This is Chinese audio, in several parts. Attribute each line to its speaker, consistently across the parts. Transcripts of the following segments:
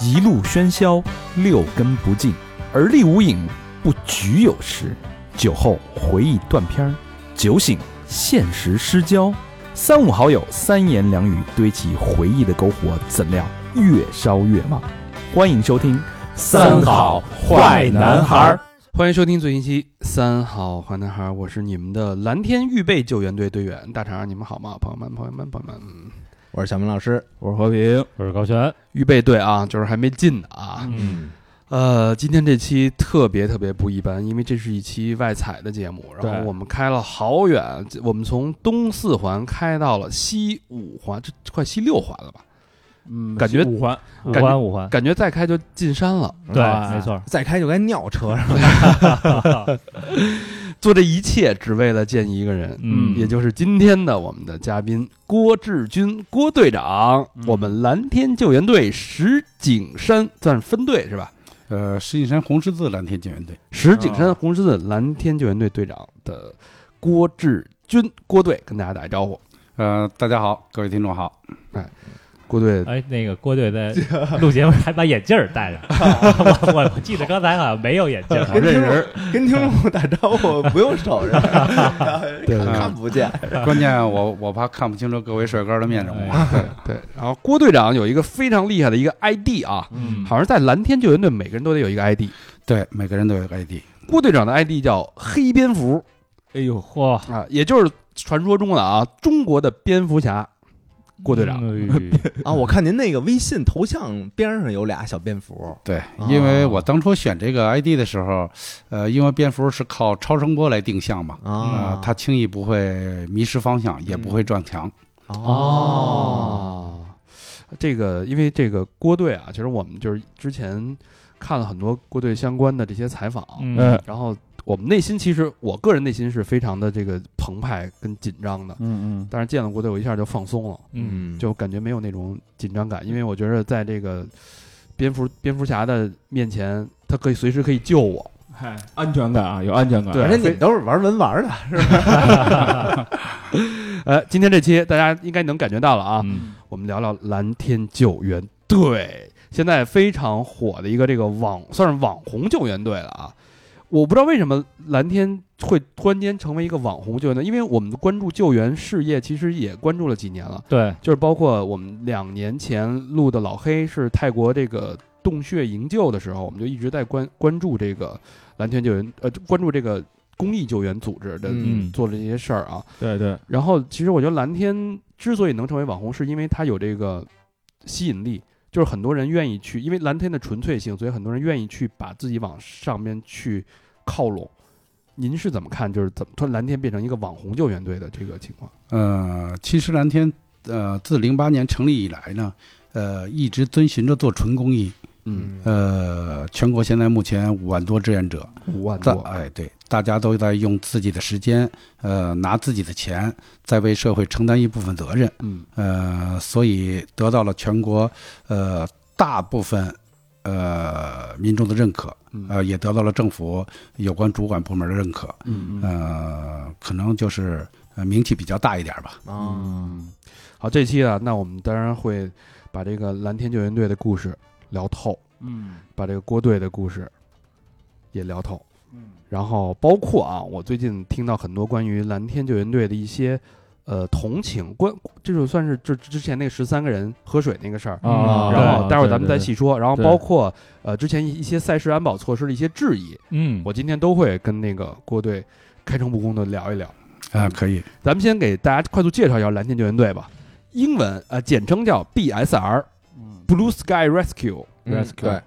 Speaker 1: 一路喧嚣，六根不净，而立无影，不局有时。酒后回忆断片儿，酒醒现实失焦。三五好友，三言两语堆起回忆的篝火，怎料越烧越旺。欢迎收听《
Speaker 2: 儿》。
Speaker 3: 欢迎收听最新期《三好坏男孩》，我是你们的蓝天预备救援队队员大肠，你们好吗？朋友们，朋友们，朋友们，嗯
Speaker 2: 我是小明老师。
Speaker 1: 我是和平，
Speaker 4: 我是高璇，
Speaker 3: 预备队啊，就是还没进呢啊。
Speaker 2: 嗯，
Speaker 3: 呃，今天这期特别特别不一般，因为这是一期外采的节目，然后
Speaker 4: 对
Speaker 3: 我们开了好远，我们从东四环开到了西五环，这快西六环了吧？嗯，感觉
Speaker 4: 五环，五
Speaker 3: 感觉
Speaker 4: 环，五环，
Speaker 3: 感觉再开就进山了。
Speaker 4: 对
Speaker 2: 啊
Speaker 4: 没错
Speaker 2: 再开就该尿车上了。
Speaker 3: 做这一切只为了见一个人，
Speaker 4: 嗯
Speaker 3: 也就是今天的我们的嘉宾郭志军郭队长，
Speaker 4: 嗯
Speaker 3: 我们蓝天救援队石景山算分队是吧？
Speaker 5: 呃，石景山红十字蓝天救援队，
Speaker 3: 石景
Speaker 4: 嗯
Speaker 3: 山红十字蓝天救援队队长的郭志军郭队跟大家打一招呼，
Speaker 5: 呃，大家好，各位听众好，
Speaker 3: 郭队
Speaker 4: 哎，那个郭队在录节目还把眼镜儿戴上，我我我记得刚才好像没有眼镜儿，
Speaker 2: 跟听众跟听众打招呼不用手势，
Speaker 3: 对
Speaker 5: 对
Speaker 2: 看不见。
Speaker 5: 呃 关键我我怕看不清楚各位帅哥的面容
Speaker 4: 哎
Speaker 5: 嘛，
Speaker 3: 对，然后郭队长有一个非常厉害的一个 ID 啊，
Speaker 4: 嗯，
Speaker 3: 好像在蓝天救援队每个人都得有一个 ID，
Speaker 5: 对，每个人都有个 ID，
Speaker 3: 郭队长的 ID 叫黑蝙蝠
Speaker 4: 哎呦嚯，
Speaker 3: 啊，也就是传说中的啊中国的蝙蝠侠郭队长。
Speaker 4: 嗯，
Speaker 2: 啊！我看您那个微信头像边上有俩小蝙蝠，
Speaker 5: 对，因为我当初选这个 ID 的时候，呃，因为蝙蝠是靠超声波来定向嘛，
Speaker 4: 哦
Speaker 2: 啊
Speaker 5: 呃，它轻易不会迷失方向，也不会撞墙，
Speaker 2: 哦，
Speaker 3: 哦，这个因为这个郭队啊，其实我们就是之前看了很多郭队相关的这些采访，
Speaker 4: 嗯，
Speaker 3: 然后我们内心其实我个人内心是非常的这个澎湃跟紧张的，
Speaker 4: 嗯
Speaker 3: 但是见了郭队我一下就放松了，
Speaker 4: 嗯，
Speaker 3: 就感觉没有那种紧张感，因为我觉得在这个蝙蝠蝙蝠侠的面前，他可以随时可以救我，
Speaker 6: 嗨，安全感啊，有安全感。
Speaker 3: 对
Speaker 2: 反正你们都是玩文玩的，
Speaker 3: 呃，今天这期大家应该能感觉到了啊，
Speaker 4: 嗯
Speaker 3: 我们聊聊蓝天救援队，现在非常火的一个这个网算是网红救援队了啊。我不知道为什么蓝天会突然间成为一个网红救援队，因为我们关注救援事业其实也关注了几年了，
Speaker 4: 对，
Speaker 3: 就是包括我们两年前录的老黑是泰国这个洞穴营救的时候，我们就一直在关关注这个蓝天救援，呃，关注这个公益救援组织的、
Speaker 4: 嗯
Speaker 3: 做的这些事儿啊。
Speaker 6: 对对，
Speaker 3: 然后其实我觉得蓝天之所以能成为网红，是因为它有这个吸引力，就是很多人愿意去，因为蓝天的纯粹性，所以很多人愿意去把自己往上面去靠拢。您是怎么看？就是怎么突然蓝天变成一个网红救援队的这个情况？
Speaker 5: 呃，其实蓝天，呃，自零八年成立以来呢，呃，一直遵循着做纯公益，
Speaker 3: 嗯，
Speaker 5: 呃，全国现在目前五万多志愿者，
Speaker 3: 嗯五万
Speaker 5: 大
Speaker 3: 多，
Speaker 5: 哎，对，大家都在用自己的时间，呃，拿自己的钱，在为社会承担一部分责任，
Speaker 3: 嗯
Speaker 5: 呃，所以得到了全国呃大部分呃民众的认可，
Speaker 3: 嗯
Speaker 5: 呃，也得到了政府有关主管部门的认可，
Speaker 3: 嗯嗯
Speaker 5: 呃，可能就是呃名气比较大一点吧。
Speaker 2: 啊，
Speaker 3: 嗯。好，这期啊，那我们当然会把这个蓝天救援队的故事聊透，
Speaker 6: 嗯
Speaker 3: 把这个郭队的故事也聊透。
Speaker 6: 嗯，
Speaker 3: 然后包括啊，我最近听到很多关于蓝天救援队的一些呃同情关，这就算是就之前那十三个人喝水那个事儿。
Speaker 4: 啊
Speaker 3: 嗯然后
Speaker 4: 对
Speaker 3: 待会儿咱们再细说，然后
Speaker 6: 对
Speaker 3: 包括呃之前一一些赛事安保措施的一些质疑，
Speaker 4: 嗯，
Speaker 3: 我今天都会跟那个郭队开诚布公的聊一聊。
Speaker 5: 啊、可以，
Speaker 3: 咱们先给大家快速介绍一下蓝天救援队吧，英文呃简称叫 BSR，Blue
Speaker 6: 嗯
Speaker 3: Sky Rescue，
Speaker 2: 嗯对，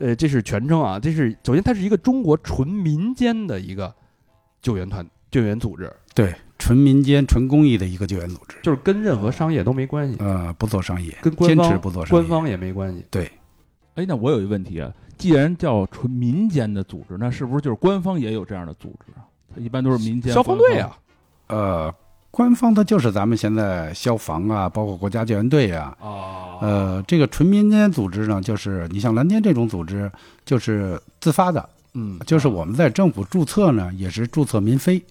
Speaker 3: 呃，这是全称啊，这是首先它是一个中国纯民间的一个救援团救援组织，
Speaker 5: 对，纯民间、纯公益的一个救援组织，
Speaker 3: 就是跟任何商业都没关系，
Speaker 5: 呃，不做商业，
Speaker 3: 跟官
Speaker 5: 坚
Speaker 3: 方
Speaker 5: 持不做商业。
Speaker 3: 官方也没关系。
Speaker 5: 对，
Speaker 6: 哎，那我有一问题啊，既然叫纯民间的组织，那是不是就是官方也有这样的组织啊？它一般都是民间
Speaker 3: 消防队，啊，
Speaker 5: 呃，官方的就是咱们现在消防啊，包括国家救援队啊，
Speaker 3: 哦，
Speaker 5: 呃，这个纯民间组织呢，就是你像蓝天这种组织，就是自发的，
Speaker 3: 嗯，
Speaker 5: 就是我们在政府注册呢，也是注册民非，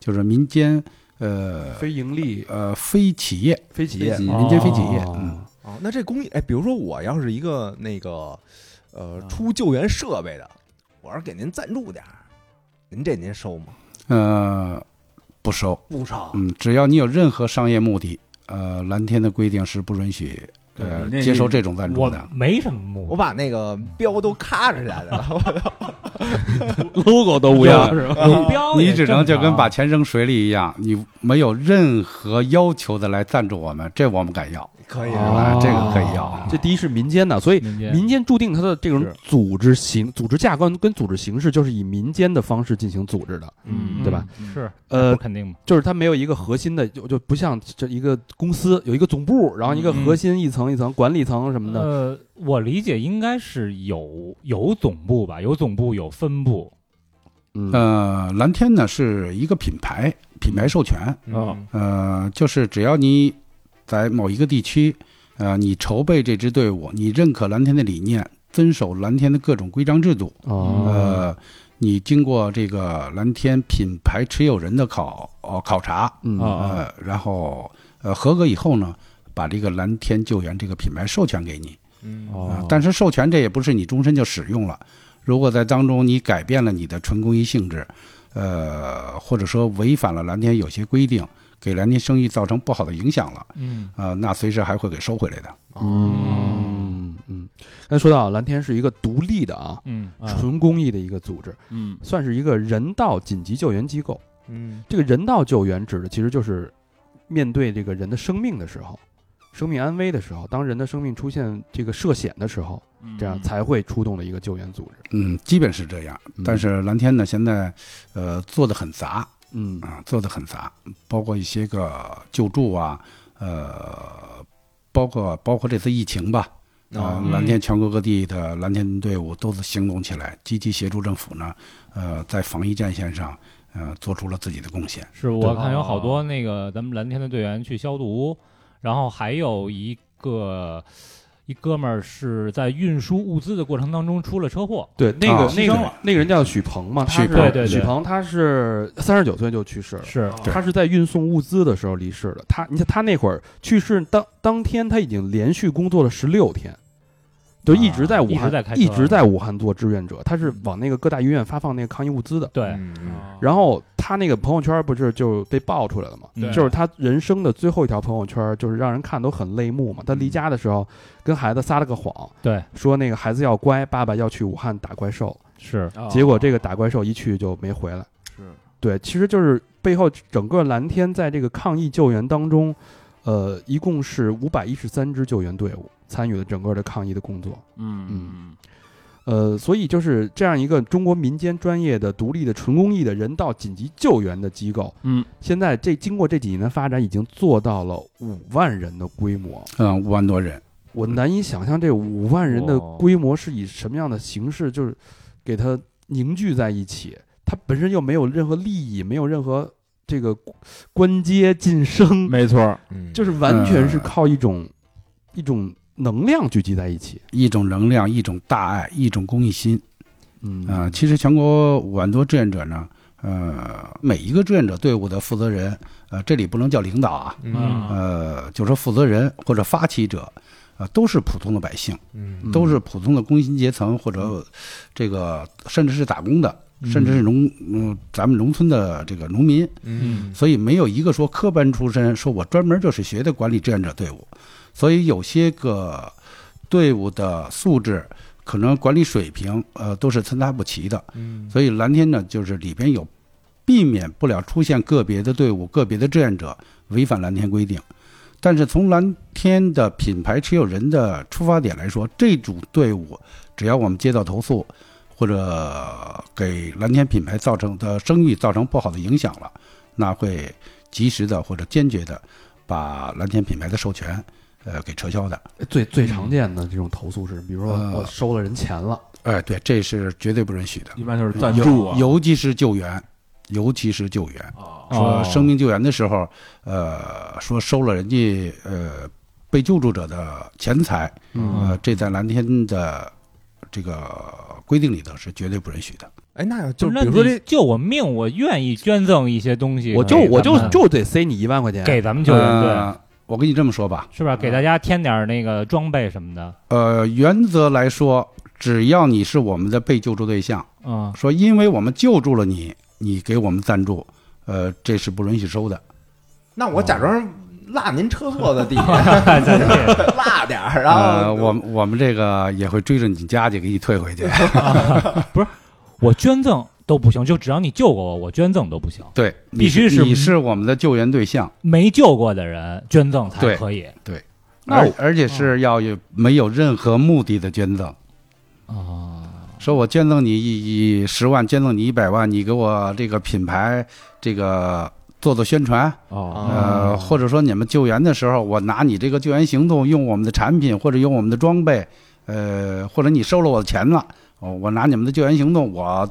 Speaker 5: 就是民间呃
Speaker 3: 非盈利
Speaker 5: 呃非企业，
Speaker 3: 非企业，
Speaker 5: 民间非企业，嗯，
Speaker 3: 哦
Speaker 2: 哦，那这公益，哎，比如说我要是一个那个，呃，出救援设备的，我要是给您赞助点儿，您这您收吗？
Speaker 5: 呃，不收，
Speaker 2: 不收。
Speaker 5: 嗯，只要你有任何商业目的，呃，蓝天的规定是不允许呃
Speaker 6: 对那
Speaker 5: 接受这种赞助
Speaker 4: 我
Speaker 5: 的。
Speaker 4: 没什么目
Speaker 2: 我把那个标都咔哧下来了，
Speaker 6: ，logo 都不啊
Speaker 5: 啊
Speaker 3: 啊
Speaker 6: 要是吧？
Speaker 4: 的目标也
Speaker 5: 你只能就
Speaker 4: 正
Speaker 5: 跟
Speaker 4: 常
Speaker 5: 把钱扔水里一样，你没有任何要求的来赞助我们，这我们敢要，
Speaker 2: 可以是
Speaker 5: 是
Speaker 2: 吧？
Speaker 5: 吧？
Speaker 3: 哦
Speaker 5: 这个可以
Speaker 4: 啊
Speaker 5: 要。
Speaker 3: 这第一是民间的，所以
Speaker 6: 民间
Speaker 3: 民间注定它的这种
Speaker 6: 是
Speaker 3: 组织形、组织架构跟组织形式，就是以民间的方式进行组织的。
Speaker 4: 嗯，
Speaker 3: 对吧
Speaker 6: 嗯？
Speaker 4: 是，
Speaker 3: 呃
Speaker 4: 不肯定嘛，
Speaker 3: 就是它没有一个核心的，就就不像这一个公司有一个总部，然后一个
Speaker 6: 嗯
Speaker 3: 核心一层一层管理层什么的。
Speaker 4: 呃，我理解应该是有有总部吧，有总部有分部，
Speaker 3: 嗯，
Speaker 5: 呃，蓝天呢是一个品牌，品牌授权，
Speaker 6: 嗯
Speaker 5: 呃，就是只要你在某一个地区，呃，你筹备这支队伍，你认可蓝天的理念，遵守蓝天的各种规章制度，
Speaker 3: 哦，
Speaker 5: 呃，你经过这个蓝天品牌持有人的考呃考察，
Speaker 3: 嗯
Speaker 6: 啊
Speaker 5: 呃，然后呃合格以后呢，把这个蓝天救援这个品牌授权给你
Speaker 2: 嗯
Speaker 5: 啊、
Speaker 3: 哦，
Speaker 5: 但是授权这也不是你终身就使用了，如果在当中你改变了你的纯公益性质，呃，或者说违反了蓝天有些规定，给蓝天声誉造成不好的影响了，
Speaker 6: 嗯
Speaker 5: 呃，那随时还会给收回来的。
Speaker 3: 嗯嗯，刚才说到蓝天是一个独立的啊，
Speaker 6: 嗯
Speaker 3: 纯公益的一个组织，
Speaker 6: 嗯
Speaker 3: 算是一个人道紧急救援机构。
Speaker 2: 嗯
Speaker 3: 这个人道救援指的其实就是面对这个人的生命的时候，生命安危的时候，当人的生命出现这个涉险的时候，
Speaker 4: 嗯
Speaker 3: 这样才会出动的一个救援组织。
Speaker 5: 嗯，基本是这样。但是蓝天呢，现在呃做的很杂，
Speaker 3: 嗯
Speaker 5: 啊，做的很杂，包括一些个救助啊，呃，包括包括这次疫情吧，啊、
Speaker 2: 哦
Speaker 5: 蓝天全国各地的蓝天队伍都是行动起来，积极协助政府呢，呃，在防疫战线上，呃，做出了自己的贡献。
Speaker 4: 是我看有好多那个咱们蓝天的队员去消毒，然后还有一个一哥们儿是在运输物资的过程当中出了车祸，
Speaker 3: 对，那个、
Speaker 5: 啊
Speaker 3: 那
Speaker 5: 牺牲
Speaker 3: 个
Speaker 5: 了
Speaker 3: 那个人叫许鹏嘛，他
Speaker 5: 许
Speaker 3: 是
Speaker 5: 鹏对
Speaker 4: 对对
Speaker 3: 许鹏他是三十九岁就去世了。
Speaker 4: 是
Speaker 3: 他是在运送物资的时候离世的。他，你看他那会儿去世当当天，他已经连续工作了十六天，就一直在
Speaker 4: 啊
Speaker 3: 武汉，
Speaker 4: 一直在开车啊
Speaker 3: 一直在武汉做志愿者。他是往那个各大医院发放那个抗疫物资的。
Speaker 2: 嗯
Speaker 4: 对，啊
Speaker 3: 然后他那个朋友圈不是就被爆出来了嘛？
Speaker 4: 对
Speaker 3: 就是他人生的最后一条朋友圈，就是让人看都很泪目嘛。他离家的时候跟孩子撒了个谎，
Speaker 4: 嗯对，
Speaker 3: 说那个孩子要乖，爸爸要去武汉打怪兽。
Speaker 4: 是
Speaker 6: 啊
Speaker 3: 结果这个打怪兽一去就没回来。
Speaker 6: 嗯是
Speaker 3: 对，其实就是背后整个蓝天在这个抗疫救援当中，呃，一共是五百一十三支救援队伍参与了整个的抗疫的工作。
Speaker 6: 嗯
Speaker 3: 嗯呃，所以就是这样一个中国民间专业的、独立的、纯公益的人道紧急救援的机构，
Speaker 6: 嗯，
Speaker 3: 现在这经过这几年的发展，已经做到了五万人的规模。
Speaker 5: 嗯，五万多人，
Speaker 3: 我难以想象这五万人的
Speaker 6: 哇
Speaker 3: 规模是以什么样的形式，就是给它凝聚在一起。它本身又没有任何利益，没有任何这个官阶晋升，
Speaker 6: 没错儿，
Speaker 2: 嗯
Speaker 3: 就是完全是靠一种、一种能量聚集在一起。
Speaker 5: 一种能量，一种大爱，一种公益心。
Speaker 3: 嗯
Speaker 5: 啊、其实全国五万多志愿者呢，呃，每一个志愿者队伍的负责人，呃，这里不能叫领导啊，
Speaker 2: 嗯
Speaker 5: 呃，就说负责人或者发起者，呃，都是普通的百姓，
Speaker 2: 嗯
Speaker 5: 都是普通的工薪阶层或者这个甚至是打工的，甚至是农嗯咱们农村的这个农民，
Speaker 2: 嗯
Speaker 5: 所以没有一个说科班出身，说我专门就是学的管理志愿者队伍，所以有些个队伍的素质。可能管理水平，呃，都是参差不齐的，
Speaker 2: 嗯
Speaker 5: 所以蓝天呢，就是里边有避免不了出现个别的队伍、个别的志愿者违反蓝天规定。但是从蓝天的品牌持有人的出发点来说，这组队伍只要我们接到投诉，或者给蓝天品牌造成的声誉造成不好的影响了，那会及时的或者坚决的把蓝天品牌的授权，呃，给撤销的。
Speaker 3: 最最常见的这种投诉是，比如说
Speaker 5: 呃
Speaker 3: 我收了人钱了，
Speaker 5: 哎，对，这是绝对不允许的。
Speaker 6: 一般就是赞助啊，
Speaker 5: 尤其是救援，尤其是救援。
Speaker 6: 哦啊
Speaker 5: 说生命救援的时候，呃，说收了人家呃被救助者的钱财，
Speaker 3: 嗯
Speaker 5: 呃，这在蓝天的这个规定里头是绝对不允许的。
Speaker 2: 哎，那就
Speaker 4: 就
Speaker 2: 比如说这，
Speaker 4: 救我命，我愿意捐赠一些东西给
Speaker 3: 我
Speaker 4: 咱
Speaker 3: 就嗯
Speaker 4: 们，
Speaker 3: 我就就得塞你一万块钱，
Speaker 4: 给咱们救援队，
Speaker 5: 呃我跟你这么说吧，
Speaker 4: 是吧？给大家添点儿那个装备什么的，
Speaker 5: 呃，原则来说，只要你是我们的被救助对象，
Speaker 4: 嗯，
Speaker 5: 说因为我们救助了你，你给我们赞助，呃，这是不允许收的。
Speaker 2: 那我假装落您车座子底下
Speaker 4: 在这里
Speaker 2: 落点儿，然
Speaker 5: 呃，
Speaker 2: 后
Speaker 5: 我们我们这个也会追着你家去给你退 回去。
Speaker 4: 我捐赠都不行，就只要你救过我，我捐赠都不行。
Speaker 5: 对，你
Speaker 4: 必须是
Speaker 5: 你是我们的救援对象，
Speaker 4: 没救过的人捐赠才
Speaker 5: 对
Speaker 4: 可以。那
Speaker 5: 而
Speaker 4: 我嗯
Speaker 5: 而且是要有没有任何目的的捐赠。
Speaker 4: 啊，
Speaker 5: 说我捐赠你一一十万，捐赠你一百万，你给我这个品牌这个做做宣传，
Speaker 6: 哦，
Speaker 3: 啊
Speaker 5: 呃，
Speaker 2: 哦
Speaker 5: 或者说你们救援的时候，我拿你这个救援行动用我们的产品或者用我们的装备，呃，或者你收了我的钱了，哦，我拿你们的救援行动，我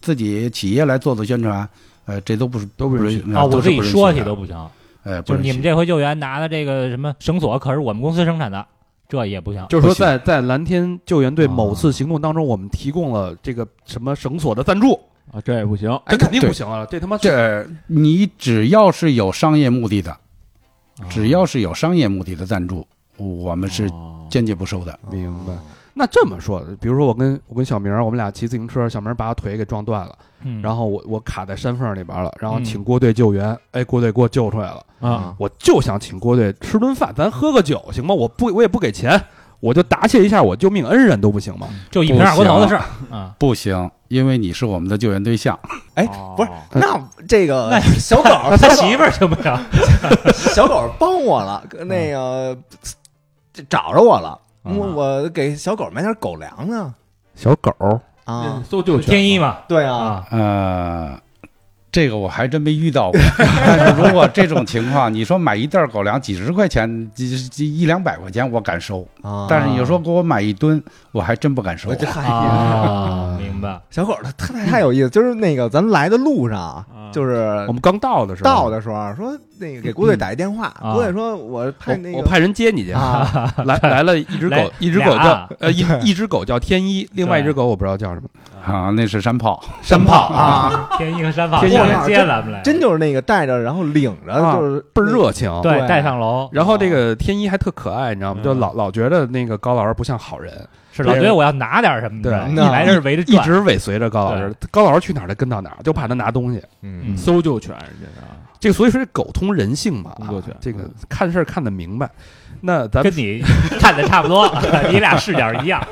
Speaker 5: 自己企业来做做宣传，呃，这都不是
Speaker 6: 都不允许
Speaker 5: 许
Speaker 4: 啊，我自己说去
Speaker 5: 去
Speaker 4: 都，不行，
Speaker 5: 呃，
Speaker 4: 就是你们
Speaker 5: 这
Speaker 4: 这回救援拿的这个什么绳索，可是我们公司生产的，这也不行。
Speaker 3: 就是说
Speaker 5: 不行
Speaker 3: 在，在蓝天救援队
Speaker 6: 啊
Speaker 3: 某次行动当中，我们提供了这个什么绳索的赞助，
Speaker 6: 啊，这也不行，
Speaker 3: 这肯定不
Speaker 5: 对
Speaker 3: 行啊！这他妈是
Speaker 5: 这你只要是有商业目的的，只
Speaker 6: 啊
Speaker 5: 要是有商业目的的赞助，我们是
Speaker 6: 哦
Speaker 5: 坚决不收的。
Speaker 3: 明白。哦那这么说，比如说我跟我跟小明儿，我们俩骑自行车，小明儿把我腿给撞断了，
Speaker 4: 嗯，
Speaker 3: 然后我我卡在山缝里边了，然后
Speaker 4: 嗯
Speaker 3: 请郭队救援，哎，郭队给我救出来了。
Speaker 6: 啊，
Speaker 3: 我就想请郭队吃顿饭，咱喝个酒行吗？我不，我也不给钱，我就答谢一下我救命恩人都嗯不行吗？
Speaker 4: 就一瓶二锅头的事儿 啊，
Speaker 5: 不行，因为你是我们的救援对象。
Speaker 2: 哎，不
Speaker 6: 啊
Speaker 2: 是，那这个小狗
Speaker 4: 那他媳妇儿行不行？
Speaker 2: 小狗帮我了，那个找着我了，我我给小狗买点狗粮呢
Speaker 3: 小狗，
Speaker 2: 啊，
Speaker 6: 搜 救犬
Speaker 4: 天一嘛
Speaker 2: 对啊，
Speaker 4: 啊，
Speaker 5: 呃，这个我还真没遇 到过。但是如果这种情况，你说买一袋狗粮几十块钱，几几一两百块钱，我敢收。
Speaker 2: 啊
Speaker 5: 但是你说给我买一吨，我还真不敢收
Speaker 2: 我。这嗨，
Speaker 4: 啊，明白。
Speaker 2: 小狗它太太有意思，就是那个咱来的路上啊，
Speaker 6: 啊
Speaker 2: 就是
Speaker 3: 我们刚到的时候，
Speaker 2: 到的时候啊说那个给郭队打一电话，
Speaker 4: 嗯啊
Speaker 2: 郭队说我派
Speaker 3: 我
Speaker 2: 那
Speaker 3: 我
Speaker 2: 个
Speaker 3: 派人接你去。
Speaker 2: 啊，
Speaker 3: 来来了一只狗
Speaker 4: 来，
Speaker 3: 一只狗
Speaker 4: 俩
Speaker 3: 叫呃一一只狗叫天一，另外一只狗我不知道叫什么，
Speaker 5: 啊，那是山炮。
Speaker 3: 山炮
Speaker 2: 啊，
Speaker 4: 天一和山法
Speaker 3: 天一和
Speaker 2: 山
Speaker 4: 接咱们来，
Speaker 2: 真就是那个带着，然后领着，
Speaker 3: 啊
Speaker 2: 就是
Speaker 3: 倍儿热情。
Speaker 4: 对
Speaker 2: 对
Speaker 4: 带上楼
Speaker 3: 然后这个天一还特可爱，你知道吗？
Speaker 6: 嗯
Speaker 3: 就老老觉得那个高老师不像好人，
Speaker 4: 是老觉得我要拿点什么的，
Speaker 3: 对
Speaker 4: 你来这儿围着
Speaker 3: 一
Speaker 4: 转，
Speaker 3: 直尾随着高老师。高老师去哪儿他跟到哪儿，就怕他拿东西。
Speaker 2: 嗯
Speaker 6: 搜救犬，人家是啊，
Speaker 3: 这个所以说这狗通人性嘛，
Speaker 6: 工
Speaker 3: 啊
Speaker 6: 作犬
Speaker 3: 这个
Speaker 6: 嗯
Speaker 3: 看事儿看得明白。那咱
Speaker 4: 跟你看的差不多， 你俩视角一样。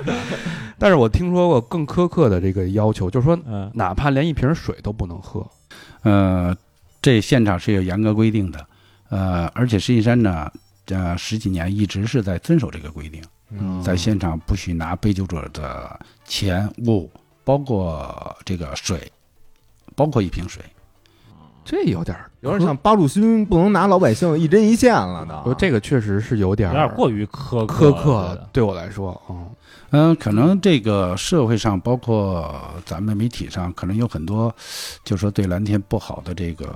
Speaker 3: 但是我听说过更苛刻的这个要求，就是说
Speaker 6: 嗯，
Speaker 3: 哪怕连一瓶水都不能喝。
Speaker 5: 呃，这现场是有严格规定的。呃，而且石景山呢，呃，十几年一直是在遵守这个规定，嗯
Speaker 2: 嗯
Speaker 5: 在现场不许拿被救者的钱物，包括这个水，包括一瓶水。
Speaker 3: 这有点儿，
Speaker 2: 有点像八路军不能拿老百姓一针一线了
Speaker 3: 我说
Speaker 2: 都。
Speaker 3: 这个确实是有点
Speaker 4: 有
Speaker 3: 儿
Speaker 4: 点过于苛
Speaker 3: 苛刻
Speaker 4: 刻
Speaker 3: 了，对我来说，嗯，
Speaker 5: 嗯，可能这个社会上，包括咱们媒体上，可能有很多，就说对蓝天不好的这个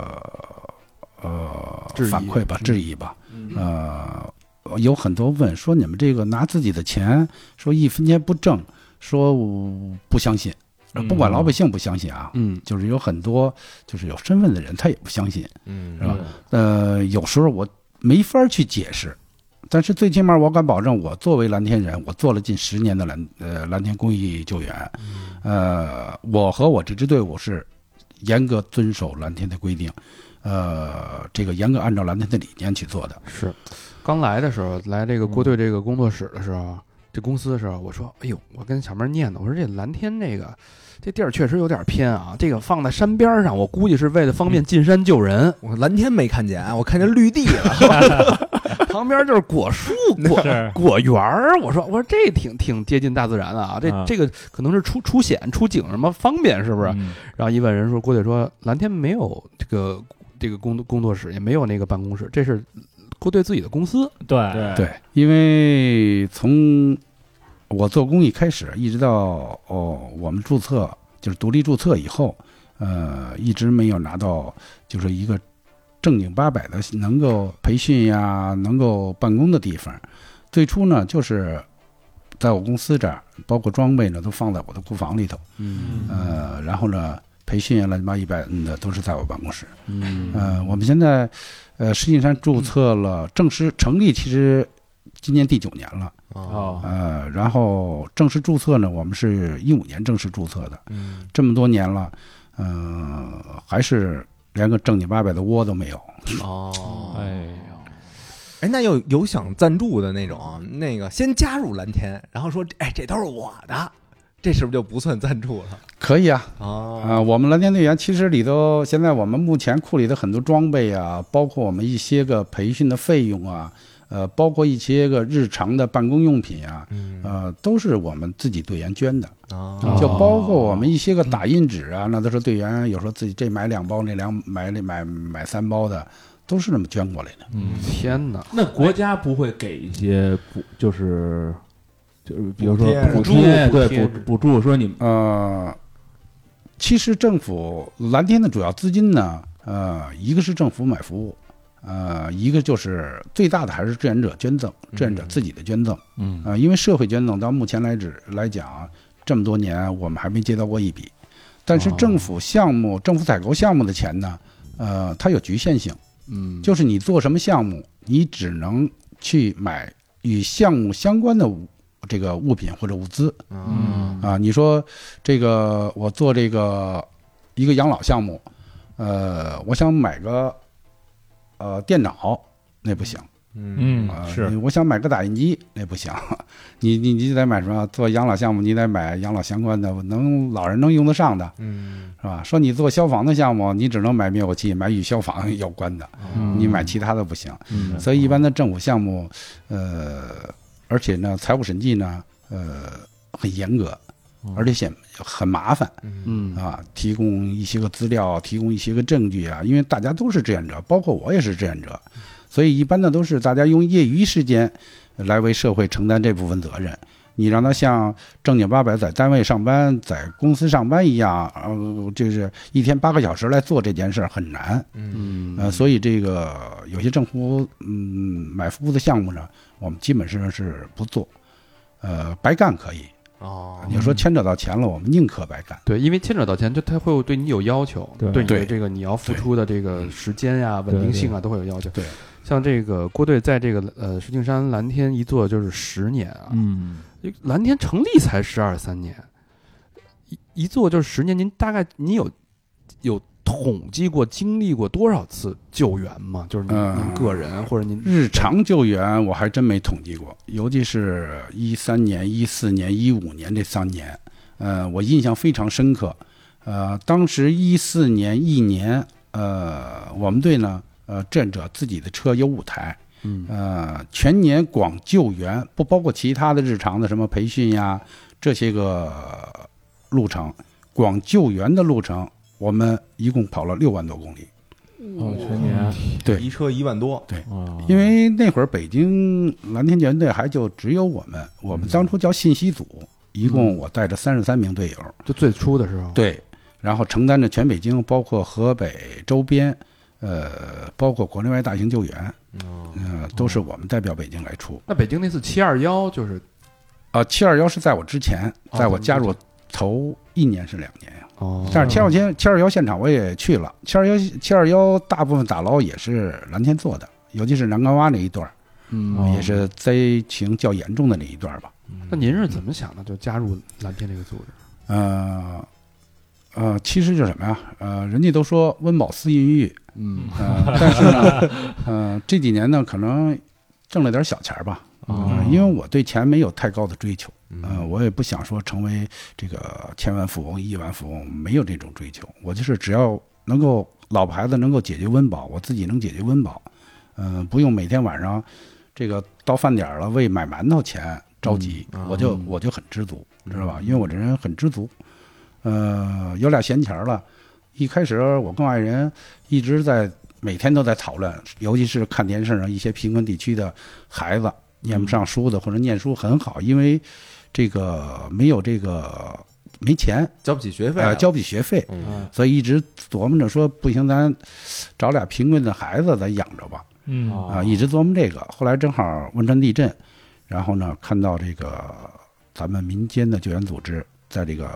Speaker 5: 呃
Speaker 3: 质疑
Speaker 5: 反馈吧
Speaker 3: 嗯，
Speaker 5: 质疑吧，呃，有很多问说你们这个拿自己的钱，说一分钱不挣，说我不相信，呃
Speaker 4: 嗯
Speaker 5: 不管老百姓不相信啊，
Speaker 3: 嗯，
Speaker 5: 就是有很多就是有身份的人他也不相信，
Speaker 2: 嗯
Speaker 5: 是吧？呃，有时候我没法儿去解释，但是最起码我敢保证，我作为蓝天人，我做了近十年的蓝呃蓝天公益救援，呃，我和我这支队伍是严格遵守蓝天的规定，呃，这个严格按照蓝天的理念去做的。
Speaker 3: 是。刚来的时候，来这个郭队这个工作室的时候，这公司的时候，我说，哎呦，我跟小妹儿念叨，我说这蓝天这个这地儿确实有点偏啊，这个放在山边儿上，我估计是为了方便进山救人，
Speaker 2: 我蓝天没看见，我看见绿地了。
Speaker 3: 旁边就是果树果
Speaker 4: 是
Speaker 3: 果园儿，我说我说这挺挺接近大自然的啊，这、
Speaker 6: 啊
Speaker 3: 这个可能是出出险出警什么方便 是不是？
Speaker 4: 嗯
Speaker 3: 然后一问人说，郭队说蓝天没有这个这个工工作室，也没有那个办公室，这是郭队自己的公司。
Speaker 4: 对，
Speaker 6: 对，
Speaker 5: 对，因为从我做公益开始，一直到哦我们注册就是独立注册以后，呃，一直没有拿到就是一个正经八百的能够培训呀、能够办公的地方。最初呢，就是在我公司这儿，包括装备呢都放在我的库房里头，
Speaker 3: 嗯
Speaker 5: 呃，然后呢。培训啊，乱七八一百嗯的都是在我办公室。
Speaker 6: 嗯
Speaker 5: 呃，我们现在呃石景山注册了，正式成立其实今年第九年了。
Speaker 2: 啊，
Speaker 6: 哦，
Speaker 5: 呃，然后正式注册呢，我们是一五年正式注册的，
Speaker 2: 嗯，
Speaker 5: 这么多年了，呃，还是连个正经八百的窝都没有。
Speaker 2: 哦，
Speaker 4: 哎
Speaker 2: 哎，那有有想赞助的那种，那个先加入蓝天，然后说，哎，这都是我的，这是不是就不算赞助了？
Speaker 5: 可以啊，啊、
Speaker 2: 哦，
Speaker 5: 我们蓝天队员其实里头，现在我们目前库里的很多装备啊，包括我们一些个培训的费用啊，呃，包括一些个日常的办公用品啊，
Speaker 2: 嗯
Speaker 5: 呃，都是我们自己队员捐的。
Speaker 2: 啊，
Speaker 5: 就包括我们一些个打印纸啊，那都是队员有时候自己这买两包，那两买买买三包的，都是那么捐过来的。
Speaker 6: 嗯，
Speaker 3: 天哪！
Speaker 6: 那国家不会给一些补，就是就是比如说
Speaker 2: 补
Speaker 6: 补
Speaker 3: 贴
Speaker 6: 贴，
Speaker 3: 补
Speaker 6: 对
Speaker 3: 贴
Speaker 6: 补补助，说你们
Speaker 5: 呃，其实政府蓝天的主要资金呢，呃，一个是政府买服务，呃，一个就是最大的还是志愿者捐赠，志愿者自己的捐赠。
Speaker 6: 嗯
Speaker 5: 啊，因为社会捐赠到目前来止来讲啊，这么多年我们还没接到过一笔，但是政府项
Speaker 6: 哦
Speaker 5: 目、政府采购项目的钱呢，呃，它有局限性，
Speaker 6: 嗯，
Speaker 5: 就是你做什么项目，你只能去买与项目相关的物这个物品或者物资
Speaker 6: 嗯
Speaker 5: 啊。你说这个我做这个一个养老项目，呃，我想买个呃电脑，那不行。
Speaker 2: 嗯
Speaker 4: 嗯
Speaker 5: 啊，
Speaker 4: 是
Speaker 5: 你我想买个打印机，那不行， 你你你得买什么？做养老项目，你得买养老相关的，能老人能用得上的，
Speaker 2: 嗯
Speaker 5: 是吧？说你做消防的项目，你只能买灭火器，买与消防 有关的，
Speaker 6: 嗯
Speaker 5: 你买其他的不行。
Speaker 6: 嗯
Speaker 5: 所以一般的政府项目，呃，而且呢，财务审计呢，呃，很严格，而且显很麻烦。
Speaker 2: 嗯
Speaker 3: 嗯
Speaker 5: 啊，提供一些个资料，提供一些个证据啊，因为大家都是志愿者，包括我也是志愿者，所以一般呢都是大家用业余时间来为社会承担这部分责任。你让他像正经八百在单位上班、在公司上班一样，呃，就是一天八个小时来做这件事儿很难。
Speaker 3: 嗯
Speaker 2: 嗯
Speaker 5: 呃，所以这个有些政府嗯买服务的项目呢，我们基本上是不做，呃，白干可以。
Speaker 2: 哦，
Speaker 5: 你说牵扯到钱了，我们宁可白干。
Speaker 3: 对，因为牵扯到钱，就他会对你有要求，
Speaker 6: 对
Speaker 3: 你的
Speaker 5: 对嗯
Speaker 3: 这个你要付出的这个时间呀、稳定性啊，都会有要求。
Speaker 5: 对，
Speaker 3: 像这个郭队在这个呃石景山蓝天一做就是十年啊，
Speaker 6: 嗯
Speaker 3: 蓝天成立才十二三年，一一做就是十年，您大概你有有统计过经历过多少次救援吗？就是您、
Speaker 5: 嗯
Speaker 3: 您个人或者您
Speaker 5: 日常救援我还真没统计过，尤其是一三年、一四年、一五年这三年，呃，我印象非常深刻。呃，当时一四年一年，呃，我们队呢，呃，志愿者自己的车有五台，
Speaker 3: 嗯
Speaker 5: 呃，全年光救援，不包括其他的日常的什么培训呀这些个呃路程，光救援的路程，我们一共跑了六万多公里。
Speaker 4: 嗯
Speaker 6: 哦，全年
Speaker 5: 对
Speaker 2: 一车一万多，
Speaker 6: 哦
Speaker 5: 嗯因为那会儿北京蓝天救援队还就只有我们，我们当初叫信息组，一共我带着三十三名队友，
Speaker 3: 就最初的时候，
Speaker 5: 对，然后承担着全北京，包括河北周边，呃，包括国内外大型救援，呃，都是我们代表北京来出。
Speaker 3: 那北京那次七二幺就是
Speaker 5: 啊，七二幺是在我之前，
Speaker 3: 哦
Speaker 5: 在我加入头一年是两年呀，
Speaker 3: 哦
Speaker 5: 但是七二幺七二幺现场我也去了，七二幺七二幺大部分打捞也是蓝天做的，尤其是南干洼那一段儿。
Speaker 3: 嗯
Speaker 6: 哦
Speaker 5: 也是灾情较严重的那一段吧。
Speaker 6: 嗯
Speaker 3: 那您是怎么想的？就加入蓝天这个组织？
Speaker 5: 呃，呃，其实就是什么呀？呃，人家都说温饱思淫欲，
Speaker 6: 嗯
Speaker 5: 呃，但是呢，呃，这几年呢，可能挣了点小钱儿吧。
Speaker 6: 哦
Speaker 2: 哦
Speaker 5: 呃因为我对钱没有太高的追求，
Speaker 2: 嗯
Speaker 5: 呃，我也不想说成为这个千万富翁、亿万富翁，没有这种追求。我就是只要能够老婆孩子能够解决温饱，我自己能解决温饱，嗯、不用每天晚上这个到饭点儿了为买馒头钱着急，
Speaker 2: 嗯啊嗯
Speaker 5: 我就我就很知足，知道吧？因为我这人很知足，呃，有俩闲钱儿了。一开始我跟爱人一直在每天都在讨论，尤其是看电视上一些贫困地区的孩子念不上书的，或者念书很好，因为这个没有这个没钱，
Speaker 2: 交不起学费
Speaker 5: 呃，
Speaker 2: 了，
Speaker 5: 交不起学费，
Speaker 2: 嗯
Speaker 5: 所以一直琢磨着说，不行，咱找俩贫困的孩子咱养着吧，
Speaker 4: 嗯
Speaker 5: 啊，一直琢磨这个。后来正好汶川地震，然后呢，看到这个咱们民间的救援组织在这个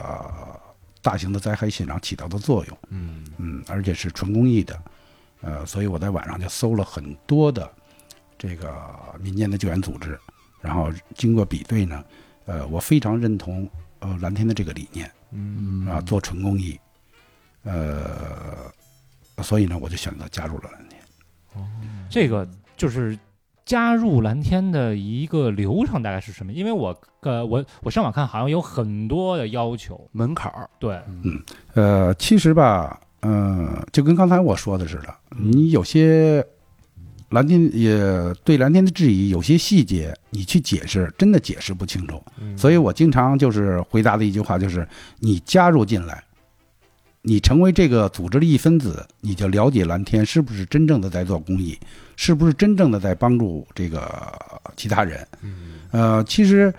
Speaker 5: 大型的灾害现场起到的作用。
Speaker 2: 嗯
Speaker 5: 嗯，而且是纯公益的，呃，所以我在网上就搜了很多的这个民间的救援组织，然后经过比对呢，呃，我非常认同呃蓝天的这个理念
Speaker 2: 嗯
Speaker 6: 嗯
Speaker 5: 啊，做纯公益，呃，所以呢，我就选择加入了蓝天。
Speaker 4: 这个就是加入蓝天的一个流程大概是什么？因为我呃我我上网看好像有很多的要求，
Speaker 3: 门槛儿，
Speaker 4: 对，
Speaker 5: 呃，其实吧，嗯，就跟刚才我说的似的，
Speaker 4: 嗯
Speaker 5: 你有些蓝天也对蓝天的质疑，有些细节你去解释，真的解释不清楚。
Speaker 2: 嗯
Speaker 5: 所以我经常就是回答的一句话就是：你加入进来，你成为这个组织的一分子，你就了解蓝天是不是真正的在做公益，是不是真正的在帮助这个其他人。
Speaker 2: 嗯
Speaker 5: 呃，其实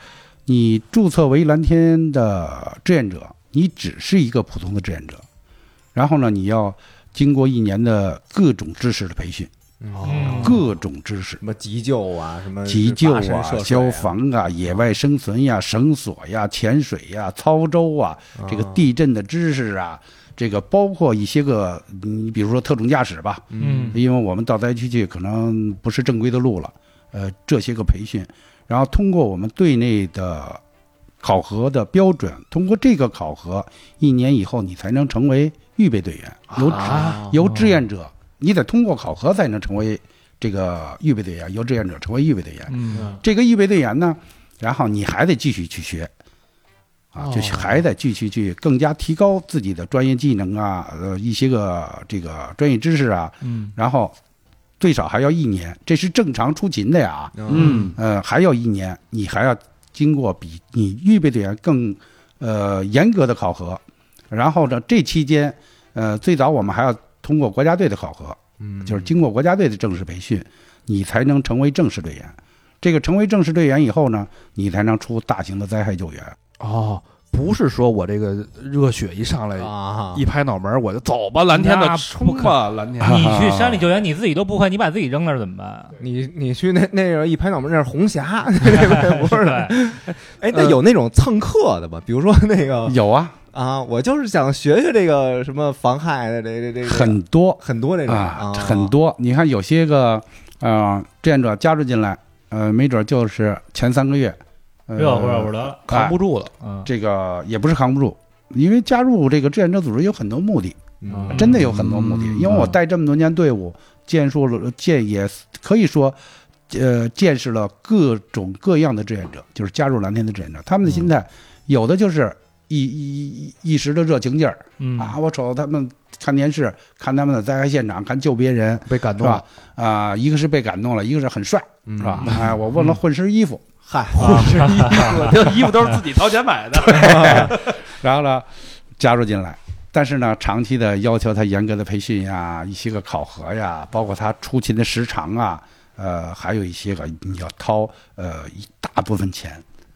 Speaker 5: 你注册为蓝天的志愿者，你只是一个普通的志愿者，然后呢，你要经过一年的各种知识的培训，
Speaker 2: 哦
Speaker 5: 各种知识。
Speaker 2: 什么急救啊，什么
Speaker 5: 急救
Speaker 2: 跋山
Speaker 5: 啊
Speaker 2: 涉、水
Speaker 5: 消，防啊、野外生存呀、绳索呀、潜水呀、操舟啊，这个
Speaker 2: 啊
Speaker 5: 地震的知识啊，这个包括一些个，你比如说特种驾驶吧，
Speaker 4: 嗯
Speaker 5: 因为我们到灾区去可能不是正规的路了，呃，这些个培训，然后通过我们队内的考核的标准，通过这个考核，一年以后你才能成为预备队员，由、
Speaker 4: 啊
Speaker 5: 由志愿者，你得通过考核才能成为这个预备队员，由志愿者成为预备队员。
Speaker 4: 嗯
Speaker 5: 这个预备队员呢，然后你还得继续去学，啊，
Speaker 4: 哦
Speaker 5: 就是还得继续去更加提高自己的专业技能啊，呃，一些个这个专业知识啊，
Speaker 4: 嗯
Speaker 5: 然后最少还要一年，这是正常出勤的呀，
Speaker 2: 嗯，
Speaker 5: 呃，还要一年，你还要经过比你预备队员更呃严格的考核，然后呢，这期间，呃，最早我们还要通过国家队的考核，
Speaker 2: 嗯
Speaker 5: 就是经过国家队的正式培训，你才能成为正式队员。这个成为正式队员以后呢，你才能出大型的灾害救援。
Speaker 3: 哦，不是说我这个热血一上来
Speaker 2: 啊，
Speaker 3: 一拍脑门儿我就走吧，蓝天的
Speaker 4: 那
Speaker 3: 冲啊
Speaker 4: 不
Speaker 3: 吧，蓝天。
Speaker 4: 嗯你去山里救援，你自己都不会，你把自己扔那儿怎么办？
Speaker 2: 你你去那那个一拍脑门，那是红霞，不是？哎，那有那种蹭课的吧？比如说那个
Speaker 5: 有啊，
Speaker 2: 啊，我就是想学学这个什么防害的，这这这个
Speaker 5: 很多
Speaker 2: 很多这种
Speaker 5: 啊，很。多。你看有些个呃志愿者加入进来，呃，没准就是前三个月，呃、
Speaker 4: 热乎热乎得了，
Speaker 3: 扛不住了，
Speaker 4: 嗯，
Speaker 5: 这个也不是扛不住，因为加入这个志愿者组织有很多目的，
Speaker 2: 嗯
Speaker 5: 真的有很多目的。
Speaker 3: 嗯
Speaker 5: 因为我带这么多年队伍，见识了见也可以说，呃，见识了各种各样的志愿者，就是加入蓝天的志愿者，他们的心态，有的就是一一一一时的热情劲儿
Speaker 4: 嗯
Speaker 5: 啊，我瞅他们看电视，看他们的灾害现场，看救别人，
Speaker 3: 被感
Speaker 5: 是
Speaker 3: 动了
Speaker 5: 吧。？啊、一个是被感动了，一个是很帅，
Speaker 2: 嗯
Speaker 5: 是吧？哎，我问了混身衣服，
Speaker 2: 嗨，
Speaker 3: 这衣服都是自己掏钱买的。
Speaker 5: 然后呢，加入进来。但是呢，长期的要求他严格的培训呀，一些个考核呀，包括他出勤的时长啊，呃，还有一些个你要掏呃一大部分钱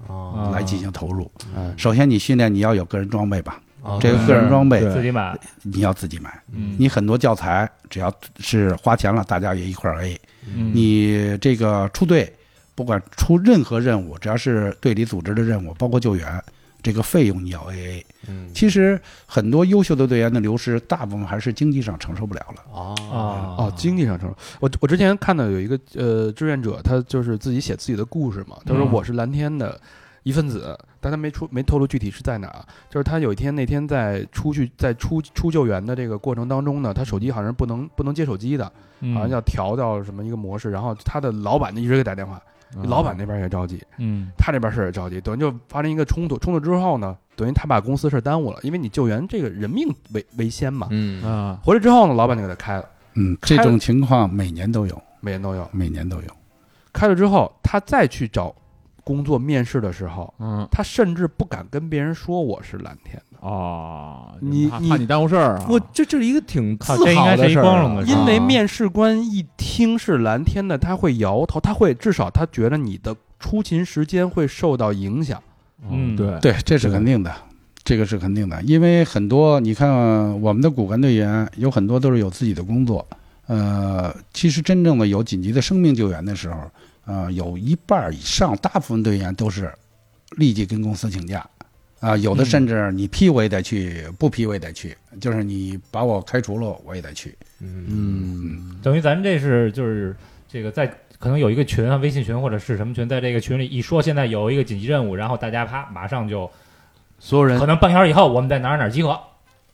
Speaker 2: 啊
Speaker 5: 来进行投入。
Speaker 3: 嗯
Speaker 5: 首先，你训练你要有个人装备吧，
Speaker 2: 啊
Speaker 5: 这个个人装备
Speaker 4: 自己买，
Speaker 5: 你要自己买。
Speaker 4: 嗯，
Speaker 5: 你很多教材只要是花钱了，大家也一块儿哎 A。
Speaker 4: 嗯
Speaker 5: 你这个出队，不管出任何任务，只要是队里组织的任务，包括救援，这个费用你要 A A。
Speaker 2: 嗯
Speaker 5: 其实很多优秀的队员的流失，大部分还是经济上承受不了了。
Speaker 2: 啊
Speaker 4: 啊
Speaker 3: 哦，经济上承受。我我之前看到有一个呃志愿者，他就是自己写自己的故事嘛，他说
Speaker 4: 嗯
Speaker 3: 我是蓝天的一份子，但他没出没透露具体是在哪儿。就是他有一天那天在出去在出出救援的这个过程当中呢，他手机好像是不能不能接手机的，
Speaker 4: 嗯
Speaker 3: 好像要调到什么一个模式，然后他的老板就一直给打电话，
Speaker 6: 嗯
Speaker 3: 老板那边也着急，
Speaker 4: 嗯
Speaker 3: 他这边事儿也着急，等于就发生一个冲突，冲突之后呢，等于他把公司事儿耽误了，因为你救援这个人命为为先嘛。
Speaker 2: 嗯
Speaker 6: 啊，
Speaker 3: 回来之后呢，老板就给他开了，
Speaker 5: 嗯，这种情况每年都有，
Speaker 3: 每人都有。
Speaker 5: 每年都有。
Speaker 3: 开了之后，他再去找工作面试的时候，
Speaker 6: 嗯
Speaker 3: 他甚至不敢跟别人说我是蓝天的，
Speaker 6: 哦，
Speaker 3: 你
Speaker 6: 怕
Speaker 3: 你
Speaker 6: 怕你耽误事儿啊，
Speaker 2: 我这这是一个挺自
Speaker 4: 靠这应
Speaker 2: 豪
Speaker 4: 该
Speaker 2: 的
Speaker 4: 是一
Speaker 2: 事儿
Speaker 4: 光荣
Speaker 2: 啊
Speaker 4: 的
Speaker 5: 嗯
Speaker 4: 事儿
Speaker 3: 因为面试官一听是蓝天的，他会摇头，他会至少他觉得你的出勤时间会受到影响。
Speaker 6: 嗯
Speaker 4: 嗯
Speaker 6: 对
Speaker 5: 对，这是肯定的，这个是肯定的，因为很多你看我们的骨干队员有很多都是有自己的工作，呃，其实真正的有紧急的生命救援的时候，呃，有一半以上，大部分队员都是立即跟公司请假，啊，有的甚至你批我也得去，不批我也得去，就是你把我开除了我也得去。
Speaker 2: 嗯，
Speaker 5: 嗯，
Speaker 4: 等于咱这是就是这个在可能有一个群啊，微信群或者是什么群，在这个群里一说现在有一个紧急任务，然后大家啪马上就
Speaker 3: 所有人
Speaker 4: 可能半小时以后我们在哪儿哪儿集合。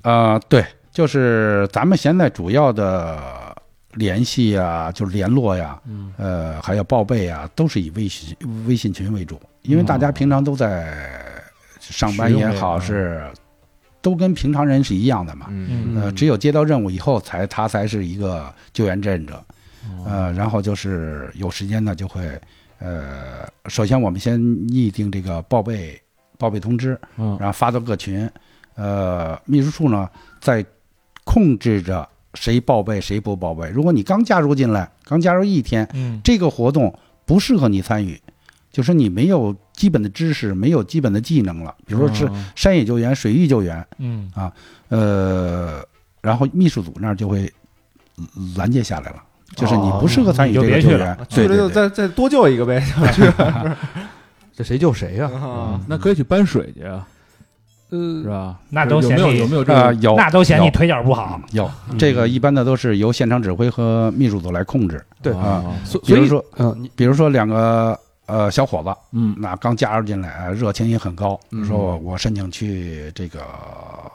Speaker 5: 啊，对，就是咱们现在主要的联系呀，就是联络呀，
Speaker 3: 嗯
Speaker 5: 呃，还有报备啊，都是以微信微信群为主，因为大家平常都在上班也好，
Speaker 4: 使
Speaker 5: 是都跟平常人是一样的嘛。
Speaker 2: 嗯
Speaker 5: 呃，只有接到任务以后才，他才是一个救援志愿者。
Speaker 6: 嗯哦
Speaker 5: 呃，然后就是有时间呢，就会呃，首先我们先拟定这个报备报备通知，
Speaker 6: 嗯
Speaker 5: 然后发到各群。呃，秘书处呢在控制着谁报备谁不报备。如果你刚加入进来，刚加入一天，
Speaker 4: 嗯
Speaker 5: 这个活动不适合你参与，就是你没有基本的知识，没有基本的技能了，比如说是
Speaker 6: 嗯
Speaker 5: 山野救援、水域救援。
Speaker 4: 嗯
Speaker 5: 呃，然后秘书组那儿就会嗯拦截下来了，就是你不适合参与
Speaker 4: 哦你就
Speaker 5: 这个
Speaker 4: 别
Speaker 5: 救
Speaker 4: 去
Speaker 5: 援，
Speaker 2: 去
Speaker 5: 对
Speaker 2: 了就
Speaker 5: 对对，
Speaker 2: 再再多救一个呗。
Speaker 3: 这谁救谁
Speaker 4: 嗯
Speaker 3: 呀？
Speaker 5: 嗯
Speaker 2: 啊
Speaker 6: 那可以去搬水去啊，
Speaker 3: 呃
Speaker 6: 是，吧？
Speaker 4: 那
Speaker 6: 就
Speaker 4: 都
Speaker 6: 是有
Speaker 4: 嫌
Speaker 6: 没有有
Speaker 4: 弃
Speaker 6: 没有嗯这
Speaker 5: 啊
Speaker 6: 个？
Speaker 5: 有
Speaker 4: 那都嫌你
Speaker 5: 有
Speaker 4: 腿脚不好。
Speaker 5: 有这个一般的都是由现场指挥和秘书组来控制，
Speaker 3: 对
Speaker 6: 啊，所
Speaker 5: 比
Speaker 6: 所
Speaker 5: 如
Speaker 6: 以
Speaker 5: 说
Speaker 3: 嗯，你
Speaker 5: 比如说两个呃小伙子，
Speaker 6: 嗯
Speaker 5: 那刚加入进来，呃热情也很高，
Speaker 6: 嗯
Speaker 5: 说我我申请去这个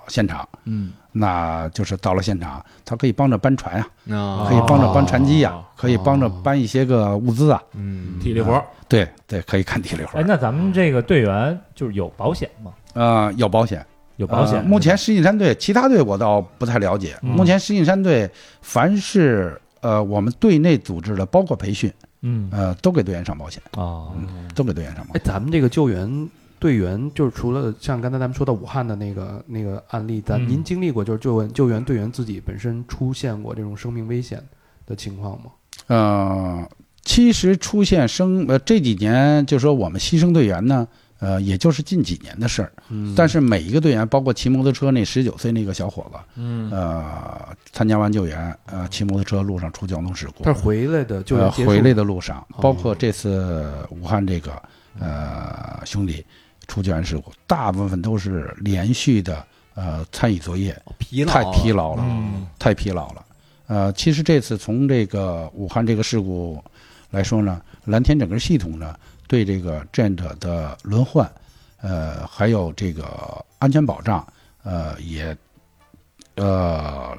Speaker 5: 现场，
Speaker 6: 嗯
Speaker 5: 那就是到了现场，他可以帮着搬船啊，
Speaker 4: 哦
Speaker 2: 啊
Speaker 5: 可以帮着搬船机
Speaker 6: 哦
Speaker 5: 啊，可以帮着搬一些个物资啊，
Speaker 2: 嗯
Speaker 6: 体力活儿
Speaker 5: 对对，可以干体力活
Speaker 4: 哦哎，
Speaker 5: 儿，
Speaker 4: 那咱们这个队员就是有保险吗？
Speaker 5: 呃，有保险。
Speaker 4: 有保险是
Speaker 5: 呃
Speaker 4: 吧。
Speaker 5: 目前石景山队，其他队我倒不太了解。
Speaker 4: 嗯
Speaker 5: 目前石景山队，凡是呃我们队内组织的，包括培训，
Speaker 4: 嗯
Speaker 5: 呃，都给队员上保险，
Speaker 4: 啊
Speaker 5: 都给队员上
Speaker 3: 哎
Speaker 5: 保险。，
Speaker 3: 咱们这个救援队员，就是除了像刚才咱们说到武汉的那个那个案例，咱
Speaker 4: 嗯
Speaker 3: 您经历过就是救援救援队员自己本身出现过这种生命危险的情况吗？
Speaker 5: 呃，其实出现生呃这几年，就说我们牺牲队员呢，呃，也就是近几年的事儿。
Speaker 3: 嗯
Speaker 5: 但是每一个队员，包括骑摩托车那十九岁那个小伙子，
Speaker 6: 嗯
Speaker 5: 呃，参加完救援，呃，骑摩托车路上出交通事故，
Speaker 3: 他是回来的救援
Speaker 5: 呃，
Speaker 3: 结束
Speaker 5: 回来的路上，
Speaker 3: 哦
Speaker 5: 包括这次武汉这个呃兄弟出救援事故，大部分都是连续的呃参与作业，
Speaker 2: 疲劳啊
Speaker 5: 太疲劳了，
Speaker 4: 嗯
Speaker 5: 太疲劳了。呃，其实这次从这个武汉这个事故来说呢，蓝天整个系统呢对这个志愿者的轮换，呃，还有这个安全保障，呃，也呃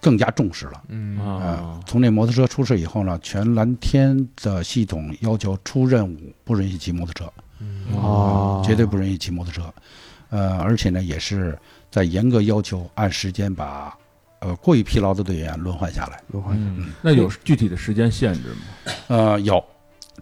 Speaker 5: 更加重视了。呃
Speaker 2: 嗯
Speaker 6: 啊，
Speaker 5: 从这摩托车出事以后呢，全蓝天的系统要求出任务不允许骑摩托车，
Speaker 2: 嗯
Speaker 6: 啊
Speaker 3: 哦
Speaker 5: 绝对不允许骑摩托车。呃，而且呢，也是在严格要求按时间把呃过于疲劳的队员轮换下来。
Speaker 3: 轮换
Speaker 4: 嗯
Speaker 6: 那有具体的时间限制吗？
Speaker 5: 呃，有，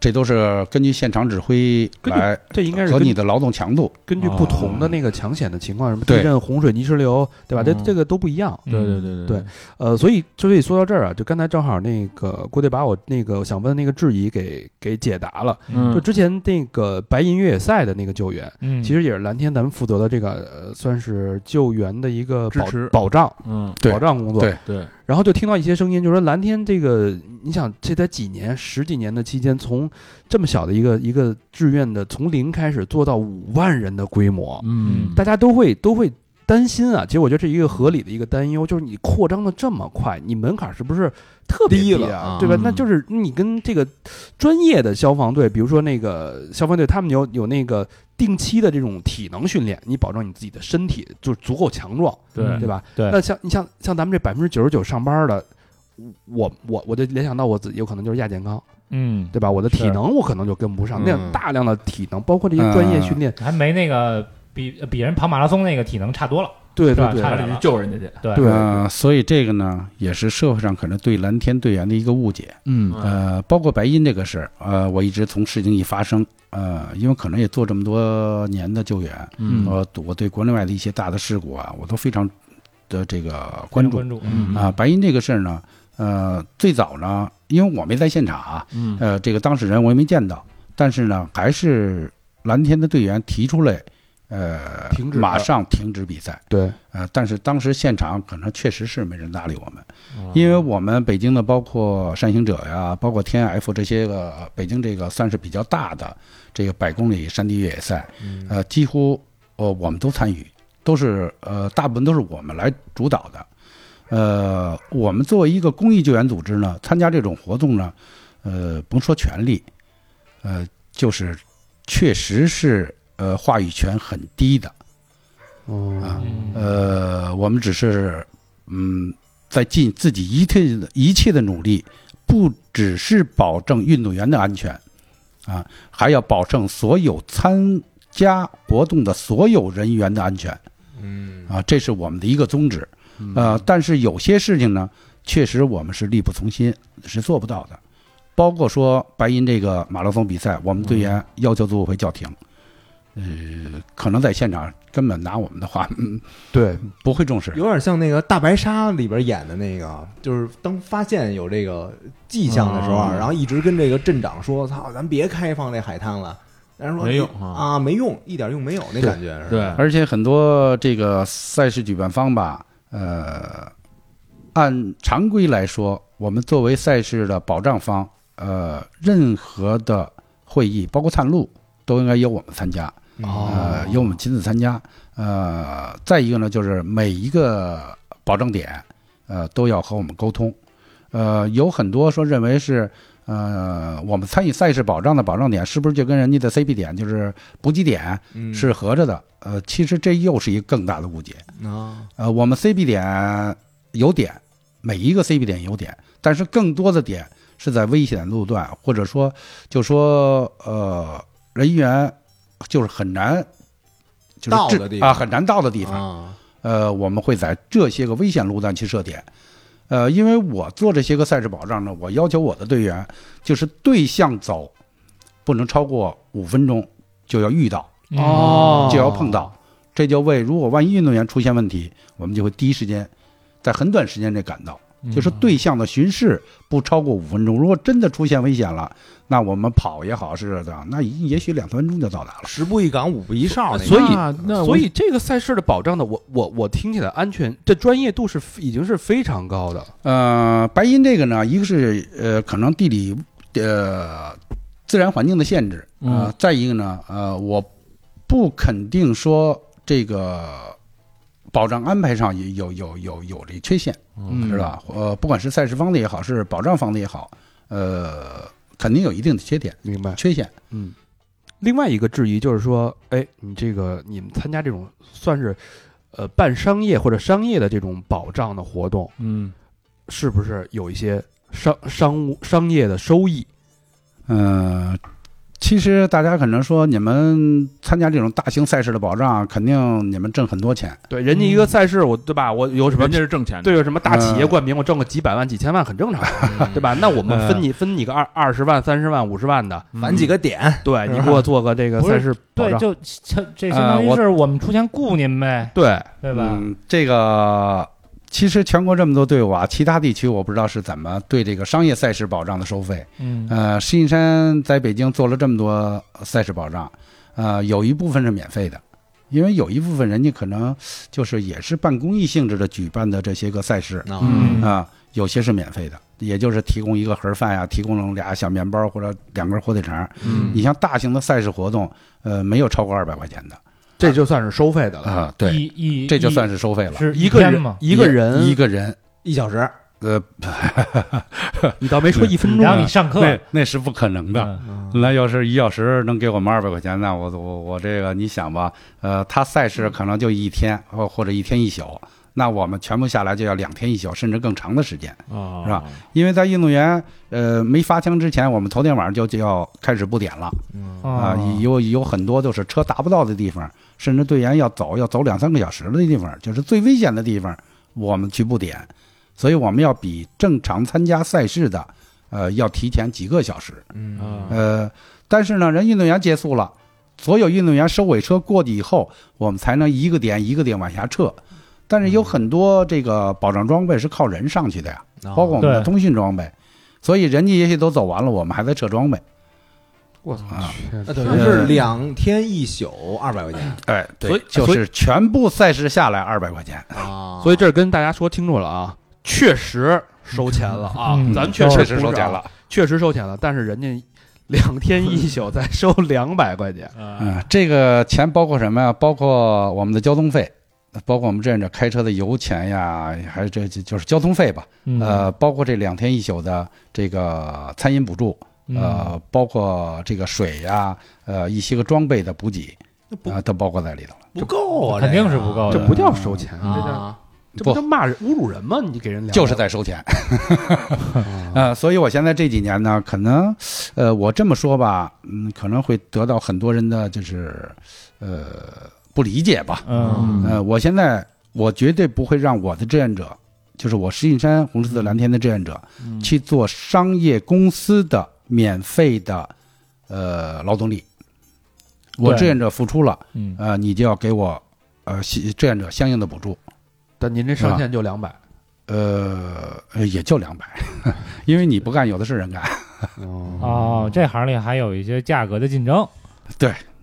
Speaker 5: 这都是根据现场指挥
Speaker 3: 根据
Speaker 5: 来
Speaker 3: 这应该是
Speaker 5: 和
Speaker 3: 根
Speaker 5: 你的劳动强度。
Speaker 3: 根据不同的那个抢险的情况，什么地
Speaker 5: 对
Speaker 3: 震、洪水、泥石流，对吧？这
Speaker 6: 嗯
Speaker 3: 这个都不一样。
Speaker 4: 嗯
Speaker 6: 对对对
Speaker 3: 对呃，所以所以说到这儿啊，就刚才正好那个郭队把我那个想问的那个质疑给给解答了。
Speaker 6: 嗯
Speaker 3: 就之前那个白银越野赛的那个救援，
Speaker 4: 嗯，
Speaker 3: 其实也是蓝天咱们负责的这个呃，算是救援的一个
Speaker 6: 支
Speaker 3: 保
Speaker 6: 持
Speaker 3: 保障
Speaker 6: 嗯
Speaker 5: 对
Speaker 3: 保障工作。
Speaker 5: 对
Speaker 6: 对，
Speaker 3: 然后就听到一些声音，就说蓝天这个，你想这才几年、十几年的期间，从这么小的一个一个志愿的从零开始做到五万人的规模，
Speaker 6: 嗯
Speaker 3: 大家都会都会担心啊。其实我觉得这是一个合理的一个担忧，就是你扩张的这么快，你门槛是不是特别
Speaker 2: 低
Speaker 3: 低
Speaker 2: 了
Speaker 3: 啊
Speaker 2: 啊？
Speaker 3: 对吧
Speaker 6: 嗯？
Speaker 3: 那就是你跟这个专业的消防队，比如说那个消防队，他们有有那个定期的这种体能训练，你保证你自己的身体就是足够强壮，
Speaker 6: 对
Speaker 3: 对吧？
Speaker 4: 嗯对
Speaker 3: 那像你像像咱们这百分之九十九上班的。我我我就联想到我自己有可能就是亚健康，
Speaker 4: 嗯，
Speaker 3: 对吧？我的体
Speaker 4: 是嗯
Speaker 3: 能我可能就跟不上，那
Speaker 2: 嗯
Speaker 3: 样大量的体能，包括这些专业训练，
Speaker 4: 还没那个比比人跑马拉松那个体能差多了。
Speaker 3: 对
Speaker 4: 是
Speaker 3: 对
Speaker 4: 吧
Speaker 3: 对
Speaker 4: 差
Speaker 6: 还
Speaker 4: 点
Speaker 6: 得去救人家去，
Speaker 4: 对
Speaker 3: 对
Speaker 5: 呃，所以这个呢，也是社会上可能对蓝天队员的一个误解。
Speaker 3: 嗯
Speaker 5: 呃，包括白银这个事儿，呃，我一直从事情一发生，呃，因为可能也做这么多年的救援，
Speaker 3: 嗯
Speaker 5: 我我对国内外的一些大的事故啊，我都非常的这个关注
Speaker 4: 关注，
Speaker 6: 嗯
Speaker 5: 啊。白银这个事儿呢，呃，最早呢，因为我没在现场啊，
Speaker 6: 嗯
Speaker 5: 呃，这个当事人我也没见到，但是呢，还是蓝天的队员提出来，呃，
Speaker 3: 停止了
Speaker 5: 马上停止比赛。
Speaker 3: 对，
Speaker 5: 呃，但是当时现场可能确实是没人搭理我们，
Speaker 6: 嗯
Speaker 5: 因为我们北京的包括善行者呀，包括天 F 这些个呃北京这个算是比较大的这个百公里山地越野赛，呃，几乎我我们都参与，都是呃，大部分都是我们来主导的。呃，我们作为一个公益救援组织呢，参加这种活动呢，呃，甭说权利，呃，就是确实是呃话语权很低的。啊
Speaker 3: 哦，
Speaker 5: 呃，我们只是嗯，在尽自己一切的一切的努力，不只是保证运动员的安全啊，还要保证所有参加活动的所有人员的安全
Speaker 2: 嗯
Speaker 5: 啊，这是我们的一个宗旨。呃，但是有些事情呢，确实我们是力不从心，是做不到的。包括说白银这个马拉松比赛，我们队员要求组委会叫停，呃，可能在现场根本拿我们的话、嗯
Speaker 1: 对，
Speaker 5: 不会重视。
Speaker 2: 有点像那个《大白鲨》里边演的那个，就是当发现有这个迹象的时候啊，
Speaker 4: 嗯
Speaker 6: 哦
Speaker 2: 然后一直跟这个镇长说：“操，咱别开放这海滩了。”但是说
Speaker 6: 没用啊
Speaker 2: 啊，没用，一点用没有，那感觉是。
Speaker 6: 对，
Speaker 5: 而且很多这个赛事举办方吧，呃，按常规来说，我们作为赛事的保障方，呃，任何的会议，包括探路，都应该由我们参加，
Speaker 2: 嗯
Speaker 5: 呃，由我们亲自参加。呃，再一个呢，就是每一个保障点，呃，都要和我们沟通。呃，有很多说认为是，呃，我们参与赛事保障的保障点，是不是就跟人家的 CP 点就是补给点
Speaker 2: 嗯
Speaker 5: 是合着的。呃，其实这又是一个更大的误解。
Speaker 2: 啊，
Speaker 5: 呃，我们 CB 点有点，每一个 CB 点有点，但是更多的点是在危险路段，或者说就说呃人员就是很难就是
Speaker 2: 到
Speaker 5: 至
Speaker 2: 的地
Speaker 5: 啊
Speaker 2: 方
Speaker 5: 很难到的地方。
Speaker 2: 啊，
Speaker 5: 呃，我们会在这些个危险路段去设点。呃，因为我做这些个赛事保障呢，我要求我的队员就是对向走，不能超过五分钟就要遇到。
Speaker 6: 嗯
Speaker 3: 哦
Speaker 5: 就要碰到，这就为如果万一运动员出现问题，我们就会第一时间在很短时间内赶到。
Speaker 6: 嗯
Speaker 5: 就是对象的巡视不超过五分钟，如果真的出现危险了，那我们跑也好是的，那也许两三分钟就到达了。
Speaker 2: 十步一岗，五步一哨那个。
Speaker 3: 所以
Speaker 6: 那嗯那
Speaker 3: 所以这个赛事的保障呢，我我我听起来安全，这专业度是已经是非常高的。
Speaker 5: 呃，白银这个呢，一个是呃可能地理呃自然环境的限制，呃，
Speaker 6: 嗯
Speaker 5: 再一个呢，呃，我不肯定说这个保障安排上有有有有有这缺陷。
Speaker 6: 嗯
Speaker 5: 是？吧？呃，不管是赛事方的也好，是保障方的也好，呃，肯定有一定的缺点、
Speaker 3: 明白。
Speaker 5: 缺陷。
Speaker 3: 嗯，另外一个质疑就是说，哎，你这个你们参加这种算是呃半商业或者商业的这种保障的活动，
Speaker 6: 嗯
Speaker 3: 是不是有一些商商务商业的收益？
Speaker 5: 嗯、其实大家可能说，你们参加这种大型赛事的保障，肯定你们挣很多钱。
Speaker 3: 对，人家一个赛事，我对吧？我有什么
Speaker 6: 人
Speaker 4: 嗯
Speaker 6: 家是挣钱的，
Speaker 3: 对有什么大企业冠名，我挣个几百万、几千万很正常，
Speaker 4: 嗯
Speaker 2: 嗯
Speaker 3: 对吧？那我们分你分你个二二十万、三十万、五十万的，
Speaker 6: 嗯
Speaker 2: 反几个点，
Speaker 3: 对你给我做个这个
Speaker 4: 不是
Speaker 3: 赛事
Speaker 4: 对，
Speaker 3: 保障，
Speaker 4: 就这这相当于
Speaker 5: 呃
Speaker 4: 是我们出钱雇您呗，
Speaker 3: 对，
Speaker 4: 对吧？
Speaker 5: 嗯，这个其实全国这么多队伍啊，其他地区我不知道是怎么对这个商业赛事保障的收费。
Speaker 4: 嗯
Speaker 5: 呃，石景山在北京做了这么多赛事保障，呃，有一部分是免费的，因为有一部分人家可能就是也是办公益性质的举办的这些个赛事
Speaker 2: 啊
Speaker 6: 嗯
Speaker 5: 啊、有些是免费的，也就是提供一个盒饭呀、提供了俩小面包或者两根火腿肠。
Speaker 6: 嗯，
Speaker 5: 你像大型的赛事活动，呃，没有超过二百块钱的
Speaker 3: 这就算是收费的了。
Speaker 5: 啊、对，
Speaker 4: 一一
Speaker 5: 这就算是收费了。
Speaker 4: 是
Speaker 3: 一个
Speaker 4: 天
Speaker 3: 人
Speaker 4: 嘛，
Speaker 3: 一个人
Speaker 5: 一个人，
Speaker 2: 一小时，
Speaker 5: 呃，
Speaker 3: 你倒没说一分钟
Speaker 4: 然
Speaker 3: 啊
Speaker 4: 后你上课，
Speaker 5: 那那是不可能的。
Speaker 4: 嗯
Speaker 5: 那要是一小时能给我们二百块钱，那我我我这个你想吧，呃，他赛事可能就一天或或者一天一宿，那我们全部下来就要两天一宿，甚至更长的时间，
Speaker 6: 啊
Speaker 5: 是吧？因为在运动员呃没发枪之前，我们头天晚上就就要开始布点了
Speaker 4: 哦
Speaker 5: 啊、有有很多就是车达不到的地方，甚至队员要走要走两三个小时的地方，就是最危险的地方，我们去布点，所以我们要比正常参加赛事的呃要提前几个小时。
Speaker 2: 嗯
Speaker 6: 啊
Speaker 5: 呃，但是呢，人运动员结束了，所有运动员收尾车过去以后，我们才能一个点一个点往下撤。但是有很多这个保障装备是靠人上去的呀，包括我们的
Speaker 4: 对
Speaker 5: 通讯装备，所以人家也许都走完了，我们还在撤装备。
Speaker 3: 我操
Speaker 5: 啊，
Speaker 2: 那
Speaker 3: 确
Speaker 2: 等
Speaker 3: 实
Speaker 2: 于是两天一宿，二百块钱
Speaker 5: 哎，
Speaker 3: 对
Speaker 5: 就
Speaker 3: 所以
Speaker 5: 是全部赛事下来二百块钱，
Speaker 2: 啊
Speaker 3: 所以这儿跟大家说清楚了啊，确实收钱了啊，
Speaker 4: 嗯
Speaker 3: 咱确
Speaker 5: 确
Speaker 3: 实
Speaker 5: 实收钱了。
Speaker 3: 确实收钱了，但是人家两天一宿才收两百块钱。
Speaker 4: 呃，
Speaker 5: 啊，这个钱包括什么呀？包括我们的交通费，包括我们志愿者开车的油钱呀，还是这这就是交通费吧。
Speaker 4: 嗯
Speaker 5: 呃，包括这两天一宿的这个餐饮补助，
Speaker 4: 嗯，
Speaker 5: 呃，包括这个水呀，呃，一些个装备的补给
Speaker 2: 那不
Speaker 5: 啊、都包括在里头了。
Speaker 2: 不够啊，
Speaker 4: 肯定
Speaker 2: 这
Speaker 4: 是
Speaker 2: 个
Speaker 4: 不够
Speaker 3: 这
Speaker 4: 的
Speaker 3: 不叫收钱，
Speaker 4: 啊，
Speaker 3: 这不
Speaker 5: 不
Speaker 3: 叫骂人、侮辱人吗？你给人两
Speaker 5: 就是
Speaker 3: 百
Speaker 5: 在收钱，
Speaker 3: 啊
Speaker 5: 呃，所以我现在这几年呢，可能，呃，我这么说吧，嗯，可能会得到很多人的就是，呃，不理解吧，
Speaker 4: 嗯
Speaker 5: 呃，我现在我绝对不会让我的志愿者，就是我石景山红十字蓝天的志愿者，
Speaker 4: 嗯
Speaker 5: 去做商业公司的免费的呃劳动力。我
Speaker 4: 对
Speaker 5: 志愿者付出了，
Speaker 4: 嗯，
Speaker 5: 呃，你就要给我呃西志愿者相应的补助，
Speaker 3: 但您这上限就两百，
Speaker 5: 呃，呃也就两百， 因为你不干，有的是人干。嗯
Speaker 4: 哦，这行里还有一些价格的竞争，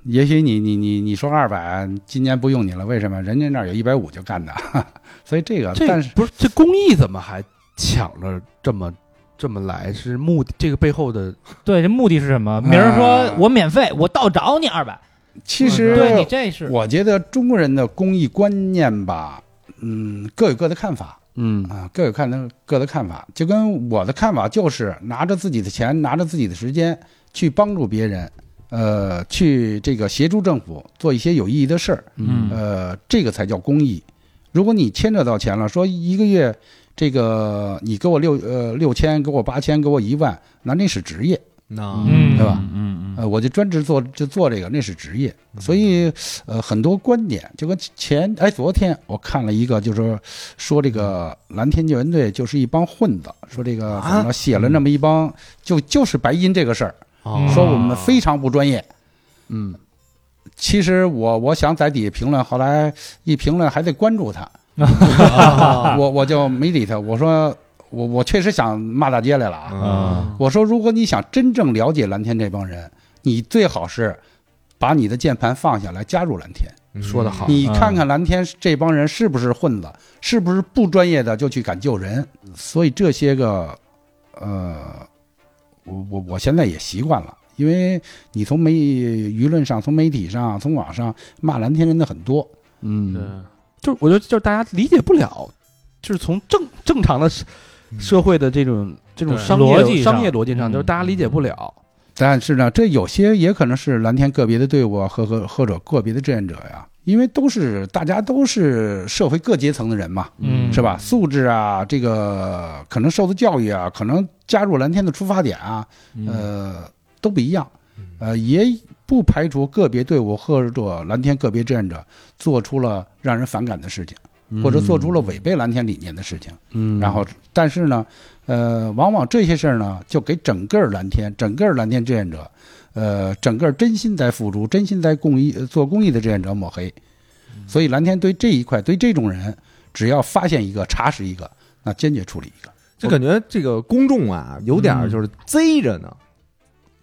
Speaker 5: 也许你你你你说二百，今年不用你了，为什么？人家那儿有一百五就干的， 所以这个，但
Speaker 3: 这
Speaker 5: 是
Speaker 3: 不呃是这公益怎么还抢着这么这么来？是目的这个背后的
Speaker 4: 对，这目的是什么？明儿
Speaker 5: 哎
Speaker 4: 说我免费，我倒找你二百，
Speaker 5: 其实
Speaker 4: 对你这是
Speaker 5: 我觉得中国人的公益观念吧，嗯，各有各的看法
Speaker 3: 嗯
Speaker 5: 啊，各有看的各的看法。就跟我的看法就是拿着自己的钱，拿着自己的时间去帮助别人，呃，去这个协助政府做一些有意义的事儿，
Speaker 4: 嗯
Speaker 5: 呃，这个才叫公益。如果你牵扯到钱了，说一个月这个你给我六呃六千，给我八千，给我一万，那那是职业。
Speaker 2: 那
Speaker 4: 嗯
Speaker 5: 对吧
Speaker 6: 嗯嗯
Speaker 5: 呃，我就专职做就做这个，那是职业，所以呃，很多观点就跟前哎，昨天我看了一个，就是说说这个蓝天救援队就是一帮混子，说这个怎么着写了那么一帮，就就是白银这个事儿，
Speaker 2: 嗯
Speaker 4: 哦
Speaker 5: 说我们非常不专业。
Speaker 3: 嗯
Speaker 5: 其实我我想在底下评论，后来一评论还得关注他，我我就没理他，我说我我确实想骂大街来了啊，
Speaker 2: 啊，
Speaker 5: 我说，如果你想真正了解蓝天这帮人，你最好是把你的键盘放下来，加入蓝天。
Speaker 3: 说
Speaker 2: 啊
Speaker 3: 得好
Speaker 2: 嗯
Speaker 5: 你看看蓝天这帮人是不是混子，是不是不专业的就去敢救人。所以这些个，呃，我我我现在也习惯了，因为你从媒舆论上、从媒体上、从网上骂蓝天人的很多，
Speaker 3: 嗯，就是我觉得就是大家理解不了，就是从正正常的社社会的这种这种
Speaker 4: 对
Speaker 3: 商
Speaker 4: 逻
Speaker 3: 业
Speaker 4: 辑
Speaker 3: 商
Speaker 4: 上
Speaker 3: 业逻辑上，
Speaker 4: 嗯
Speaker 3: 就是大家理解不了。
Speaker 5: 但是呢，这有些也可能是蓝天个别的队伍啊，和和或者个别的志愿者呀，因为都是大家都是社会各阶层的人嘛，
Speaker 4: 嗯
Speaker 5: 是吧？素质啊，这个可能受的教育啊，可能加入蓝天的出发点啊，
Speaker 6: 嗯
Speaker 5: 呃，都不一样，呃，也不排除个别队伍或者蓝天个别志愿者做出了让人反感的事情，
Speaker 6: 嗯
Speaker 5: 或者做出了违背蓝天理念的事情。
Speaker 3: 嗯，
Speaker 5: 然后，但是呢，呃，往往这些事儿呢，就给整个蓝天、整个蓝天志愿者，呃，整个真心在付出、真心在公益呃做公益的志愿者抹黑。
Speaker 2: 嗯
Speaker 5: 所以，蓝天对这一块，对这种人，只要发现一个、查实一个，那坚决处理一个。
Speaker 2: 就感觉这个公众啊，有点儿就是贼着呢。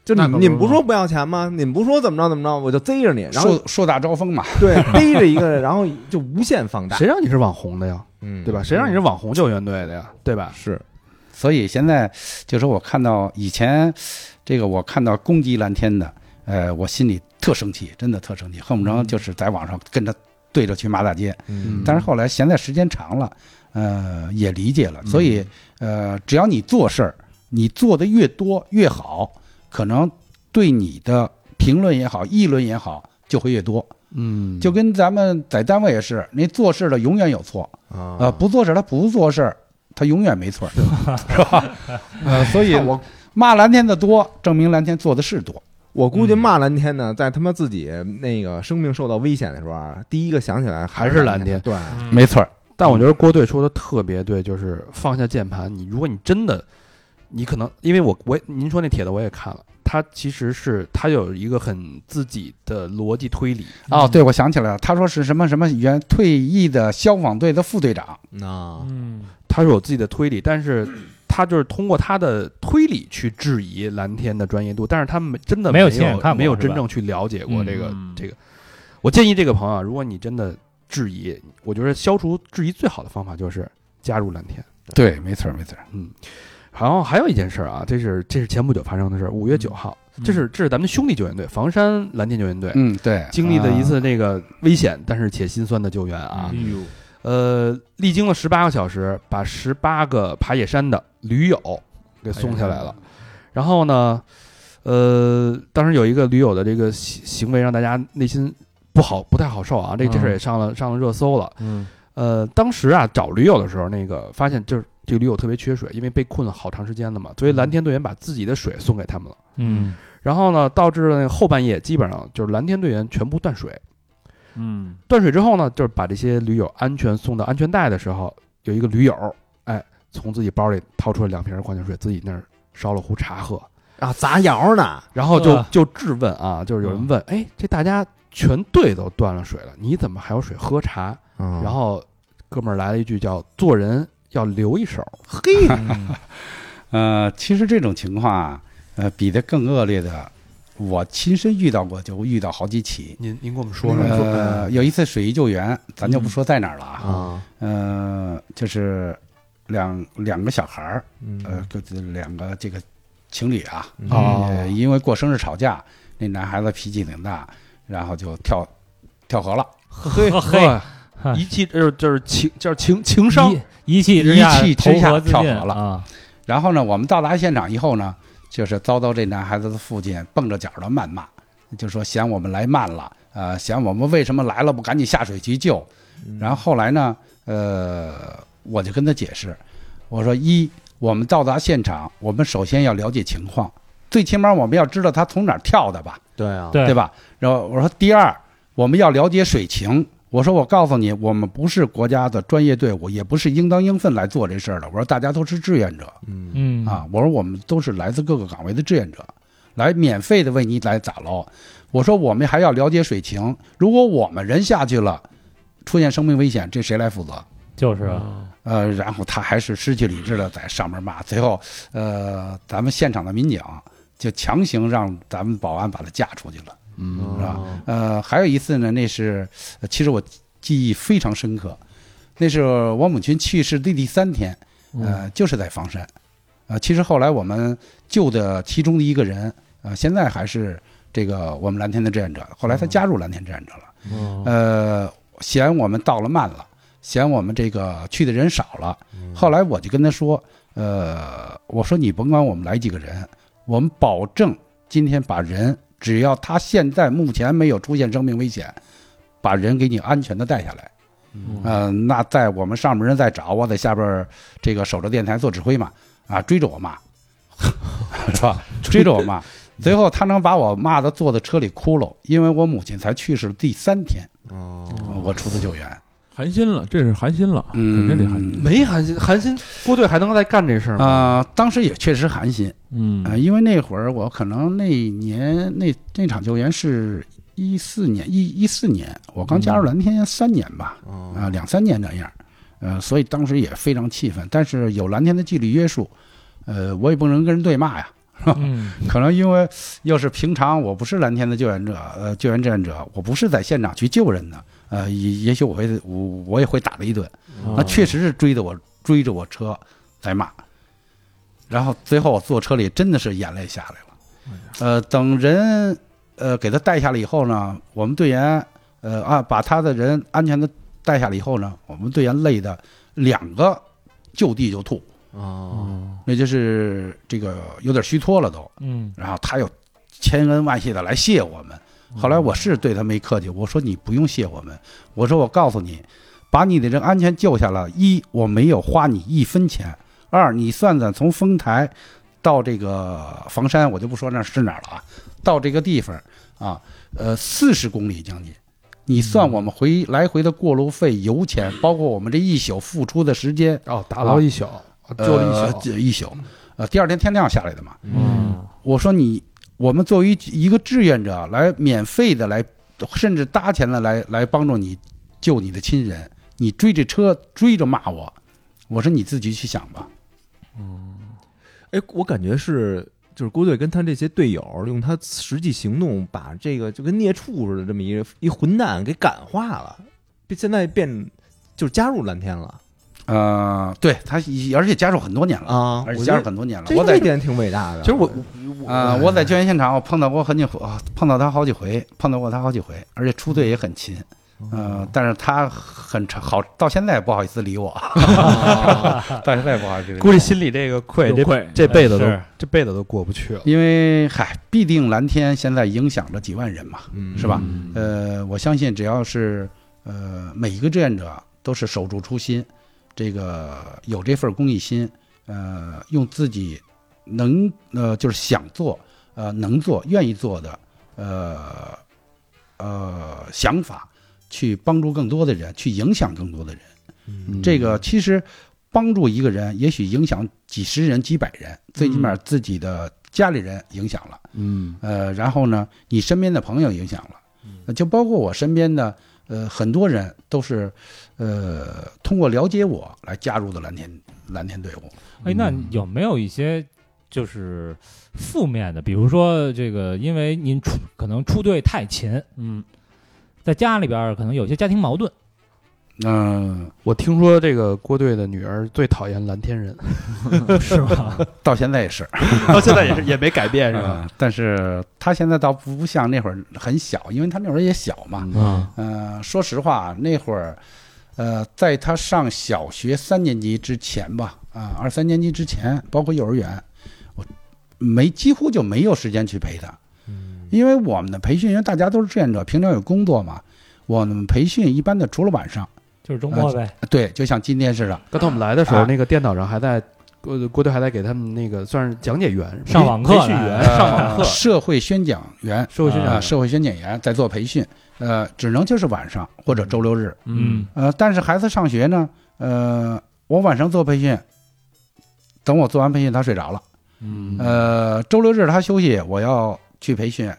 Speaker 2: 就你
Speaker 3: 那可不
Speaker 2: 们
Speaker 3: 是
Speaker 2: 你们不说不要钱吗？你们不说怎么着怎么着，我就贼着你，然后
Speaker 5: 树树大招风嘛，
Speaker 2: 对逮着一个，然后就无限放大，
Speaker 3: 谁让你是网红的呀？
Speaker 2: 嗯
Speaker 3: 对吧？谁让你是网红救援队的呀？对吧？
Speaker 2: 是
Speaker 5: 所以现在就说我看到以前这个我看到攻击蓝天的，呃，我心里特生气，真的特生气，恨不成就是在网上跟着对着去骂大街。
Speaker 2: 嗯
Speaker 5: 但是后来现在时间长了，呃，也理解了，所以
Speaker 3: 嗯
Speaker 5: 呃，只要你做事儿，你做的越多越好，可能对你的评论也好、议论也好就会越多。
Speaker 3: 嗯
Speaker 5: 就跟咱们在单位也是，你做事的永远有错，呃，
Speaker 2: 啊
Speaker 5: 不做事儿他不做事儿，他永远没错儿，是吧？呃，所以我骂蓝天的多，证明蓝天做的是多。
Speaker 2: 我估计
Speaker 5: 嗯
Speaker 2: 骂蓝天呢，在他妈自己那个生命受到危险的时候啊，第一个想起来
Speaker 3: 还是蓝天
Speaker 2: 对，
Speaker 5: 没错儿，
Speaker 3: 但我觉得郭队说的特别对，就是放下键盘，你如果你真的，你可能因为我我您说那帖子我也看了，他其实是他有一个很自己的逻辑推理，
Speaker 5: 哦，对，我想起来了，他说是什么什么原退役的消防队的副队长，
Speaker 2: 啊，
Speaker 4: 嗯
Speaker 3: 他是有自己的推理，但是他就是通过他的推理去质疑蓝天的专业度，但是他们真的
Speaker 4: 没有
Speaker 3: 有
Speaker 4: 亲眼看过
Speaker 3: 没有
Speaker 4: 是吧
Speaker 3: 真正去了解过
Speaker 4: 嗯
Speaker 3: 这个、
Speaker 6: 嗯
Speaker 3: 这个。我建议这个朋友啊，如果你真的质疑，我觉得消除质疑最好的方法就是加入蓝天。
Speaker 5: 对，没错儿没错儿。
Speaker 3: 然后还有一件事儿啊，这是这是前不久发生的事儿，五月九
Speaker 4: 嗯
Speaker 3: 号，这是这是咱们兄弟救援队房山蓝天救援队、
Speaker 5: 嗯，对，
Speaker 3: 经历了
Speaker 4: 啊
Speaker 3: 一次这个危险但是且心酸的救援啊
Speaker 4: 哎，
Speaker 6: 呦，
Speaker 3: 呃，历经了十八个小时，把十八个爬野山的驴友给松下来了。然后呢，呃，当时有一个驴友的这个行行为让大家内心不好，不太好受啊。这这事儿也上了、上了热搜了。
Speaker 6: 嗯
Speaker 3: 呃，当时啊找驴友的时候，那个发现就是这个驴友特别缺水，因为被困了好长时间了嘛，所以蓝天队员把自己的水送给他们了。
Speaker 4: 嗯
Speaker 3: 然后呢，导致了那个后半夜基本上就是蓝天队员全部断水，
Speaker 6: 嗯
Speaker 3: 断水之后呢，就是把这些驴友安全送到安全带的时候，有一个驴友，哎，从自己包里掏出了两瓶矿泉水，自己那儿烧了壶茶喝，
Speaker 2: 啊，砸窑呢，
Speaker 3: 然后就
Speaker 4: 呵
Speaker 3: 就质问啊，就是有人问，哎，这大家全队都断了水了，你怎么还有水喝茶？
Speaker 2: 然
Speaker 5: 嗯
Speaker 3: 然后哥们儿来了一句叫“做人要留一手
Speaker 2: 嘿，
Speaker 5: 呃，其实这种情况啊，呃，比得更恶劣的，我亲身遇到过，就遇到好几”，起。
Speaker 3: 您您给我们说说
Speaker 5: 呃，有一次水域救援，咱就不说在哪儿了啊，
Speaker 3: 啊，
Speaker 5: 呃，就是两两个小孩儿，呃
Speaker 2: 嗯，
Speaker 5: 各自两个这个情侣啊，
Speaker 6: 嗯
Speaker 3: 哦
Speaker 5: 呃，因为过生日吵架，那男孩子脾气挺大，然后就跳跳河了。
Speaker 4: 嘿
Speaker 3: 呵，一气就是就是情就是情情商
Speaker 4: 一一气之
Speaker 5: 一气之下
Speaker 4: 投河自
Speaker 5: 跳
Speaker 4: 尽
Speaker 5: 河了
Speaker 4: 啊！
Speaker 5: 然后呢，我们到达现场以后呢，就是遭到这男孩子的父亲蹦着脚的谩骂，就说嫌我们来慢了，呃，嫌我们为什么来了不赶紧下水去救。然后后来呢，呃，我就跟他解释，我说一，我们到达现场，我们首先要了解情况，最起码我们要知道他从哪儿跳的吧。
Speaker 2: 对啊，
Speaker 4: 对
Speaker 5: 对吧？然后我说第二，我们要了解水情。我说我告诉你，我们不是国家的专业队伍，也不是应当应分来做这事儿的。我说大家都是志愿者
Speaker 2: 嗯
Speaker 4: 嗯
Speaker 5: 啊，我说我们都是来自各个岗位的志愿者，来免费的为你来打捞。我说我们还要了解水情，如果我们人下去了，出现生命危险，这谁来负责？
Speaker 4: 就是啊，
Speaker 5: 呃，然后他还是失去理智的在上面骂，最后，呃，咱们现场的民警就强行让咱们保安把他架出去了。
Speaker 3: 嗯
Speaker 5: 是吧？呃，还有一次呢，那是呃其实我记忆非常深刻，那是我母亲去世的第三天，
Speaker 6: 嗯
Speaker 5: 呃，就是在房山，呃，其实后来我们救的其中的一个人，呃，现在还是这个我们蓝天的志愿者，后来他加入蓝天志愿者了，呃，嫌我们到了慢了，嫌我们这个去的人少了，后来我就跟他说，呃，我说你甭管我们来几个人，我们保证今天把人，只要他现在目前没有出现生命危险，把人给你安全的带下来。嗯、呃，那在我们上面人在找，我在下边儿这个守着电台做指挥嘛，啊，追着我骂， 是吧？追着我骂，最后他能把我骂的坐在车里哭了，因为我母亲才去世第三天，
Speaker 2: 哦，
Speaker 5: 我出的救援。
Speaker 6: 寒心了，这是寒心了，
Speaker 5: 嗯
Speaker 6: 肯定得寒心，
Speaker 3: 没寒心寒心郭队还能再干这事儿吗？
Speaker 5: 啊、当时也确实寒心，
Speaker 6: 嗯
Speaker 5: 啊，因为那会儿我可能那年那那场救援是一四年一一四年，我刚加入蓝天三年吧，啊、
Speaker 2: 哦
Speaker 5: 两三年这样，呃，所以当时也非常气愤。但是有蓝天的纪律约束，呃，我也不能跟人对骂呀。
Speaker 4: 嗯
Speaker 5: 可能因为要是平常我不是蓝天的救援者，呃，救援志愿者，我不是在现场去救人的，呃，也也许我会我我也会打了一顿。那确实是追着我追着我车在骂，然后最后我坐车里真的是眼泪下来了。呃，等人呃给他带下来以后呢，我们队员呃啊把他的人安全的带下来以后呢，我们队员累的两个就地就吐，
Speaker 2: 哦，
Speaker 6: 嗯
Speaker 5: 那就是这个有点虚脱了都。
Speaker 4: 嗯
Speaker 5: 然后他又千恩万谢的来谢我们。
Speaker 3: 嗯
Speaker 5: 后来我是对他没客气，我说你不用谢我们，我说我告诉你，把你的人安全救下了，一我没有花你一分钱，二你算算从丰台到这个房山，我就不说那是哪儿了啊，到这个地方啊，呃，四十公里将近。你算我们回来回的过路费、油钱，包括我们这一宿付出的时间，
Speaker 3: 哦，打捞一宿，救了一宿
Speaker 5: 呃，一宿，呃，第二天天亮下来的嘛。
Speaker 4: 嗯
Speaker 5: 我说你，我们作为一个志愿者来免费的来，甚至搭钱的来来帮助你救你的亲人，你追着车追着骂我，我说你自己去想吧。
Speaker 2: 哎，我感觉是。就是郭队跟他这些队友用他实际行动把这个就跟孽畜似的这么一个一混蛋给感化了，变现在变就是加入蓝天了。
Speaker 5: 呃，对他已，而且加入很多年了，
Speaker 2: 啊
Speaker 5: 而且
Speaker 2: 我
Speaker 5: 加
Speaker 2: 觉
Speaker 5: 入
Speaker 2: 得
Speaker 5: 很多年了。
Speaker 2: 这
Speaker 5: 我在
Speaker 2: 一点挺伟大的。
Speaker 5: 其实我啊、我在救援现场我碰到过很几回，啊碰到他好几回，碰到过他好几回，而且出队也很勤。呃，但是他很长好，到现在也不好意思 理我，到现在也不好意思理我。
Speaker 7: 估计心里这个愧，这
Speaker 6: 愧
Speaker 5: 嗯
Speaker 7: 这辈子都
Speaker 4: 是
Speaker 7: 这辈子都过不去了。
Speaker 5: 因为嗨，必定蓝天现在影响着几万人嘛，
Speaker 2: 嗯
Speaker 5: 是吧？呃，我相信只要是呃每一个志愿者都是守住初心，这个有这份公益心，呃，用自己能呃就是想做呃能做愿意做的呃呃想法去帮助更多的人，去影响更多的人。
Speaker 2: 嗯
Speaker 5: 呃这个其实帮助一个人，也许影响几十人、几百人，最起码
Speaker 2: 嗯
Speaker 5: 自己的家里人影响了，
Speaker 3: 嗯
Speaker 5: 呃，然后呢，你身边的朋友影响了，
Speaker 7: 嗯
Speaker 5: 呃就包括我身边的呃很多人都是呃通过了解我来加入的蓝天蓝天队伍。
Speaker 4: 哎，那有没有一些就是负面的？比如说这个，因为您出可能出队太勤，
Speaker 3: 嗯，
Speaker 4: 在家里边儿可能有些家庭矛 盾，
Speaker 5: 嗯、
Speaker 3: 我听说这个郭队的女儿最讨厌蓝天人，
Speaker 4: 是吧？
Speaker 5: 到现在 也是，
Speaker 7: 到哦现在也是也没改变，是吧？
Speaker 5: 呃但是他现在倒不不像那会儿很小，因为他那会儿也小嘛，
Speaker 3: 嗯
Speaker 5: 呃，说实话，那会儿，呃，在他上小学三年级之前吧，啊、二三年级之前，包括幼儿园，我没几乎就没有时间去陪他，
Speaker 3: 嗯
Speaker 5: 因为我们的培训员大家都是志愿者，平常有工作嘛，我们培训一般的除了晚上， 啊
Speaker 4: 就是周末呗。
Speaker 5: 对，就像今天似的，
Speaker 3: 刚才我们来的时候，
Speaker 5: 啊
Speaker 3: 那个电脑上还在郭郭队还在给他们那个算是讲解员、
Speaker 4: 上网课
Speaker 3: 培训
Speaker 4: 来
Speaker 3: 员、
Speaker 4: 了
Speaker 3: 哎上网
Speaker 5: 呃
Speaker 3: 课、
Speaker 5: 社会宣讲员
Speaker 3: 社会宣
Speaker 5: 啊、
Speaker 3: 讲
Speaker 5: 社会宣讲员在做培训，呃，只能就是晚上或者周六日，
Speaker 4: 嗯，
Speaker 5: 呃，但是孩子上学呢，呃，我晚上做培训，等我做完培训他睡着了，
Speaker 3: 嗯
Speaker 5: 呃，周六日他休息，我要去培训，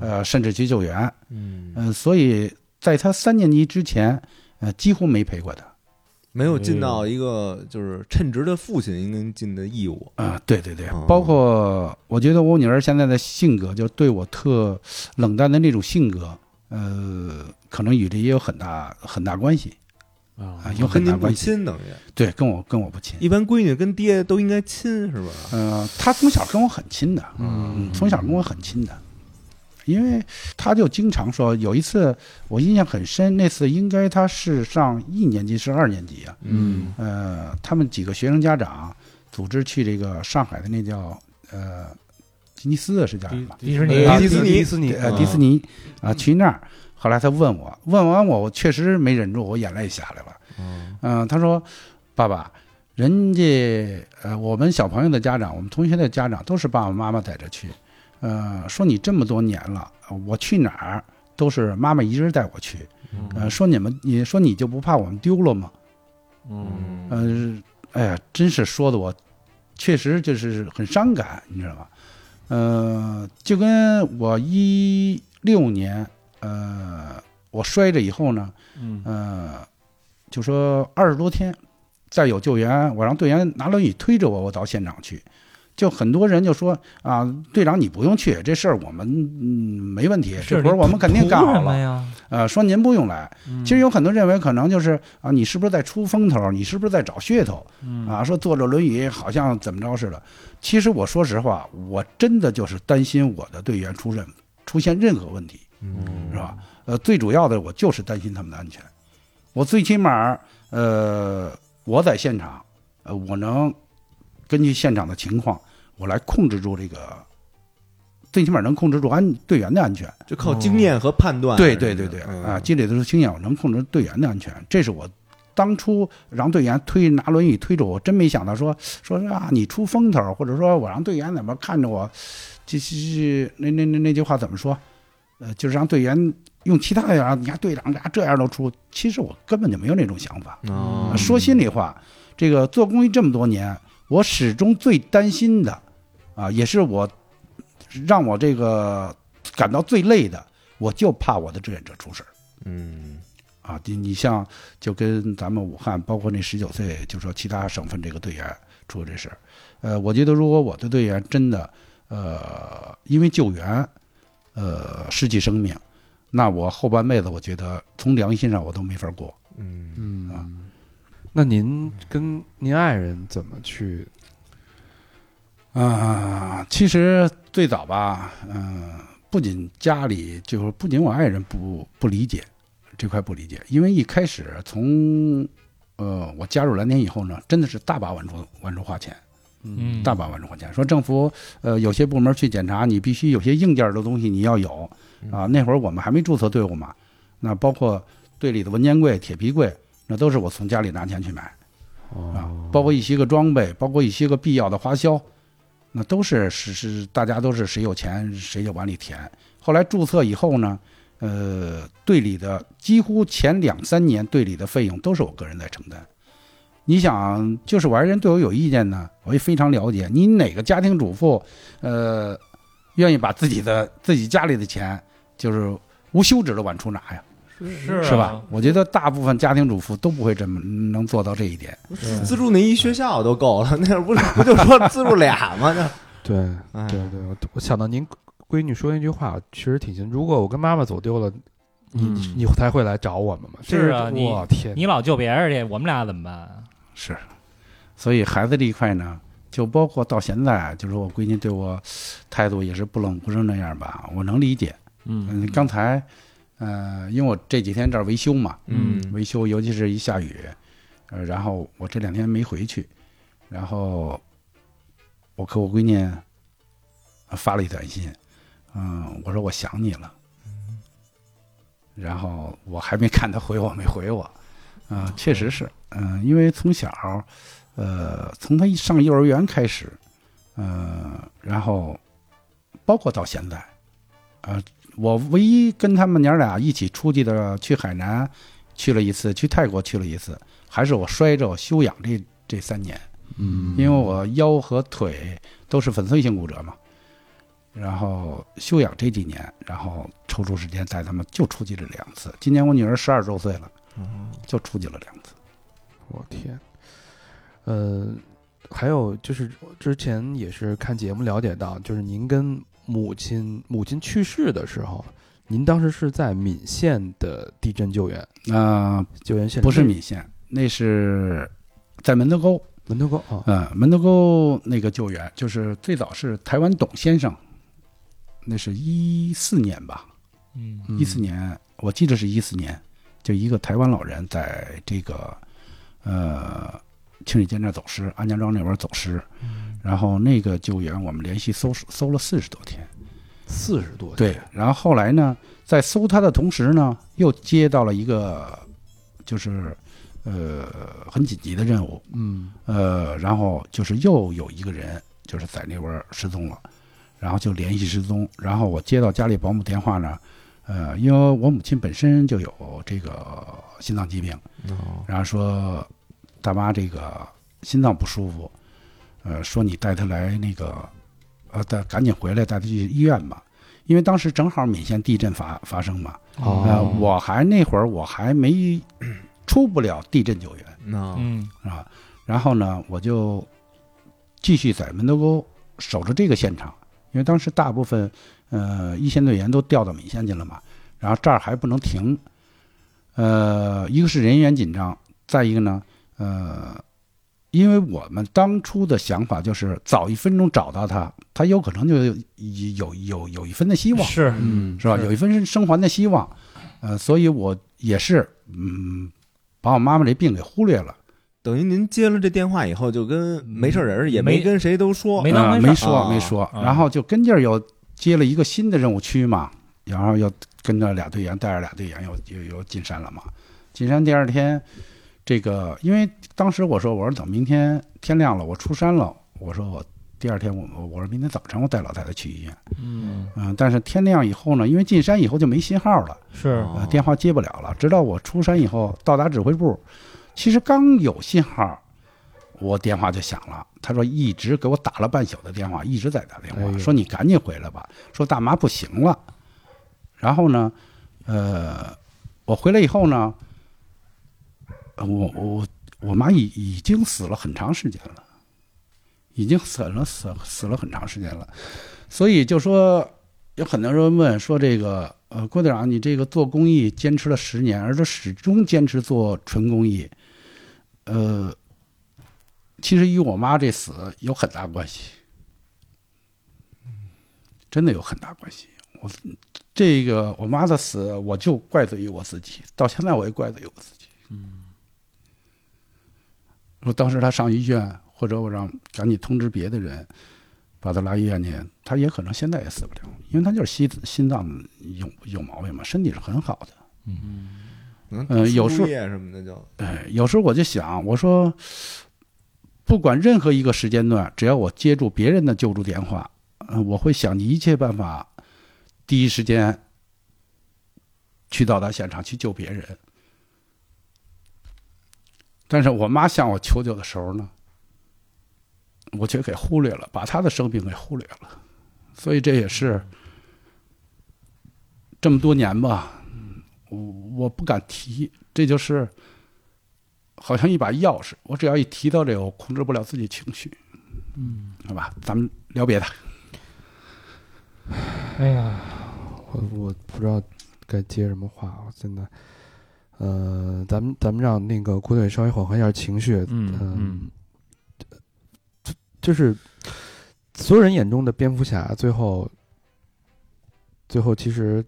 Speaker 5: 呃，甚至去救援，
Speaker 2: 嗯，
Speaker 5: 嗯、所以在他三年级之前，呃，几乎没陪过他，
Speaker 2: 没有尽到
Speaker 5: 哎
Speaker 2: 一个就是称职的父亲应该尽的义务。
Speaker 5: 啊、对对对
Speaker 2: 哦，
Speaker 5: 包括我觉得我女儿现在的性格，就对我特冷淡的那种性格，呃，可能与这也有很大很大关系啊、
Speaker 3: 啊，
Speaker 5: 有
Speaker 2: 哦跟
Speaker 5: 很大
Speaker 2: 您不
Speaker 5: 关系，
Speaker 2: 亲等于，
Speaker 5: 对，跟我跟我不亲，
Speaker 2: 一般闺女跟爹都应该亲，是吧？
Speaker 5: 呃，她从小跟我很亲的，
Speaker 2: 嗯
Speaker 5: 嗯，从小跟我很亲的，因为他就经常说，有一次我印象很深，那次应该他是上一年级是二年级啊，
Speaker 2: 嗯
Speaker 5: 呃，他们几个学生家长组织去这个上海的那叫呃吉尼斯的是叫什么？
Speaker 4: 迪士尼
Speaker 2: 呃迪
Speaker 3: 迪
Speaker 2: 士尼
Speaker 3: 迪士尼，
Speaker 5: 呃，
Speaker 2: 啊
Speaker 5: 迪士尼啊，去那儿。后来他问我，问完我，我确实没忍住，我眼泪下来了。
Speaker 2: 嗯
Speaker 5: 嗯、他说：“爸爸，人家呃，我们小朋友的家长，我们同学的家长都是爸爸妈妈带着去。呃，说你这么多年了，呃我去哪儿都是妈妈一人带我去。
Speaker 6: 嗯
Speaker 5: 呃，说你们，你说你就不怕我们丢了吗？
Speaker 2: 嗯
Speaker 5: 呃，哎呀，真是说的我，确实就是很伤感，你知道吗？呃，就跟我一六年，呃，我摔着以后呢，
Speaker 6: 嗯
Speaker 5: 呃，就说二十多天，再有救援，我让队员拿轮椅推着我，我到现场去。就很多人就说啊，队长你不用去，这事儿我们嗯没问题，这活儿我们肯定干好了。
Speaker 4: 呀？
Speaker 5: 呃，说您不用来，其实有很多认为可能就是啊，你是不是在出风头？你是不是在找噱头？
Speaker 6: 嗯
Speaker 5: 啊，说坐着轮椅好像怎么着似的。其实我说实话，我真的就是担心我的队员出任出现任何问题，
Speaker 2: 嗯
Speaker 5: 是吧？呃，最主要的我就是担心他们的安全。我最起码，呃，我在现场，呃，我能根据现场的情况，我来控制住这个，最起码能控制住安队员的安全。
Speaker 2: 就靠经验和判断。
Speaker 5: 对对对对，
Speaker 2: 嗯
Speaker 5: 啊，积累的是经验，我能控制队员的安全，这是我当初让队员推拿轮椅推着我，真没想到说说是啊，你出风头，或者说我让队员怎么看着我，这是那那那那句话怎么说？呃，就是让队员用其他的啊，你看队长啊这样都出，其实我根本就没有那种想法。
Speaker 2: 哦
Speaker 5: 啊说心里话，这个做公益这么多年，我始终最担心的，啊，也是我让我这个感到最累的，我就怕我的志愿者出事儿
Speaker 2: 嗯
Speaker 5: 啊。你你像就跟咱们武汉，包括那十九岁，就说其他省份这个队员出这事儿，呃，我觉得如果我的队员真的，呃，因为救援，呃，失去生命，那我后半辈子我觉得从良心上我都没法过。
Speaker 2: 嗯
Speaker 3: 嗯，那您跟您爱人怎么去？
Speaker 5: 啊、其实最早吧，嗯、不仅家里，就是不仅我爱人不不理解这块不理解，因为一开始从呃我加入蓝天以后呢，真的是大把往出往出花钱，
Speaker 4: 嗯
Speaker 5: 大把往出花钱。说政府呃有些部门去检查，你必须有些硬件的东西你要有啊。那会儿我们还没注册队伍嘛，那包括队里的文件柜、铁皮柜，那都是我从家里拿钱去买。
Speaker 3: 哦
Speaker 5: 啊，包括一些个装备，包括一些个必要的花销，那都是是是大家都是谁有钱谁就往里填。后来注册以后呢，呃，队里的几乎前两三年队里的费用都是我个人在承担。你想，就是我爱人对我有意见呢，我也非常了解。你哪个家庭主妇，呃，愿意把自己的自己家里的钱，就是无休止的往出拿呀，
Speaker 4: 是啊
Speaker 5: 是吧？？我觉得大部分家庭主妇都不会这么能做到这一点。
Speaker 4: 啊
Speaker 2: 资助那一学校都够了， 那不是不就说资助俩吗？那
Speaker 3: 对
Speaker 2: 哎
Speaker 3: 对对，我我想到您闺女说那句话，其实挺心。如果我跟妈妈走丢了，你、
Speaker 6: 嗯
Speaker 3: 你才会来找我们嘛？
Speaker 4: 是啊
Speaker 3: 这
Speaker 4: 你
Speaker 3: 我天，
Speaker 4: 你老救别人去，我们俩怎么办？啊
Speaker 5: 是，所以孩子这一块呢，就包括到现在，啊就是我闺女对我态度也是不冷不热那样吧，我能理解。
Speaker 6: 嗯
Speaker 5: 嗯，刚才，呃，因为我这几天这儿维修嘛，
Speaker 2: 嗯
Speaker 5: 维修，尤其是一下雨，呃，然后我这两天没回去，然后我给我闺女呃发了一短信，嗯，我说我想你了，然后我还没看她回我，没回我，啊、确实是，嗯、因为从小，呃，从她一上幼儿园开始，呃，然后包括到现在，呃，我唯一跟他们娘俩一起出去的，去海南去了一次，去泰国去了一次，还是我摔着休养这这三年，
Speaker 6: 嗯
Speaker 5: 因为我腰和腿都是粉碎性骨折嘛，然后休养这几年，然后抽出时间带他们就出去了两次。今年我女儿十二周岁了，
Speaker 2: 哦
Speaker 5: 就出去了两次。
Speaker 3: 我天，呃，还有就是之前也是看节目了解到，就是您跟母亲母亲去世的时候，您当时是在岷县的地震救援
Speaker 5: 那、
Speaker 3: 救援现场，
Speaker 5: 呃不是米线，那是在门头沟，
Speaker 3: 门头沟啊，
Speaker 5: 嗯，门头沟那个救援，就是最早是台湾董先生，那是一四年吧，
Speaker 4: 嗯
Speaker 5: 一四年，我记得是一四年，就一个台湾老人在这个呃清水涧那儿走失，安家庄那边儿走失，然后那个救援我们连续搜搜了四十多天，
Speaker 3: 四十多
Speaker 5: 对，然后后来呢，在搜他的同时呢，又接到了一个就是呃很紧急的任务，
Speaker 3: 嗯，
Speaker 5: 呃，然后就是又有一个人就是在那边儿失踪了，然后就联系失踪。然后我接到家里保姆电话呢，呃，因为我母亲本身就有这个心脏疾病，
Speaker 3: 哦
Speaker 5: 然后说大妈这个心脏不舒服，呃，说你带她来那个，呃，带赶紧回来带她去医院吧。因为当时正好缅县地震发发生嘛，呃，
Speaker 3: 哦，
Speaker 5: 我还那会儿我还没出不了地震救援，
Speaker 2: 那
Speaker 4: 嗯
Speaker 5: 啊，然后呢，我就继续在门头沟守着这个现场，因为当时大部分呃一线队员都调到闽县去了嘛，然后这儿还不能停，呃，一个是人员紧张，再一个呢，呃，因为我们当初的想法就是早一分钟找到他，他有可能就有有有有一分的希望，
Speaker 4: 是
Speaker 6: 嗯
Speaker 5: 是吧？有一份生生还的希望，呃，所以我也是嗯，把我妈妈这病给忽略了。
Speaker 2: 等于您接了这电话以后，就跟没事人儿，也
Speaker 4: 没
Speaker 2: 没跟谁都说，
Speaker 4: 没
Speaker 5: 啊
Speaker 4: 当回事儿
Speaker 5: 没说
Speaker 2: 啊
Speaker 5: 没说，然后就跟劲儿又接了一个新的任务区嘛，然后又跟着俩队员，带着俩队员又又又进山了嘛。进山第二天，这个因为当时我说我说等明天天亮了，我出山了，我说我第二天我我我说明天早晨我带老太太去医院，
Speaker 6: 嗯
Speaker 5: 嗯，但是天亮以后呢，因为进山以后就没信号了，
Speaker 4: 是
Speaker 5: 呃
Speaker 2: 哦，
Speaker 5: 电话接不了了。直到我出山以后到达指挥部，其实刚有信号，我电话就响了。他说一直给我打了半宿的电话，一直在打电话，
Speaker 3: 哎呦
Speaker 5: 说你赶紧回来吧，说大妈不行了。然后呢，呃，我回来以后呢，呃我我我妈已已经死了很长时间了，已经死了死死了很长时间了，所以就说有很多人问说这个呃郭队长，你这个做公益坚持了十年，而且始终坚持做纯公益，呃，其实与我妈这死有很大关系，真的有很大关系。我这个我妈的死，我就怪罪于我自己，到现在我也怪罪于我自己。嗯，我当时她上医院，或者我让赶紧通知别的人，把她拉医院去，她也可能现在也死不了，因为她就是心心脏有有毛病嘛，身体是很好的。
Speaker 2: 嗯
Speaker 5: 呃有时候
Speaker 2: 输液什么的就
Speaker 5: 哎，有时候我就想，我说，不管任何一个时间段，只要我接住别人的救助电话，嗯、我会想尽一切办法，第一时间去到达现场去救别人。但是我妈向我求救的时候呢，我却给忽略了，把她的生命给忽略了，所以这也是这么多年吧，我我不敢提，这就是好像一把钥匙，我只要一提到这个，我控制不了自己情绪，嗯，好吧，咱们聊别的，
Speaker 3: 哎呀，我我不知道该接什么话，我真的，呃，咱们咱们让那个郭队稍微缓和一下情绪，
Speaker 5: 呃
Speaker 6: 嗯嗯
Speaker 3: 嗯，就是所有人眼中的蝙蝠侠，最后，最后其实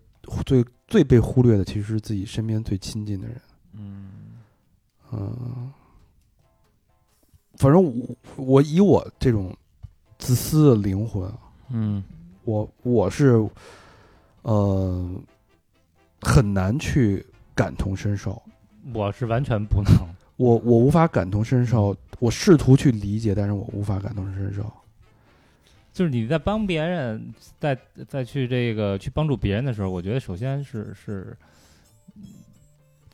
Speaker 3: 最最被忽略的，其实是自己身边最亲近的人。
Speaker 6: 嗯
Speaker 3: 嗯，反正我我以我这种自私的灵魂，啊
Speaker 6: 嗯
Speaker 3: 我我是呃很难去感同身受，
Speaker 4: 我是完全不能。
Speaker 3: 我我无法感同身受，我试图去理解，但是我无法感同身受。
Speaker 4: 就是你在帮别人，在在去这个去帮助别人的时候，我觉得首先是是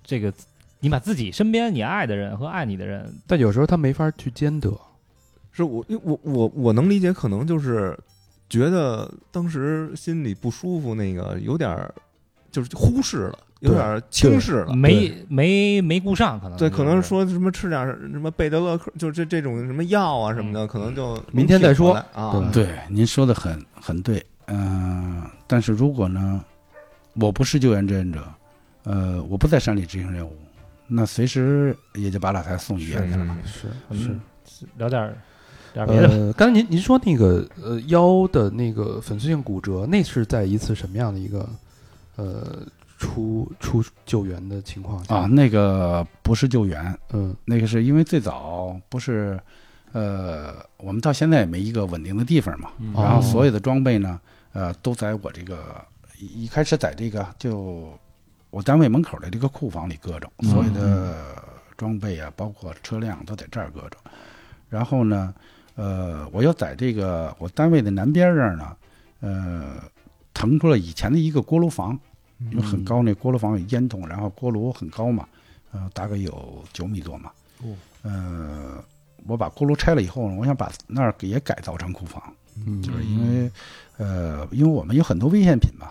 Speaker 4: 这个，你把自己身边你爱的人和爱你的人，
Speaker 3: 但有时候他没法去兼得，
Speaker 2: 是我因为我我我能理解，可能就是觉得当时心里不舒服，那个有点儿就是忽视了，有点儿轻视了。
Speaker 4: 没没没顾上，可能
Speaker 2: 对，
Speaker 4: 就
Speaker 2: 可能
Speaker 4: 是
Speaker 2: 说什么吃点儿什么贝德勒克，就是这这种什么药啊什么的，可能就
Speaker 3: 明天再说
Speaker 2: 能挺过来啊。
Speaker 5: 对，您说的很很对，嗯、但是如果呢，我不是救援志愿者，呃，我不在山里执行任务，那随时也就把老太太送医院去了。
Speaker 2: 嗯
Speaker 3: 是
Speaker 4: 咱们聊点儿聊点儿啊别的吧。
Speaker 3: 呃，刚才您您说那个呃腰的那个粉碎性骨折，那是在一次什么样的一个呃出出救援的情况下
Speaker 5: 啊，？那个不是救援，
Speaker 3: 嗯
Speaker 5: 那个是因为最早不是，呃，我们到现在也没一个稳定的地方嘛，
Speaker 6: 嗯
Speaker 5: 然后
Speaker 3: 哦
Speaker 5: 所有的装备呢，呃，都在我这个一一开始在这个就我单位门口的这个库房里搁着，
Speaker 6: 嗯
Speaker 5: 所有的装备啊，包括车辆都在这儿搁着。然后呢，呃，我又在这个我单位的南边这儿呢，呃，腾出了以前的一个锅炉房，
Speaker 6: 嗯
Speaker 5: 因为很高，那锅炉房有烟囱，然后锅炉很高嘛，呃，大概有九米多嘛。
Speaker 6: 哦
Speaker 5: 呃，我把锅炉拆了以后呢，我想把那儿也改造成库房。
Speaker 3: 嗯，
Speaker 5: 就是因为，呃，因为我们有很多危险品嘛，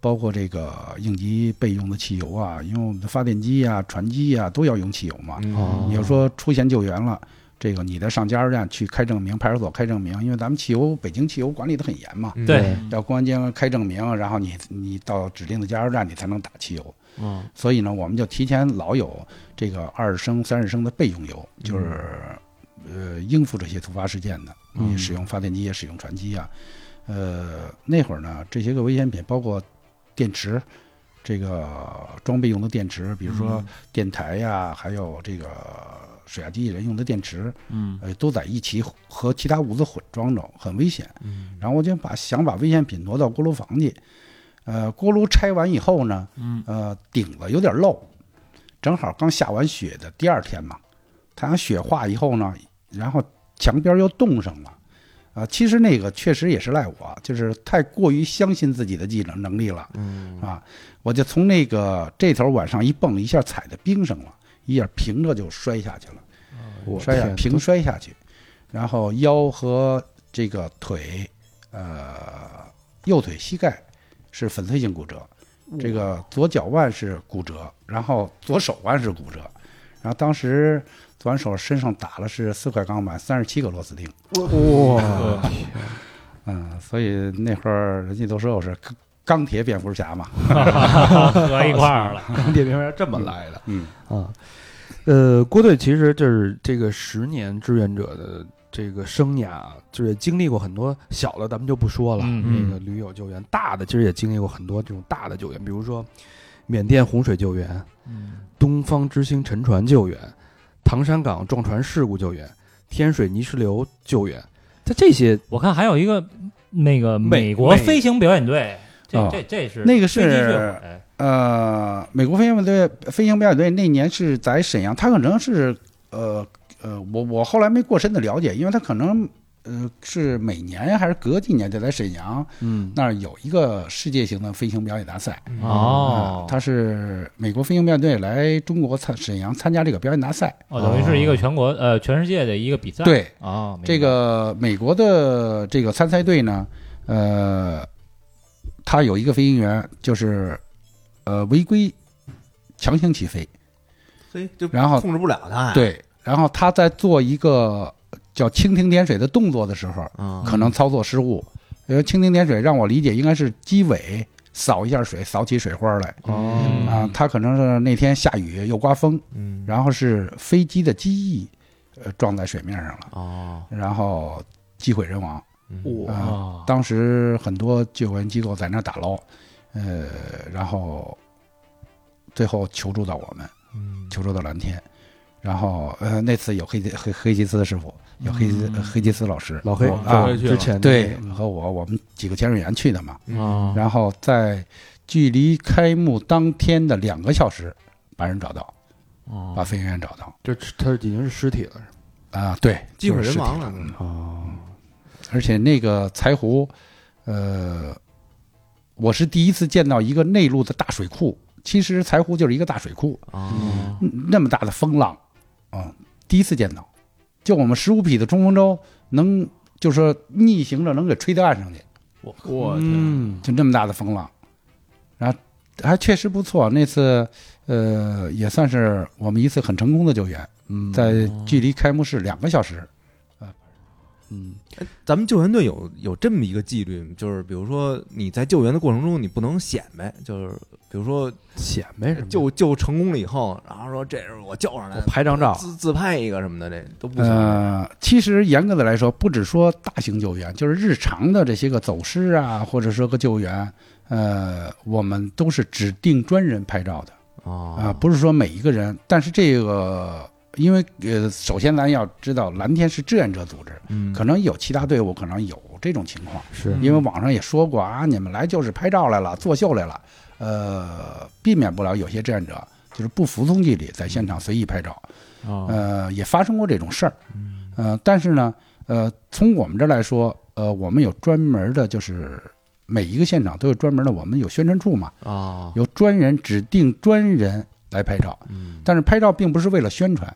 Speaker 5: 包括这个应急备用的汽油啊，因为我们的发电机啊、船机啊都要用汽油嘛。
Speaker 2: 嗯
Speaker 3: 哦
Speaker 5: 你要说出现救援了，这个你得上加油站去开证明，派出所开证明，因为咱们汽油北京汽油管理的很严嘛，
Speaker 2: 嗯
Speaker 4: 对，
Speaker 5: 要公安机关开证明，然后你你到指定的加油站你才能打汽油。
Speaker 6: 嗯
Speaker 5: 所以呢，我们就提前老有这个二十升、三十升的备用油，就是、呃应付这些突发事件的。
Speaker 6: 嗯
Speaker 5: 你使用发电机也使用船机啊，呃，那会儿呢，这些个危险品包括电池，这个装备用的电池，比如说
Speaker 6: 嗯
Speaker 5: 电台呀、还有这个水压机器人用的电池，
Speaker 6: 嗯
Speaker 5: 呃，都在一起和其他物资混装着，很危险。
Speaker 6: 嗯
Speaker 5: 然后我就把想把危险品挪到锅炉房去。呃，锅炉拆完以后呢，
Speaker 6: 嗯
Speaker 5: 呃，顶子有点漏，正好刚下完雪的第二天嘛，太阳雪化以后呢，然后墙边又冻上了。啊、其实那个确实也是赖我，就是太过于相信自己的技能能力了，嗯啊，我就从那个这头往上一蹦，一下踩在冰上了，一下平着就摔下去了。
Speaker 3: 我
Speaker 5: 摔下
Speaker 3: 天
Speaker 5: 平摔下去，然后腰和这个腿，呃，右腿膝盖是粉碎性骨折，这个左脚腕是骨折，然后左手腕是骨折，然后当时左腕手身上打了是四块钢板，三十七个螺丝钉，
Speaker 3: 哇，
Speaker 5: 嗯，所以那会儿人家都说我是钢钢铁 蝙蝠侠嘛，
Speaker 4: 合一块儿了。
Speaker 3: 钢铁兵是这么来的
Speaker 5: 嗯，
Speaker 3: 啊？呃，郭队其实就是这个十年志愿者的这个生涯，啊就是也经历过很多小的，咱们就不说了。
Speaker 4: 嗯
Speaker 3: 那个驴友救援，大的其实也经历过很多这种大的救援，比如说缅甸洪水救援、东方之星沉船救援、唐山港撞船事故救援、天水泥石流救援，在这些
Speaker 4: 我看还有一个那个
Speaker 3: 美
Speaker 4: 美国
Speaker 3: 美
Speaker 4: 飞行表演队，这
Speaker 5: 哦
Speaker 4: 这这是
Speaker 5: 那个
Speaker 4: 飞机坠
Speaker 5: 是
Speaker 4: 毁
Speaker 5: 呃，美国飞行表演队飞行表演队那年是在沈阳，他可能是呃呃，我我后来没过深的了解，因为他可能呃是每年还是隔几年就在沈阳
Speaker 3: 嗯
Speaker 5: 那儿有一个世界型的飞行表演大赛。
Speaker 4: 哦
Speaker 5: 啊，他是美国飞行表演队来中国参沈阳参加这个表演大赛。
Speaker 4: 哦，等于是一个全国呃全世界的一个比赛。
Speaker 5: 嗯对，
Speaker 4: 哦，明白
Speaker 5: 这个美国的这个参赛队呢，呃，他有一个飞行员就是呃违规强行起飞，
Speaker 2: 嘿，就
Speaker 5: 然后
Speaker 2: 控制不了他呀。，
Speaker 5: 对，然后他在做一个叫蜻蜓点水的动作的时候，
Speaker 2: 嗯，
Speaker 5: 可能操作失误。因为蜻蜓点水，让我理解应该是机尾扫一下水，扫起水花来
Speaker 4: 嗯
Speaker 3: 嗯
Speaker 2: 哦，
Speaker 5: 啊。他可能是那天下雨又刮风，
Speaker 2: 嗯，
Speaker 5: 然后是飞机的机翼呃撞在水面上了，
Speaker 2: 哦，
Speaker 5: 然后机毁人亡。
Speaker 2: 我
Speaker 5: 啊、
Speaker 4: 哦
Speaker 5: 当时很多救援机构在那儿打捞，呃，然后最后求助到我们，
Speaker 2: 嗯
Speaker 5: 求助到蓝天，然后呃那次有黑吉黑黑吉斯师傅，有黑吉、黑吉斯老师，
Speaker 3: 老黑
Speaker 5: 我
Speaker 6: 老
Speaker 5: 啊
Speaker 6: 黑，
Speaker 3: 之前的
Speaker 5: 对，和我我们几个潜水员去的嘛，
Speaker 2: 嗯
Speaker 6: 啊，
Speaker 5: 然后在距离开幕当天的两个小时把人找到，
Speaker 6: 哦
Speaker 5: 把飞行员找到。
Speaker 3: 这他已经是尸体了，
Speaker 5: 啊、对，
Speaker 2: 机毁
Speaker 5: 就是
Speaker 2: 人
Speaker 5: 尸体
Speaker 2: 亡了。嗯
Speaker 3: 哦，
Speaker 5: 而且那个柴胡，呃，我是第一次见到一个内陆的大水库。其实柴胡就是一个大水库，
Speaker 2: 哦，
Speaker 5: 嗯那么大的风浪，啊、第一次见到，就我们十五匹的冲锋舟能，就是说逆行着能给吹到岸上去，
Speaker 6: 我我天，
Speaker 3: 嗯，
Speaker 5: 就那么大的风浪，然后还确实不错。那次，呃，也算是我们一次很成功的救援，
Speaker 3: 嗯
Speaker 5: 在距离开幕式两个小时，
Speaker 3: 嗯，
Speaker 2: 咱们救援队有有这么一个纪律吗，就是比如说你在救援的过程中，你不能显摆，就是比如说
Speaker 3: 显摆什么呀？
Speaker 2: 救救成功了以后，然后说这是我救上
Speaker 3: 嗯
Speaker 2: 来
Speaker 3: 我
Speaker 2: 的，
Speaker 3: 拍张照，
Speaker 2: 自自拍一个什么的，这都不行。
Speaker 5: 呃，其实严格的来说，不只说大型救援，就是日常的这些个走失啊，或者说个救援，呃，我们都是指定专人拍照的
Speaker 2: 哦
Speaker 5: 啊、不是说每一个人。但是这个，因为呃，首先咱要知道，蓝天是志愿者组织，
Speaker 2: 嗯
Speaker 5: 可能有其他队伍可能有这种情况，
Speaker 3: 是
Speaker 5: 因为网上也说过啊，你们来就是拍照来了，作秀来了，呃，避免不了有些志愿者就是不服从纪律，在现场随意拍照。
Speaker 4: 哦
Speaker 6: 啊，
Speaker 5: 呃，也发生过这种事儿，呃，但是呢，呃，从我们这儿来说，呃，我们有专门的，就是每一个现场都有专门的，我们有宣传处嘛，
Speaker 4: 哦
Speaker 2: 啊，
Speaker 5: 有专人指定专人来拍照，
Speaker 2: 嗯
Speaker 5: 但是拍照并不是为了宣传，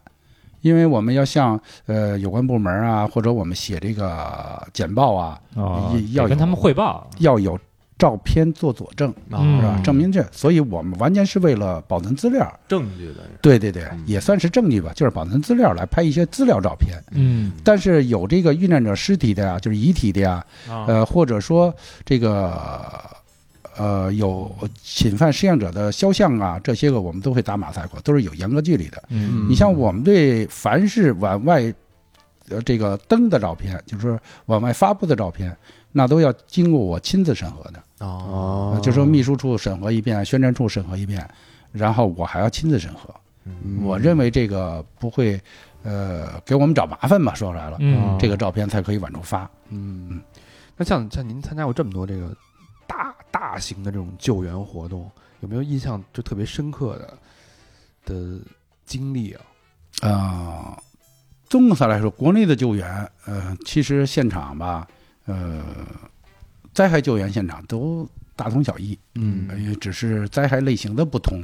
Speaker 5: 因为我们要向呃有关部门啊，或者我们写这个简报啊，
Speaker 6: 嗯
Speaker 4: 哦
Speaker 5: 也要
Speaker 4: 得
Speaker 5: 有
Speaker 4: 跟他们汇报，
Speaker 5: 要有照片做佐证，
Speaker 4: 嗯
Speaker 5: 是
Speaker 2: 哦
Speaker 5: 吧？证明这，所以我们完全是为了保存资料，
Speaker 4: 嗯
Speaker 2: 证据的人，
Speaker 5: 对对对
Speaker 2: 嗯，
Speaker 5: 也算是证据吧，就是保存资料来拍一些资料照片。
Speaker 4: 嗯
Speaker 5: 但是有这个遇难者尸体的呀、就是遗体的呀、呃，或者说这个呃有侵犯施验者的肖像啊，这些个我们都会打马赛克，都是有严格距离的。
Speaker 4: 嗯
Speaker 5: 你像我们对凡是往外呃这个登的照片，就是说往外发布的照片，那都要经过我亲自审核的，
Speaker 2: 哦，
Speaker 3: 啊
Speaker 5: 呃就说秘书处审核一遍，宣传处审核一遍，然后我还要亲自审核。
Speaker 2: 嗯
Speaker 5: 我认为这个不会呃给我们找麻烦吧，说白了。
Speaker 4: 嗯，
Speaker 5: 这个照片才可以往出发。
Speaker 3: 嗯，那像像您参加过这么多这个大大型的这种救援活动，有没有印象就特别深刻的的经历啊？
Speaker 5: 呃，综合上来说，国内的救援，呃，其实现场吧，呃，灾害救援现场都大同小异，
Speaker 3: 嗯
Speaker 5: 呃也只是灾害类型的不同，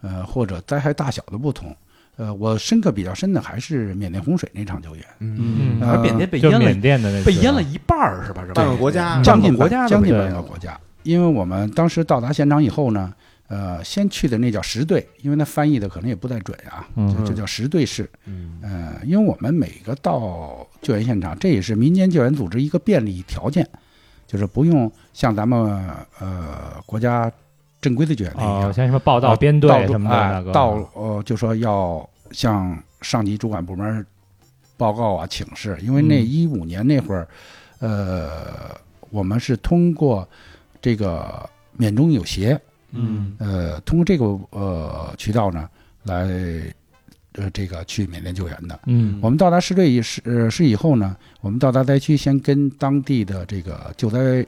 Speaker 5: 呃，或者灾害大小的不同。呃，我深刻比较深的还是缅甸洪水那场救援，
Speaker 4: 嗯
Speaker 5: 呃
Speaker 3: 缅甸被
Speaker 4: 就是
Speaker 3: 淹了
Speaker 4: 缅，甸的那次啊
Speaker 3: 被淹了一半儿是吧？是吧
Speaker 2: 半个国家，
Speaker 5: 将近
Speaker 3: 啊半个国
Speaker 5: 半
Speaker 3: 家都
Speaker 5: 将近
Speaker 4: 被
Speaker 5: 半
Speaker 4: 淹
Speaker 5: 个
Speaker 4: 了
Speaker 5: 国家。因为我们当时到达现场以后呢，呃，先去的那叫十队，因为那翻译的可能也不太准啊，
Speaker 4: 嗯
Speaker 5: 这这叫十队式。
Speaker 2: 嗯
Speaker 5: 呃，因为我们每个到救援现场，这也是民间救援组织一个便利条件，就是不用像咱们呃国家正规的救援那样，
Speaker 4: 哦哦，像什么报道
Speaker 5: 啊
Speaker 4: 编
Speaker 5: 到
Speaker 4: 队什么的
Speaker 5: 哎
Speaker 4: 那个，啊
Speaker 5: 到呃就说要向上级主管部门报告啊、请示，因为那
Speaker 6: 嗯
Speaker 5: 一五年那会儿，呃，我们是通过这个免中有协，
Speaker 6: 嗯
Speaker 5: 呃，通过这个呃渠道呢，来呃这个去缅甸救援的。
Speaker 6: 嗯
Speaker 5: 我们到达市队以市呃市以后呢，我们到达灾区，先跟当地的这个救灾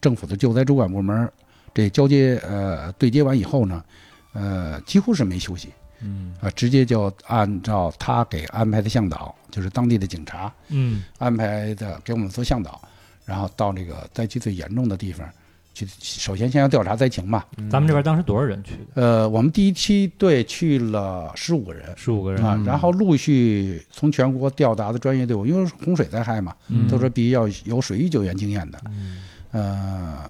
Speaker 5: 政府的救灾主管部门儿这交接呃对接完以后呢，呃几乎是没休息，
Speaker 6: 嗯
Speaker 5: 啊，直接就按照他给安排的向导，就是当地的警察
Speaker 6: 嗯
Speaker 5: 安排的给我们做向导，然后到这个灾区最严重的地方去，首先先要调查灾情嘛。
Speaker 2: 嗯
Speaker 4: 咱们这边当时多少人去的？
Speaker 5: 呃，我们第一期队去了十五个人
Speaker 4: 十五个人。
Speaker 5: 啊
Speaker 6: 嗯，
Speaker 5: 然后陆续从全国调达的专业队伍，因为洪水灾害嘛，
Speaker 6: 嗯
Speaker 5: 都说必须要有水域救援经验的，
Speaker 2: 嗯
Speaker 5: 呃，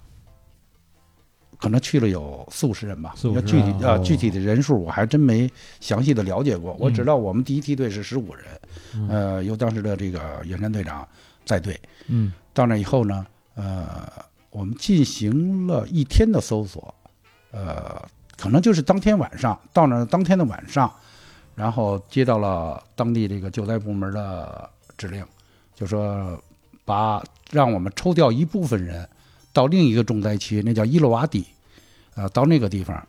Speaker 5: 可能去了有四五十人吧。
Speaker 4: 四五十
Speaker 5: 要具体
Speaker 4: 人
Speaker 5: 呃
Speaker 4: 哦
Speaker 5: 具体的人数我还真没详细的了解过，我
Speaker 4: 嗯
Speaker 5: 只知道我们第一梯队是十五人，
Speaker 6: 嗯
Speaker 5: 呃，由当时的这个袁山队长带队。
Speaker 6: 嗯
Speaker 5: 到那以后呢，呃，我们进行了一天的搜索，呃，可能就是当天晚上到那儿当天的晚上，然后接到了当地这个救灾部门的指令，就说把让我们抽调一部分人到另一个重灾区，那叫伊洛瓦底，呃，到那个地方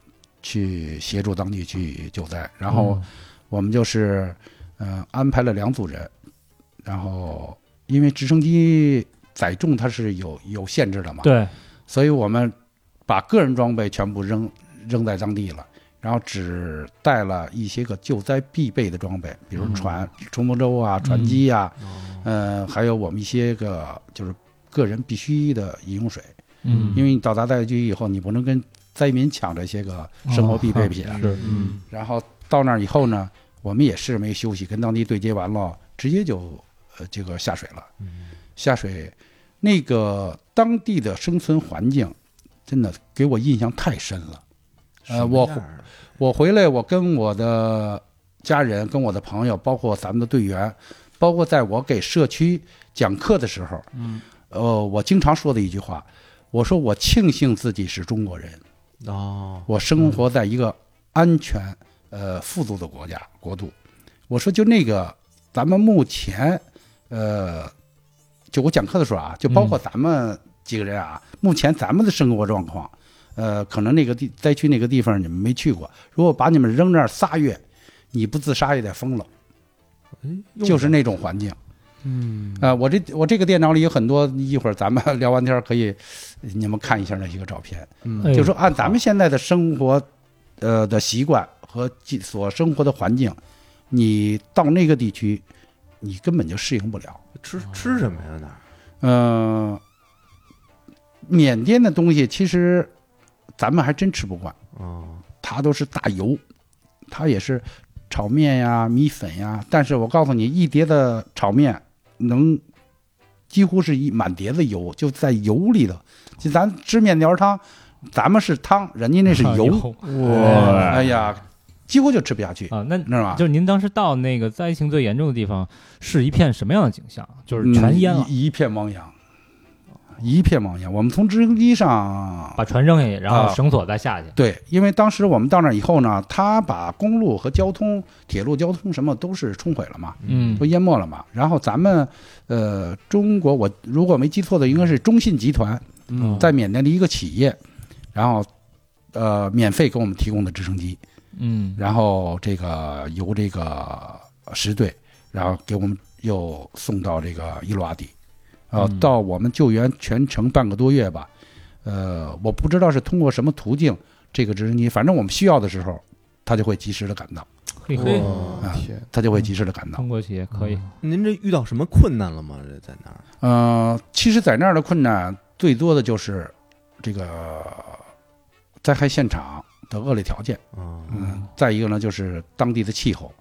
Speaker 5: 去协助当地去救灾，然后
Speaker 6: 嗯
Speaker 5: 我们就是呃安排了两组人，然后因为直升机载重它是有有限制的嘛，
Speaker 4: 对，
Speaker 5: 所以我们把个人装备全部扔扔在当地了，然后只带了一些个救灾必备的装备，比如船、冲锋舟啊、船机啊，呃，还有我们一些个就是个人必须的饮用水，
Speaker 6: 嗯
Speaker 5: 因为你到达灾区以后，你不能跟灾民抢这些个生活必备品。啊
Speaker 6: 是嗯
Speaker 5: 然后到那儿以后呢，我们也是没休息，跟当地对接完了，直接就呃这个下水了。下水，那个当地的生存环境，真的给我印象太深了。呃，我回
Speaker 2: 啊
Speaker 5: 我回来，我跟我的家人、跟我的朋友，包括咱们的队员，包括在我给社区讲课的时候，嗯，呃，我经常说的一句话，我说我庆幸自己是中国人。
Speaker 2: 哦，
Speaker 5: 我生活在一个安全、呃富足的国家国度。我说就那个，咱们目前，呃，就我讲课的时候啊，就包括咱们几个人啊，目前咱们的生活状况，呃，可能那个地灾区那个地方你们没去过，如果把你们扔那儿仨月，你不自杀也得疯了，就是那种环境。
Speaker 2: 嗯
Speaker 5: 啊、我这我这个电脑里有很多，一会儿咱们 聊完天儿可以，你们看一下那些个照片。
Speaker 4: 哎
Speaker 2: 嗯
Speaker 5: 就说按咱们现在的生活，呃的习惯和记所生活的环境，你到那个地区，你根本就适应不了。
Speaker 2: 吃吃什么呀？那儿
Speaker 5: 嗯、缅甸的东西其实咱们还真吃不惯，
Speaker 2: 哦，
Speaker 5: 它都是大油，它也是炒面呀、米粉呀。但是我告诉你，一碟的炒面能几乎是一满碟子油，就在油里头。就咱吃面条汤，咱们是汤，人
Speaker 4: 啊
Speaker 5: 家那是 油。
Speaker 6: 哇
Speaker 5: 哎呀，几乎就吃不下去，
Speaker 4: 啊！那
Speaker 5: 你知道吧？
Speaker 4: 就是您当时到那个灾情最严重的地方，是一片什么样的景象？就是全淹了
Speaker 5: 嗯，一一片汪洋，一片汪洋。我们从直升机上，
Speaker 4: 把船扔下去，然后
Speaker 5: 啊
Speaker 4: 绳索再下去。
Speaker 5: 对，因为当时我们到那儿以后呢，他把公路和交通、铁路交通什么都是冲毁了嘛，
Speaker 4: 嗯
Speaker 5: 都淹没了嘛。然后咱们，呃，中国我如果没记错的，应该是中信集团
Speaker 6: 嗯
Speaker 5: 在缅甸的一个企业，然后，呃，免费给我们提供的直升机。
Speaker 4: 嗯
Speaker 5: 然后这个由这个石队，然后给我们又送到这个伊洛瓦底，呃，
Speaker 6: 嗯
Speaker 5: 到我们救援全程半个多月吧，呃，我不知道是通过什么途径，这个直升机，反正我们需要的时候，它就会及时的赶到，
Speaker 4: 嘿
Speaker 6: 嘿
Speaker 4: 嘿，
Speaker 5: 啊
Speaker 7: 天，
Speaker 5: 它就会及时的赶到。
Speaker 4: 中国企业可以，
Speaker 2: 您这遇到什么困难了吗？这在那儿？
Speaker 5: 呃，其实，在那儿的困难最多的就是这个灾害现场的恶劣条件。
Speaker 2: 啊，
Speaker 5: 嗯，再一个呢，就是当地的气候，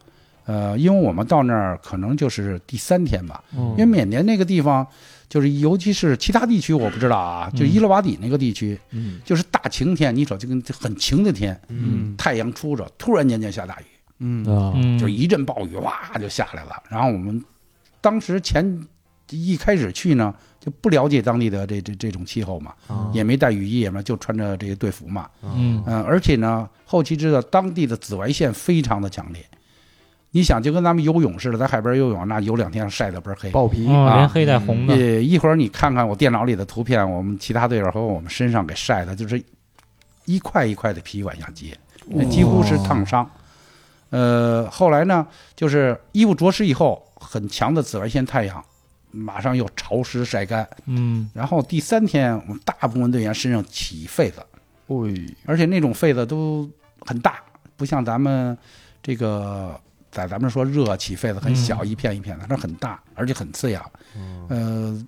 Speaker 5: 呃，因为我们到那儿可能就是第三天吧，
Speaker 6: 嗯
Speaker 5: 因为缅甸那个地方，就是尤其是其他地区我不知道啊，就伊洛瓦底那个地区，
Speaker 6: 嗯
Speaker 5: 就是大晴天，你瞅就跟很晴的天，
Speaker 2: 嗯
Speaker 5: 太阳出着，突然间就下大雨，
Speaker 2: 嗯
Speaker 6: 啊
Speaker 4: 嗯，
Speaker 5: 就一阵暴雨哇就下来了。然后我们当时前一开始去呢，就不了解当地的这这这种气候嘛，
Speaker 2: 啊
Speaker 5: 也没带雨衣嘛，就穿着这个队服
Speaker 2: 哦
Speaker 5: 嘛，
Speaker 4: 嗯
Speaker 5: 嗯，而且呢，后期知道当地的紫外线非常的强烈，你想，就跟咱们游泳似的，在海边游泳，那游两天晒得倍儿黑。
Speaker 3: 爆皮，
Speaker 4: 哦，
Speaker 5: 啊
Speaker 4: 连黑带红的，
Speaker 5: 也一会儿你看看我电脑里的图片，我们其他队友和我们身上给晒的，就是一块一块的皮往下结，那几乎是烫伤。呃，后来呢，就是衣服着湿以后，很强的紫外线太阳，马上又潮湿晒干，
Speaker 4: 嗯，
Speaker 5: 然后第三天，我们大部分队员身上起痱子，
Speaker 3: 哎，
Speaker 5: 而且那种痱子都很大，不像咱们这个在咱们说热起痱子很小一片一片的，它很大，而且很刺痒。呃，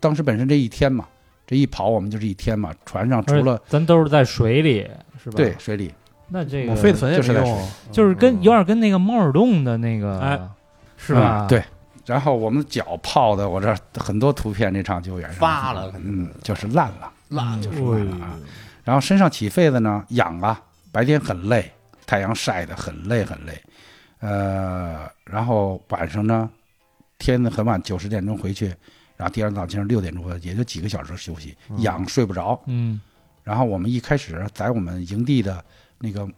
Speaker 5: 当时本身这一天嘛，这一跑我们就是一天嘛，船上除了
Speaker 4: 而且咱都是在水里，是吧？
Speaker 5: 对，水里，
Speaker 4: 那这
Speaker 7: 我痱
Speaker 4: 个
Speaker 7: 子粉也
Speaker 5: 就是
Speaker 7: 没
Speaker 5: 在
Speaker 7: 用，啊嗯
Speaker 4: 就是跟有点跟那个猫耳洞的那个，
Speaker 7: 哎，
Speaker 4: 是吧？
Speaker 5: 嗯对。然后我们脚泡的，我这很多图片，这场球员上
Speaker 2: 发了
Speaker 5: 嗯，就是烂了，
Speaker 4: 嗯
Speaker 5: 就是烂了啊。然后身上起痱子呢，痒啊，白天很累，太阳晒的很累很累，呃，然后晚上呢，天很晚九十点钟回去，然后第二天早清六点钟，也就几个小时休息，痒睡不着。
Speaker 4: 嗯
Speaker 5: 然后我们一开始在我们营地的那个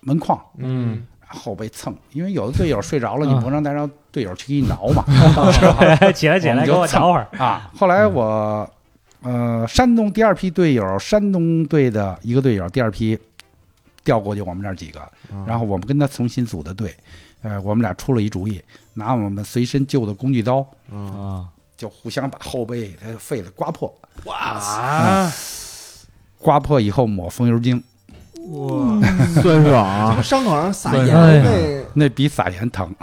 Speaker 5: 门框
Speaker 2: 嗯，
Speaker 5: 后背蹭，因为有的队友睡着了，你
Speaker 4: 嗯
Speaker 5: 不能再让队友去给你挠嘛，
Speaker 4: 起来起
Speaker 5: 我们
Speaker 4: 来，给
Speaker 5: 就
Speaker 4: 我
Speaker 5: 蹭
Speaker 4: 找会儿。
Speaker 5: 啊，后来我，呃，山东第二批队友，山东队的一个队友，第二批调过去我们这儿几个，然后我们跟他重新组的队，呃，我们俩出了一主意，拿我们随身旧的工具刀，
Speaker 4: 啊，
Speaker 5: 就互相把后背他肺子刮破，嗯
Speaker 7: 哇，
Speaker 5: 刮破以后抹风油精，
Speaker 6: 酸爽啊！
Speaker 2: 伤口上撒
Speaker 4: 对
Speaker 2: 盐
Speaker 4: 哎呀
Speaker 2: 呗，
Speaker 5: 那比撒盐疼。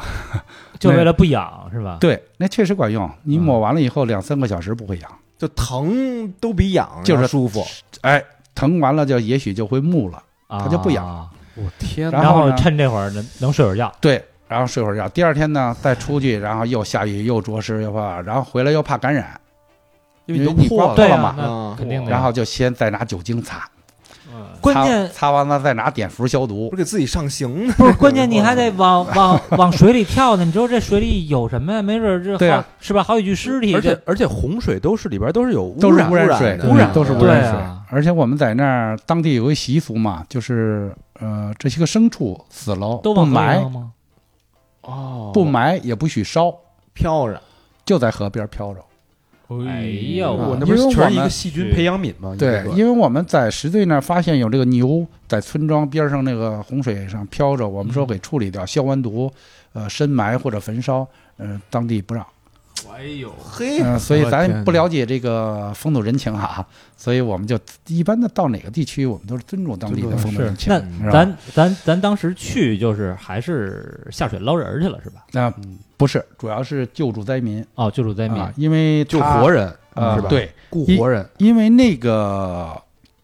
Speaker 4: 就为了不痒是吧？
Speaker 5: 对，那确实管用，你抹完了以后两三个小时不会痒，
Speaker 2: 就疼都比痒
Speaker 5: 嗯
Speaker 2: 啊
Speaker 5: 就是
Speaker 2: 要舒服。
Speaker 5: 哎，疼完了就也许就会木了。
Speaker 4: 啊，
Speaker 5: 它就不
Speaker 4: 痒。
Speaker 3: 我天
Speaker 5: 然
Speaker 4: 然
Speaker 3: 哪！
Speaker 5: 后呢
Speaker 4: 后趁这会儿能能睡会儿觉，
Speaker 5: 对，然后睡会儿觉。第二天呢，再出去，然后又下雨，又着湿，又怕，然后回来又怕感染，
Speaker 7: 因为
Speaker 5: 因
Speaker 7: 都
Speaker 5: 为你
Speaker 7: 破
Speaker 5: 刮
Speaker 7: 了，
Speaker 5: 破了
Speaker 4: 啊
Speaker 5: 嘛。
Speaker 4: 那
Speaker 2: 嗯
Speaker 4: 肯定的。
Speaker 5: 然后就先再拿酒精擦，
Speaker 7: 关键
Speaker 5: 擦擦完了再拿碘伏消毒
Speaker 2: 不。是给自己上刑呢？
Speaker 4: 不是关键，你还得往往 往水里跳呢。你知道这水里有什么呀？没准儿这
Speaker 5: 对啊
Speaker 4: 好是吧？好几具尸体，
Speaker 7: 而
Speaker 4: 这
Speaker 7: 且而且洪水都是里边都是有
Speaker 5: 都是
Speaker 7: 染
Speaker 5: 污染水，
Speaker 2: 的
Speaker 5: 污
Speaker 2: 染
Speaker 5: 都是污
Speaker 4: 对
Speaker 5: 染水。
Speaker 4: 啊，
Speaker 5: 而且我们在那儿当地有个习俗嘛，就是呃，这些个牲畜死了
Speaker 4: 都
Speaker 5: 不
Speaker 4: 往河里
Speaker 5: 埋
Speaker 4: 扔，吗？
Speaker 2: 哦
Speaker 5: 不埋也不许烧，
Speaker 2: 飘着，
Speaker 5: 就在河边飘着。
Speaker 4: 哎
Speaker 5: 啊
Speaker 4: 呦，
Speaker 7: 我
Speaker 4: 我
Speaker 7: 那不
Speaker 5: 因
Speaker 7: 是
Speaker 5: 为
Speaker 7: 全
Speaker 5: 我
Speaker 7: 是一
Speaker 5: 们
Speaker 7: 个细菌培养皿
Speaker 3: 嗯
Speaker 7: 吗？
Speaker 5: 对，因为我们在石队那儿发现有这个牛在村庄边上那个洪水上飘着，我们说给处理掉，消完毒，呃，深埋或者焚烧，呃，当地不让，
Speaker 6: 哎呦，
Speaker 2: 嘿，
Speaker 5: 嗯、所以
Speaker 7: 我的
Speaker 5: 咱
Speaker 7: 天哪
Speaker 5: 不了解这个风土人情啊，所以我们就一般的到哪个地区，我们都是尊重当地的风土人情
Speaker 4: 那，
Speaker 5: 是吧？
Speaker 4: 咱咱咱当时去就是还是下水捞人儿去了是吧？
Speaker 5: 那、不是，主要是救助灾民
Speaker 4: 哦，救助灾民
Speaker 5: 啊，因为
Speaker 7: 就
Speaker 5: 他
Speaker 7: 活人
Speaker 5: 啊、
Speaker 7: 是吧？，
Speaker 5: 对，
Speaker 7: 雇
Speaker 5: 一
Speaker 7: 活人，
Speaker 5: 因为那个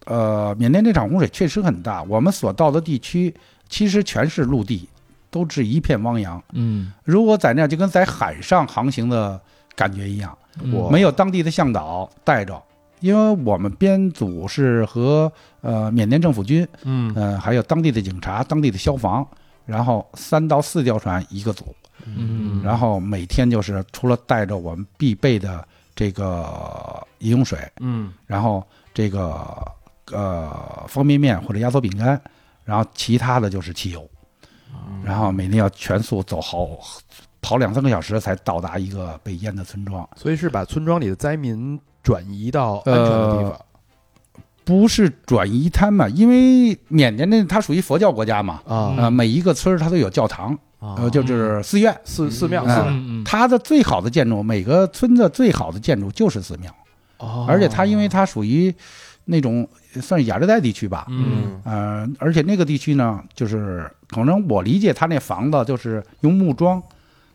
Speaker 5: 呃，缅甸这场洪水确实很大，我们所到的地区其实全是陆地，都是一片汪洋。
Speaker 4: 嗯，
Speaker 5: 如果在那儿就跟在海上航行的感觉一样，
Speaker 4: 嗯
Speaker 7: 我
Speaker 5: 没有当地的向导带着。因为我们编组是和呃缅甸政府军，
Speaker 7: 嗯，
Speaker 5: 呃还有当地的警察、当地的消防，然后三到四条船一个组，
Speaker 4: 嗯，
Speaker 5: 然后每天就是除了带着我们必备的这个饮用水，
Speaker 7: 嗯，
Speaker 5: 然后这个呃方便面或者压缩饼干，然后其他的就是汽油，然后每天要全速走好跑两三个小时才到达一个被淹的村庄，
Speaker 7: 所以是把村庄里的灾民转移到安全的地方
Speaker 5: 呃。不是转移他们，因为缅甸那它属于佛教国家嘛，
Speaker 3: 嗯
Speaker 7: 啊
Speaker 5: 呃，每一个村儿它都有教堂，呃，就是寺院，
Speaker 7: 寺寺庙啊
Speaker 5: 嗯
Speaker 7: 寺
Speaker 4: 哦嗯嗯
Speaker 5: 它的最好的建筑，每个村子最好的建筑就是寺庙，
Speaker 7: 哦
Speaker 5: 而且它因为它属于那种算是亚热带地区吧，
Speaker 7: 嗯，
Speaker 5: 呃，而且那个地区呢，就是可能我理解他那房子就是用木桩，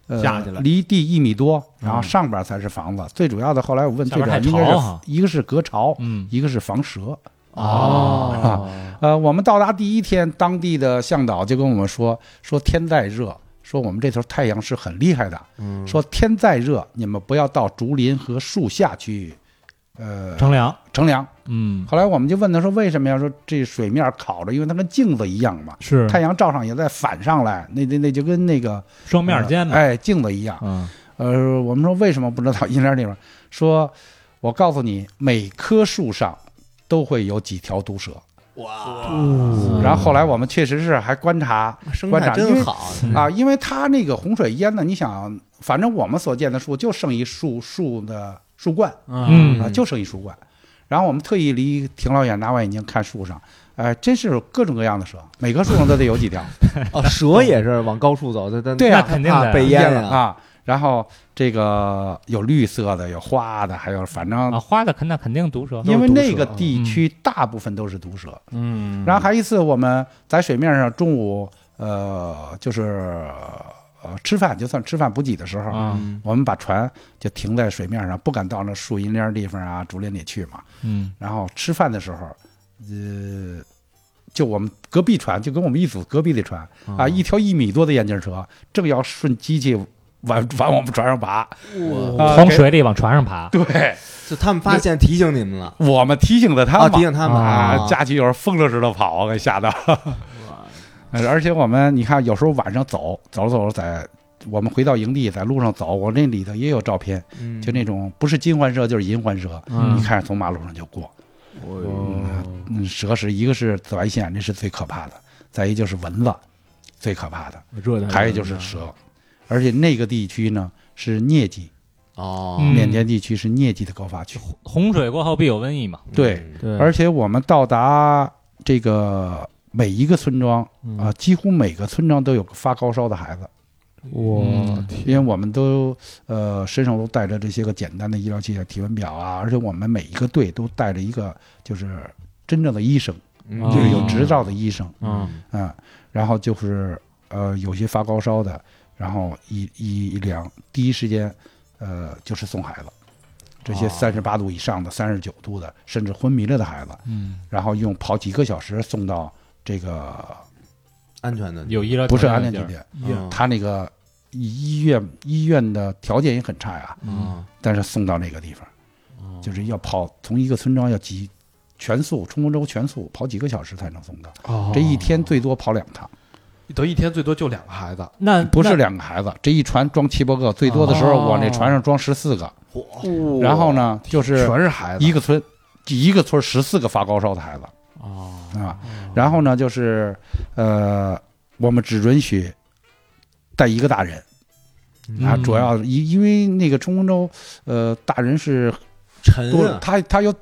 Speaker 5: 呃，
Speaker 7: 架起来
Speaker 5: 离地一米多，然后
Speaker 7: 嗯
Speaker 5: 上边才是房子。最主要的，后来我问
Speaker 4: 下
Speaker 5: 最
Speaker 4: 边
Speaker 5: 主要
Speaker 4: 还
Speaker 5: 应
Speaker 4: 潮
Speaker 5: 该是
Speaker 4: 哈
Speaker 5: 一个是隔潮，
Speaker 4: 嗯
Speaker 5: 一个是防蛇。
Speaker 7: 哦，
Speaker 5: 呃，我们到达第一天，当地的向导就跟我们说，说天再热，说我们这头太阳是很厉害的，
Speaker 2: 嗯
Speaker 5: 说天再热，你们不要到竹林和树下去，呃，
Speaker 4: 乘凉，
Speaker 5: 乘凉。
Speaker 4: 嗯
Speaker 5: 后来我们就问他说，为什么要说这水面烤着，因为它跟镜子一样嘛。
Speaker 4: 是
Speaker 5: 太阳照上也再反上来，那那那就跟那个
Speaker 4: 双面间嘛，
Speaker 5: 哎镜子一样。
Speaker 6: 啊
Speaker 4: 嗯
Speaker 5: 呃，我们说为什么不知道阴凉地方？说，我告诉你，每棵树上都会有几条毒蛇，哇！然后后来我们确实是还 观察
Speaker 2: 生
Speaker 5: 观
Speaker 2: 态
Speaker 5: 察因为
Speaker 2: 真好，
Speaker 5: 啊，因为它那个洪水淹的，你想，啊反正我们所见的树就剩一树树的树冠
Speaker 4: 嗯
Speaker 5: 啊，就剩一树冠。然后我们特意离挺老远，拿望远镜看树上，哎、真是各种各样的蛇，每棵树上都得有几条。
Speaker 2: 哦，蛇也是往高处走，它它
Speaker 5: 对
Speaker 4: 那
Speaker 5: 啊，
Speaker 4: 肯定
Speaker 2: 怕
Speaker 4: 的
Speaker 2: 被
Speaker 5: 淹
Speaker 2: 淹
Speaker 5: 了
Speaker 2: 啊，
Speaker 5: 啊。然后这个有绿色的，有花的，还有反正
Speaker 4: 啊，花的肯那肯定毒蛇，
Speaker 5: 因为
Speaker 2: 哦都是毒
Speaker 5: 那个
Speaker 2: 蛇啊
Speaker 5: 地区大部分都是毒蛇。
Speaker 6: 嗯
Speaker 5: 然后还有一次我们在水面上中午呃就是呃吃饭，就算吃饭补给的时候，
Speaker 6: 嗯
Speaker 4: 啊，
Speaker 5: 我们把船就停在水面上，不敢到那树荫林儿地方啊、竹林里去嘛。
Speaker 4: 嗯
Speaker 5: 然后吃饭的时候，呃，就我们隔壁船，就跟我们一组隔壁的船啊，一条一米多的眼镜蛇，正要顺机器往往我们船上拔，啊
Speaker 4: 嗯从水里往船上 爬，
Speaker 5: 对
Speaker 2: 就他们发现提醒你们了，
Speaker 5: 我们提醒的他
Speaker 2: 啊，
Speaker 5: 们
Speaker 2: 提醒他们
Speaker 5: 啊，
Speaker 2: 啊，
Speaker 5: 佳琪有时候疯了似的跑，给吓到。呃 而且我们你看，有时候晚上走走着走着在。我们回到营地，在路上走，我那里头也有照片，
Speaker 2: 嗯
Speaker 5: 就那种不是金环蛇就是银环蛇，
Speaker 4: 嗯
Speaker 5: 你看着从马路上就过。嗯，蛇是一个是紫外线，那是最可怕的；再一就是蚊子，最可怕的；
Speaker 6: 热带，
Speaker 4: 嗯
Speaker 5: 还有就是蛇，而且那个地区呢是疟疾，
Speaker 2: 哦，
Speaker 4: 嗯
Speaker 5: 缅甸地区是疟疾的高发区。
Speaker 4: 洪水过后必有瘟疫嘛，
Speaker 5: 对，
Speaker 4: 嗯
Speaker 6: 对，
Speaker 5: 而且我们到达这个每一个村庄啊，几乎每个村庄都有个发高烧的孩子，
Speaker 4: 嗯
Speaker 5: 因为我们都呃身上都带着这些个简单的医疗器械、体温表啊，而且我们每一个队都带着一个就是真正的医生，
Speaker 2: 嗯
Speaker 6: 哦
Speaker 5: 就是有执照的医生。
Speaker 6: 嗯
Speaker 5: 嗯，然后就是呃有些发高烧的，然后一一一量，第一时间呃就是送孩子，这些
Speaker 2: 哦
Speaker 5: 三十八度以上的、三十九度的，甚至昏迷了的孩子，
Speaker 4: 嗯，
Speaker 5: 然后用跑几个小时送到这个
Speaker 2: 安全
Speaker 6: 嗯
Speaker 2: 的
Speaker 4: 有医
Speaker 6: 呃
Speaker 4: 疗
Speaker 5: 不是
Speaker 4: 条
Speaker 5: 安
Speaker 4: 件
Speaker 5: 全
Speaker 4: 的
Speaker 5: 地
Speaker 4: 地儿，
Speaker 5: 点，
Speaker 2: 嗯
Speaker 5: 他那个医院医院的条件也很差呀，
Speaker 6: 啊
Speaker 2: 嗯
Speaker 5: 但是送到那个地方，就是要跑从一个村庄要几全速冲锋舟全速跑几个小时才能送到，这一天最多跑两趟。
Speaker 7: 得一天最多就两个孩子，
Speaker 4: 那
Speaker 5: 不是两个孩子，这一船装七八个，最多的时候
Speaker 4: 哦
Speaker 5: 我那船上装十四个。然后呢，就是
Speaker 7: 全是孩子，
Speaker 5: 一个村，一个村十四个发高烧的孩子
Speaker 6: 哦，
Speaker 5: 啊。
Speaker 2: 嗯
Speaker 5: 然后呢，就是呃，我们只允许带一个大人啊，
Speaker 4: 嗯
Speaker 5: 主要因因为那个冲锋舟，呃，大人是
Speaker 2: 沉
Speaker 5: 多，
Speaker 2: 啊
Speaker 5: 他他有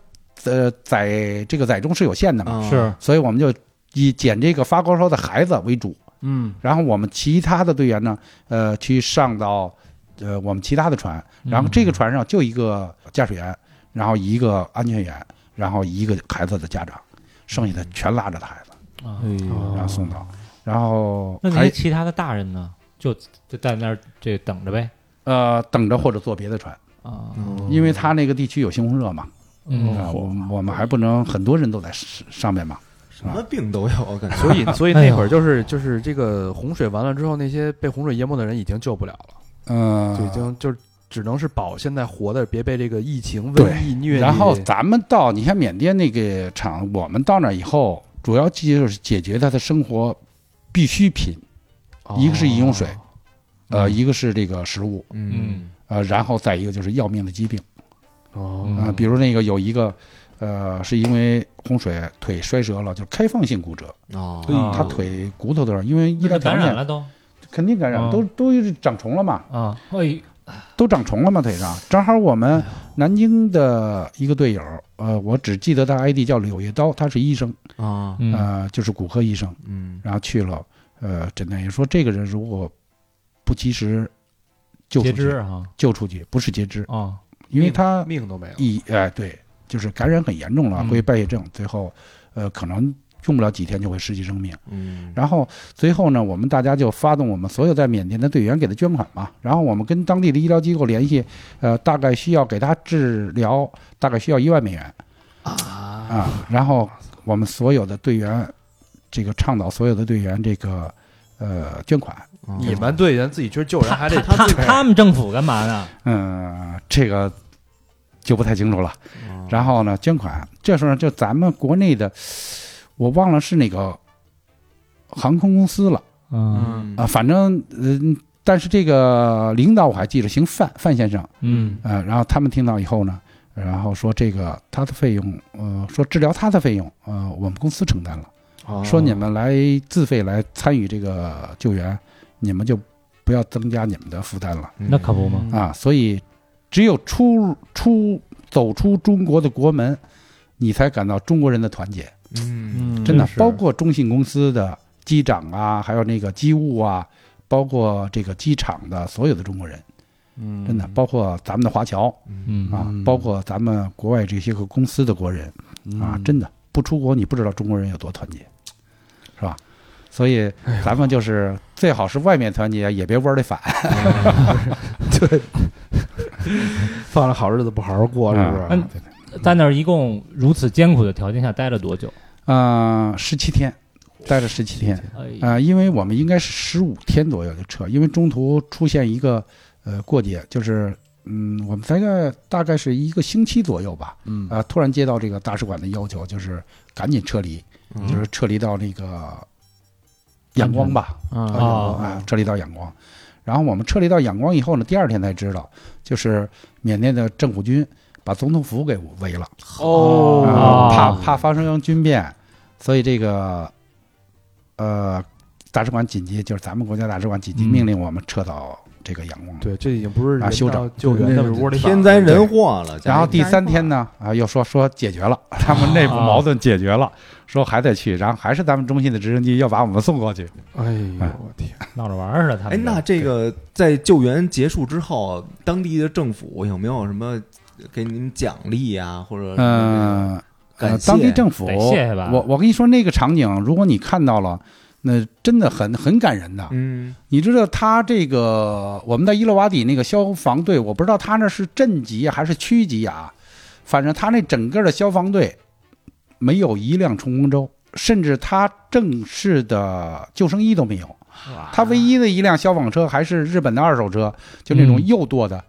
Speaker 5: 呃载这个载重是有限的嘛，
Speaker 2: 啊，
Speaker 4: 是
Speaker 5: 所以我们就以捡这个发高烧的孩子为主。
Speaker 6: 嗯
Speaker 5: 然后我们其他的队员呢，呃，去上到呃我们其他的船，
Speaker 4: 嗯
Speaker 2: 嗯
Speaker 5: 然后这个船上就一个驾驶员，然后一个安全员，然后一个孩子的家长，剩
Speaker 2: 嗯
Speaker 5: 下的全拉着他孩子，
Speaker 4: 啊
Speaker 6: 哎呦
Speaker 5: 然后送到。然后
Speaker 4: 那那
Speaker 5: 还
Speaker 4: 些其他的大人呢，就就在那儿这等着呗
Speaker 5: 呃等着或者坐别的船，
Speaker 4: 啊，
Speaker 5: 因为他那个地区有猩红热嘛，
Speaker 4: 嗯，
Speaker 5: 啊，我们我们还不能很多人都在上上面嘛，
Speaker 2: 什么病都有，我感觉
Speaker 7: 所 以所以
Speaker 4: 哎
Speaker 7: 那
Speaker 4: 呦
Speaker 7: 会儿就是就是这个洪水完了之后，那些被洪水淹没的人已经救不了了，
Speaker 5: 嗯、
Speaker 7: 就已经就是只能是保现在活的，别被这个疫情
Speaker 5: 对
Speaker 7: 瘟疫虐。
Speaker 5: 然后咱们到你看缅甸那个厂，我们到那以后，主要就是解决他的生活必需品，
Speaker 4: 哦
Speaker 5: 一个是饮用水，呃，
Speaker 4: 嗯
Speaker 5: 一个是这个食物，
Speaker 2: 嗯
Speaker 5: 呃，然后再一个就是要命的疾病
Speaker 7: 哦，
Speaker 5: 啊、呃比如那个有一个，呃，是因为洪水腿摔折了，就是开放性骨折，
Speaker 2: 哦
Speaker 6: 啊
Speaker 5: 他腿骨头都是因为医疗条
Speaker 4: 嗯感染
Speaker 5: 件
Speaker 4: 了都
Speaker 5: 肯定感染，
Speaker 4: 啊
Speaker 5: 都都长虫了嘛，
Speaker 4: 啊，哎，
Speaker 5: 都长虫了嘛腿上。正好我们南京的一个队友，呃，我只记得他 ID 叫柳叶刀，他是医生。
Speaker 2: 啊
Speaker 4: 嗯
Speaker 5: 呃，就是骨科医生，
Speaker 2: 嗯
Speaker 5: 然后去了，呃，诊断也说这个人如果不及时救出
Speaker 4: 截
Speaker 5: 去，
Speaker 4: 肢啊哈
Speaker 5: 救出去不是截肢，
Speaker 4: 啊，
Speaker 5: 因为他
Speaker 7: 命都没了。
Speaker 5: 一哎、对，就是感染很严重了，
Speaker 4: 嗯
Speaker 5: 会败血症，最后呃可能用不了几天就会失去生命。
Speaker 2: 嗯，
Speaker 5: 然后随后呢，我们大家就发动我们所有在缅甸的队员给他捐款嘛，然后我们跟当地的医疗机构联系，呃，大概需要给他治疗，大概需要一万美元啊然后我们所有的队员，这个倡导所有的队员这个呃捐款，
Speaker 2: 嗯
Speaker 7: 你们队员自己去救人，还得
Speaker 4: 他他们政府干嘛呢？
Speaker 5: 嗯、这个就不太清楚了。然后呢，捐款，这时候呢就咱们国内的，我忘了是哪个航空公司了。
Speaker 4: 嗯
Speaker 2: 嗯
Speaker 5: 啊，反正呃嗯、但是这个领导我还记着，姓范范先生，
Speaker 4: 嗯
Speaker 5: 呃，然后他们听到以后呢，然后说这个他的费用，呃，说治疗他的费用，呃，我们公司承担了。
Speaker 2: 哦
Speaker 5: 说你们来自费来参与这个救援，你们就不要增加你们的负担了
Speaker 2: 嗯
Speaker 4: 那可不嘛，
Speaker 5: 啊！所以，只有出出走出中国的国门，你才感到中国人的团结。
Speaker 2: 嗯，
Speaker 5: 真的
Speaker 4: 真，是
Speaker 5: 包括中信公司的机长啊，还有那个机务啊，包括这个机场的所有的中国人，
Speaker 6: 嗯
Speaker 5: 真的，包括咱们的华侨
Speaker 4: 嗯
Speaker 5: 啊
Speaker 2: 嗯，
Speaker 5: 包括咱们国外这些个公司的国人
Speaker 7: 嗯
Speaker 5: 啊，
Speaker 6: 嗯
Speaker 5: 真的不出国你不知道中国人有多团结，是吧？所以咱们就是最好是外面团结，也别窝里反。
Speaker 7: 放了好日子不好好过，是不是？
Speaker 4: 嗯在那儿一共如此艰苦的条件下待了多久？
Speaker 5: 嗯，十七天，待了十七天。
Speaker 4: 哎呀
Speaker 5: 啊、因为我们应该是十五天左右就撤，因为中途出现一个呃过节，就是嗯，我们大概大概是一个星期左右吧，
Speaker 7: 嗯
Speaker 5: 啊、突然接到这个大使馆的要求，就是赶紧撤离，
Speaker 7: 嗯
Speaker 5: 就是撤离到那个仰光吧，
Speaker 7: 啊
Speaker 5: 啊、撤离到仰光。然后我们撤离到仰光以后呢，第二天才知道，就是缅甸的政府军把总统府给围了。
Speaker 7: 哦
Speaker 5: 啊
Speaker 4: 哦
Speaker 5: 怕怕发生军变，所以这个呃，大使馆紧急就是咱们国家大使馆紧急命令我们撤到这个仰光。
Speaker 7: 对，这已经不是
Speaker 5: 啊
Speaker 7: 人
Speaker 5: 休
Speaker 7: 道
Speaker 5: 整
Speaker 7: 救援
Speaker 2: 那
Speaker 7: 的窝里反
Speaker 2: 天灾人祸了，
Speaker 5: 然后
Speaker 2: 家里
Speaker 5: 第三天呢，啊，又说说解决了，他们内部矛盾解决了，说还得去，然后还是咱们中心的直升机要把我们送过去。
Speaker 7: 哎呦我天，
Speaker 4: 闹着玩儿似的，他们
Speaker 2: 哎，那这个在救援结束之后，当地的政府有没有什么给你们奖励啊，或者
Speaker 5: 嗯、
Speaker 2: 感
Speaker 5: 呃，
Speaker 2: 谢
Speaker 5: 当地政府，
Speaker 4: 得谢谢吧。
Speaker 5: 我我跟你说那个场景，如果你看到了，那真的很很感人的。
Speaker 2: 嗯
Speaker 5: 你知道他这个我们在伊洛瓦底那个消防队，我不知道他那是镇级还是区级啊，反正他那整个的消防队没有一辆冲锋舟，甚至他正式的救生衣都没有。他唯一的一辆消防车还是日本的二手车，就那种
Speaker 4: 嗯
Speaker 5: 右舵的，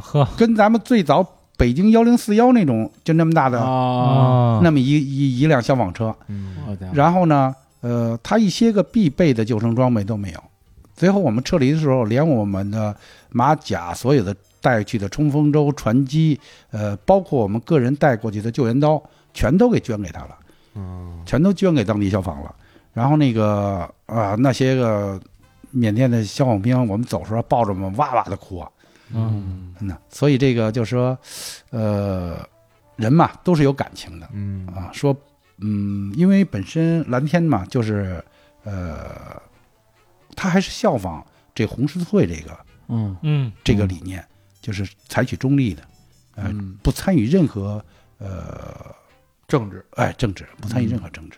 Speaker 4: 呵
Speaker 5: 跟咱们最早北京幺零四幺那种就那么大的、
Speaker 6: 啊，
Speaker 4: 嗯
Speaker 5: 那么一一一辆消防车。
Speaker 2: 嗯，
Speaker 6: 好家伙
Speaker 5: 然后呢，呃，他一些个必备的救生装备都没有。随后我们撤离的时候，连我们的马甲、所有的带去的冲锋舟、船机，呃，包括我们个人带过去的救援刀，全都给捐给他了，
Speaker 2: 嗯
Speaker 5: 全都捐给当地消防了。然后那个啊、那些个缅甸的消防兵，我们走的时候抱着我们哇哇的哭啊，
Speaker 4: 嗯，
Speaker 5: 真的。所以这个就说，呃，人嘛都是有感情的。
Speaker 2: 嗯
Speaker 5: 啊，说嗯，因为本身蓝天嘛，就是呃，他还是效仿这红十字会这个
Speaker 6: 嗯
Speaker 4: 嗯
Speaker 5: 这个理念，就是采取中立的，呃，
Speaker 7: 嗯
Speaker 5: 不参与任何呃，
Speaker 7: 政治，
Speaker 5: 哎，政治，不参与任何政治，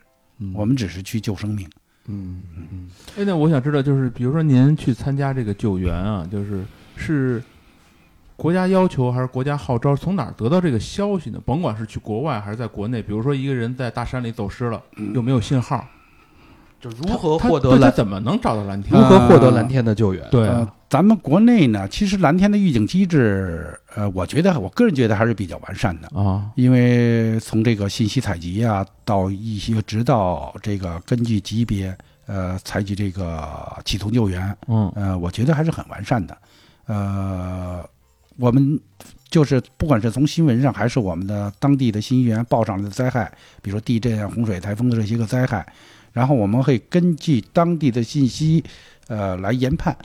Speaker 5: 我们只是去救生命。
Speaker 7: 嗯嗯
Speaker 6: 哎，那我想知道，就是比如说您去参加这个救援啊，就是是国家要求还是国家号召？从哪儿得到这个消息呢？甭管是去国外还是在国内，比如说一个人在大山里走失了，有没有信号？
Speaker 7: 就如何
Speaker 6: 他
Speaker 7: 获得
Speaker 6: 对他
Speaker 7: 蓝，啊
Speaker 6: 怎么能找到蓝天？啊
Speaker 7: 如何获得蓝天的救援？
Speaker 6: 对啊
Speaker 5: 呃，咱们国内呢，其实蓝天的预警机制，呃，我觉得我个人觉得还是比较完善的。
Speaker 6: 啊，
Speaker 5: 因为从这个信息采集啊，到一些直到这个根据级别，呃，采集这个启动救援，
Speaker 6: 嗯
Speaker 5: 呃，我觉得还是很完善的。呃，我们就是不管是从新闻上，还是我们的当地的新源报上来的灾害，比如说地震啊、洪水、台风的这些个灾害，然后我们会根据当地的信息，呃，来研判，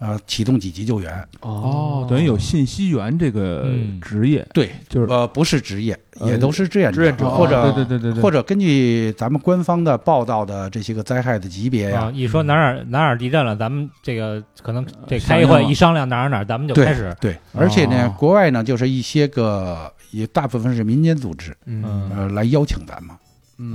Speaker 5: 呃，启动紧急救援。
Speaker 6: 哦，等于有信息员这个
Speaker 4: 嗯
Speaker 6: 职业，
Speaker 5: 对，
Speaker 6: 就是
Speaker 5: 呃，不是职业，
Speaker 6: 呃
Speaker 5: 也都是志愿
Speaker 7: 志愿者
Speaker 5: 或者
Speaker 6: 哦对对对对对，
Speaker 5: 或
Speaker 6: 者
Speaker 5: 者根据咱们官方的报道的这些个灾害的级别呀、嗯
Speaker 4: 啊，一说哪儿哪儿地震了，咱们这个可能这
Speaker 6: 商
Speaker 4: 开一
Speaker 6: 量
Speaker 4: 会
Speaker 6: 了
Speaker 4: 一商量哪儿哪儿，咱们就
Speaker 5: 对
Speaker 4: 开始
Speaker 5: 对，而且呢
Speaker 6: 哦，
Speaker 5: 国外呢就是一些个也大部分是民间组织，
Speaker 2: 嗯
Speaker 4: 嗯
Speaker 5: 呃，来邀请咱们。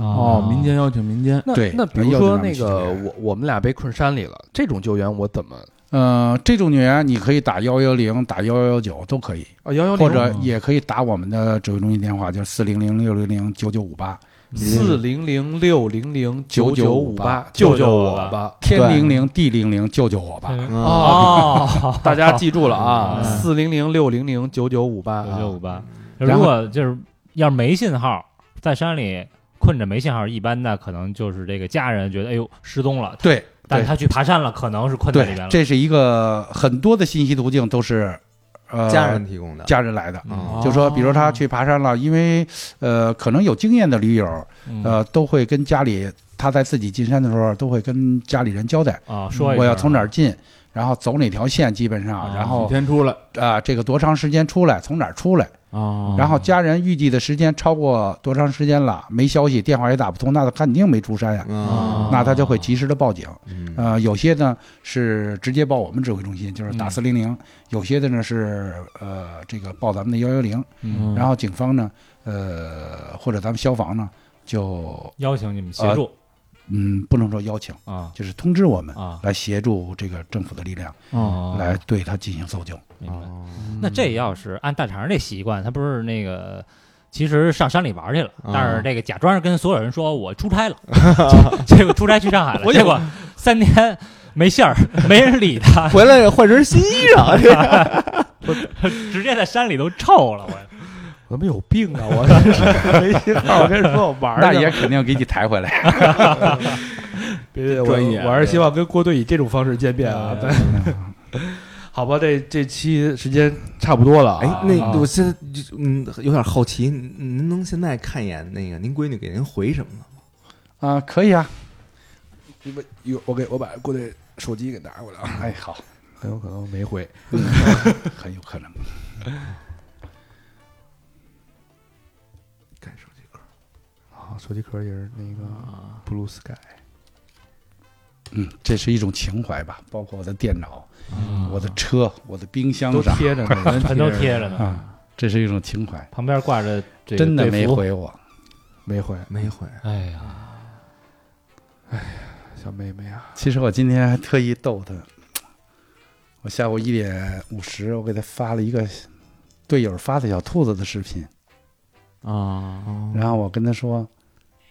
Speaker 4: 啊
Speaker 6: 哦，民间邀请民间，
Speaker 7: 那
Speaker 5: 对
Speaker 7: 那比如
Speaker 5: 要
Speaker 7: 说
Speaker 5: 咱们
Speaker 7: 那
Speaker 5: 去
Speaker 7: 个
Speaker 5: 救援
Speaker 7: 我我们俩被困山里了，这种救援我怎么
Speaker 5: 呃，这种救援你可以打幺幺零、打幺幺九都可以，
Speaker 7: 啊幺幺零
Speaker 5: 或者也可以打我们的指挥中心电话，就是四零零六零零九九五八，
Speaker 7: 四零零六零零九嗯九五八
Speaker 4: 救
Speaker 7: 救
Speaker 4: 救
Speaker 7: 我
Speaker 4: 我
Speaker 7: 吧！
Speaker 5: 天灵灵地灵灵，救救我吧！
Speaker 4: 嗯
Speaker 2: 啊
Speaker 4: 哦，
Speaker 7: 大家记住了 啊，
Speaker 4: 嗯
Speaker 7: 四零零六零零九九五八
Speaker 4: 九九五
Speaker 7: 啊，
Speaker 4: 八。
Speaker 5: 然
Speaker 4: 如
Speaker 5: 后
Speaker 4: 果就是要是没信号，在山里困着没信号，一般那可能就是这个家人觉得哎呦失踪了，
Speaker 5: 对，
Speaker 4: 但
Speaker 5: 对
Speaker 4: 他去爬山了，可能是困在里
Speaker 5: 对
Speaker 4: 边，了。
Speaker 5: 这是一个很多的信息途径都是，呃
Speaker 2: 家人提供的，
Speaker 5: 家人来的。
Speaker 4: 嗯
Speaker 2: 啊
Speaker 5: 就说，比如他去爬山了，因为呃，可能有经验的驴友，
Speaker 4: 嗯
Speaker 5: 呃，都会跟家里，他在自己进山的时候，都会跟家里人交代，
Speaker 4: 啊，说一
Speaker 5: 我要
Speaker 4: 声
Speaker 5: 从哪儿进，然后走哪条线，基本上，
Speaker 4: 啊
Speaker 5: 然
Speaker 6: 几
Speaker 5: 后
Speaker 6: 天出来
Speaker 5: 啊、这个多长时间出来，从哪儿出来，
Speaker 4: 哦
Speaker 6: 啊，
Speaker 5: 然后家人预计的时间超过多长时间了，没消息，电话也打不通，那他肯定没出山呀、
Speaker 4: 哦
Speaker 2: 啊，
Speaker 5: 那他就会及时的报警。
Speaker 2: 嗯
Speaker 5: 呃，有些呢是直接报我们指挥中心，就是打四零零；有些的呢是呃这个报咱们的幺幺零，
Speaker 4: 嗯
Speaker 5: 然后警方呢，呃或者咱们消防呢，就
Speaker 4: 邀请你们协助
Speaker 5: 嗯不能说邀请，
Speaker 4: 啊
Speaker 5: 就是通知我们
Speaker 4: 啊
Speaker 5: 来协助这个政府的力量
Speaker 4: 啊
Speaker 5: 嗯来对他进行搜救。
Speaker 4: 明白。
Speaker 2: 哦
Speaker 4: 那
Speaker 5: 嗯
Speaker 4: 这要是按大肠这习惯，他不是那个，其实上山里玩去了，
Speaker 2: 啊
Speaker 4: 但是这个假装跟所有人说我出 差了，结果出差去上海了，结果三天没信儿，没人理他，
Speaker 2: 回来换身新衣 裳，
Speaker 4: 直接在山里都臭了。我
Speaker 7: 我他妈有病啊！我没信号，我跟你说我玩儿
Speaker 5: 那
Speaker 7: 去
Speaker 5: 也
Speaker 7: 了
Speaker 5: 肯定给你抬回来。
Speaker 7: 别我
Speaker 6: 专业
Speaker 7: 我还是希望跟郭队以这种方式见面啊。对， 好吧，这这期时间差不多了
Speaker 2: 哎
Speaker 7: 啊。，
Speaker 2: 那我现在就嗯有点好奇，您您能现在看一眼那个您闺女给您回什么吗？
Speaker 5: 啊、可以啊，
Speaker 7: 你们有我给我把郭队手机给拿过来啊，
Speaker 5: 哎，好，嗯
Speaker 7: 很有可能没回。
Speaker 5: 很有可能。
Speaker 2: 干手机壳，
Speaker 7: 啊，手机壳也是那个 Blue Sky。
Speaker 5: 嗯，这是一种情怀吧，包括我的电脑、
Speaker 4: 啊
Speaker 5: 我的车、我的冰箱
Speaker 7: 都
Speaker 5: 上
Speaker 7: 贴着呢，
Speaker 4: 全都贴着呢，
Speaker 5: 啊，这是一种情怀。
Speaker 4: 旁边挂着这个
Speaker 5: 真的没
Speaker 4: 队服。
Speaker 5: 回我，
Speaker 7: 没回
Speaker 2: 没回。
Speaker 4: 哎呀，
Speaker 7: 小妹妹啊，
Speaker 5: 其实我今天还特意逗他，我下午一点五十，我给他发了一个队友发的小兔子的视频，
Speaker 6: 啊，
Speaker 5: 然后我跟他说：“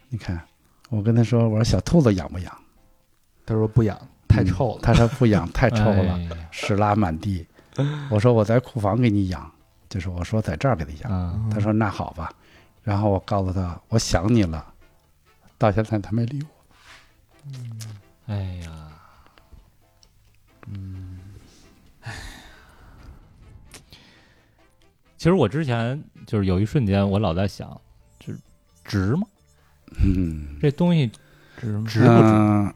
Speaker 5: 你看，我跟他说，我说小兔子痒不痒？
Speaker 7: 她说不养，太臭了。
Speaker 5: 他说不痒，太
Speaker 4: 太
Speaker 5: 臭了，
Speaker 4: 哎
Speaker 5: 屎拉满地。我说我在库房给你养，就是我说在这儿给他养。
Speaker 4: 啊！
Speaker 5: 他说那好吧，然后我告诉他我想你了，到现在他没理我。
Speaker 4: 哎呀，嗯，其实我之前就是有一瞬间，我老在想，值值吗？
Speaker 5: 嗯，
Speaker 4: 这东西
Speaker 5: 值不呃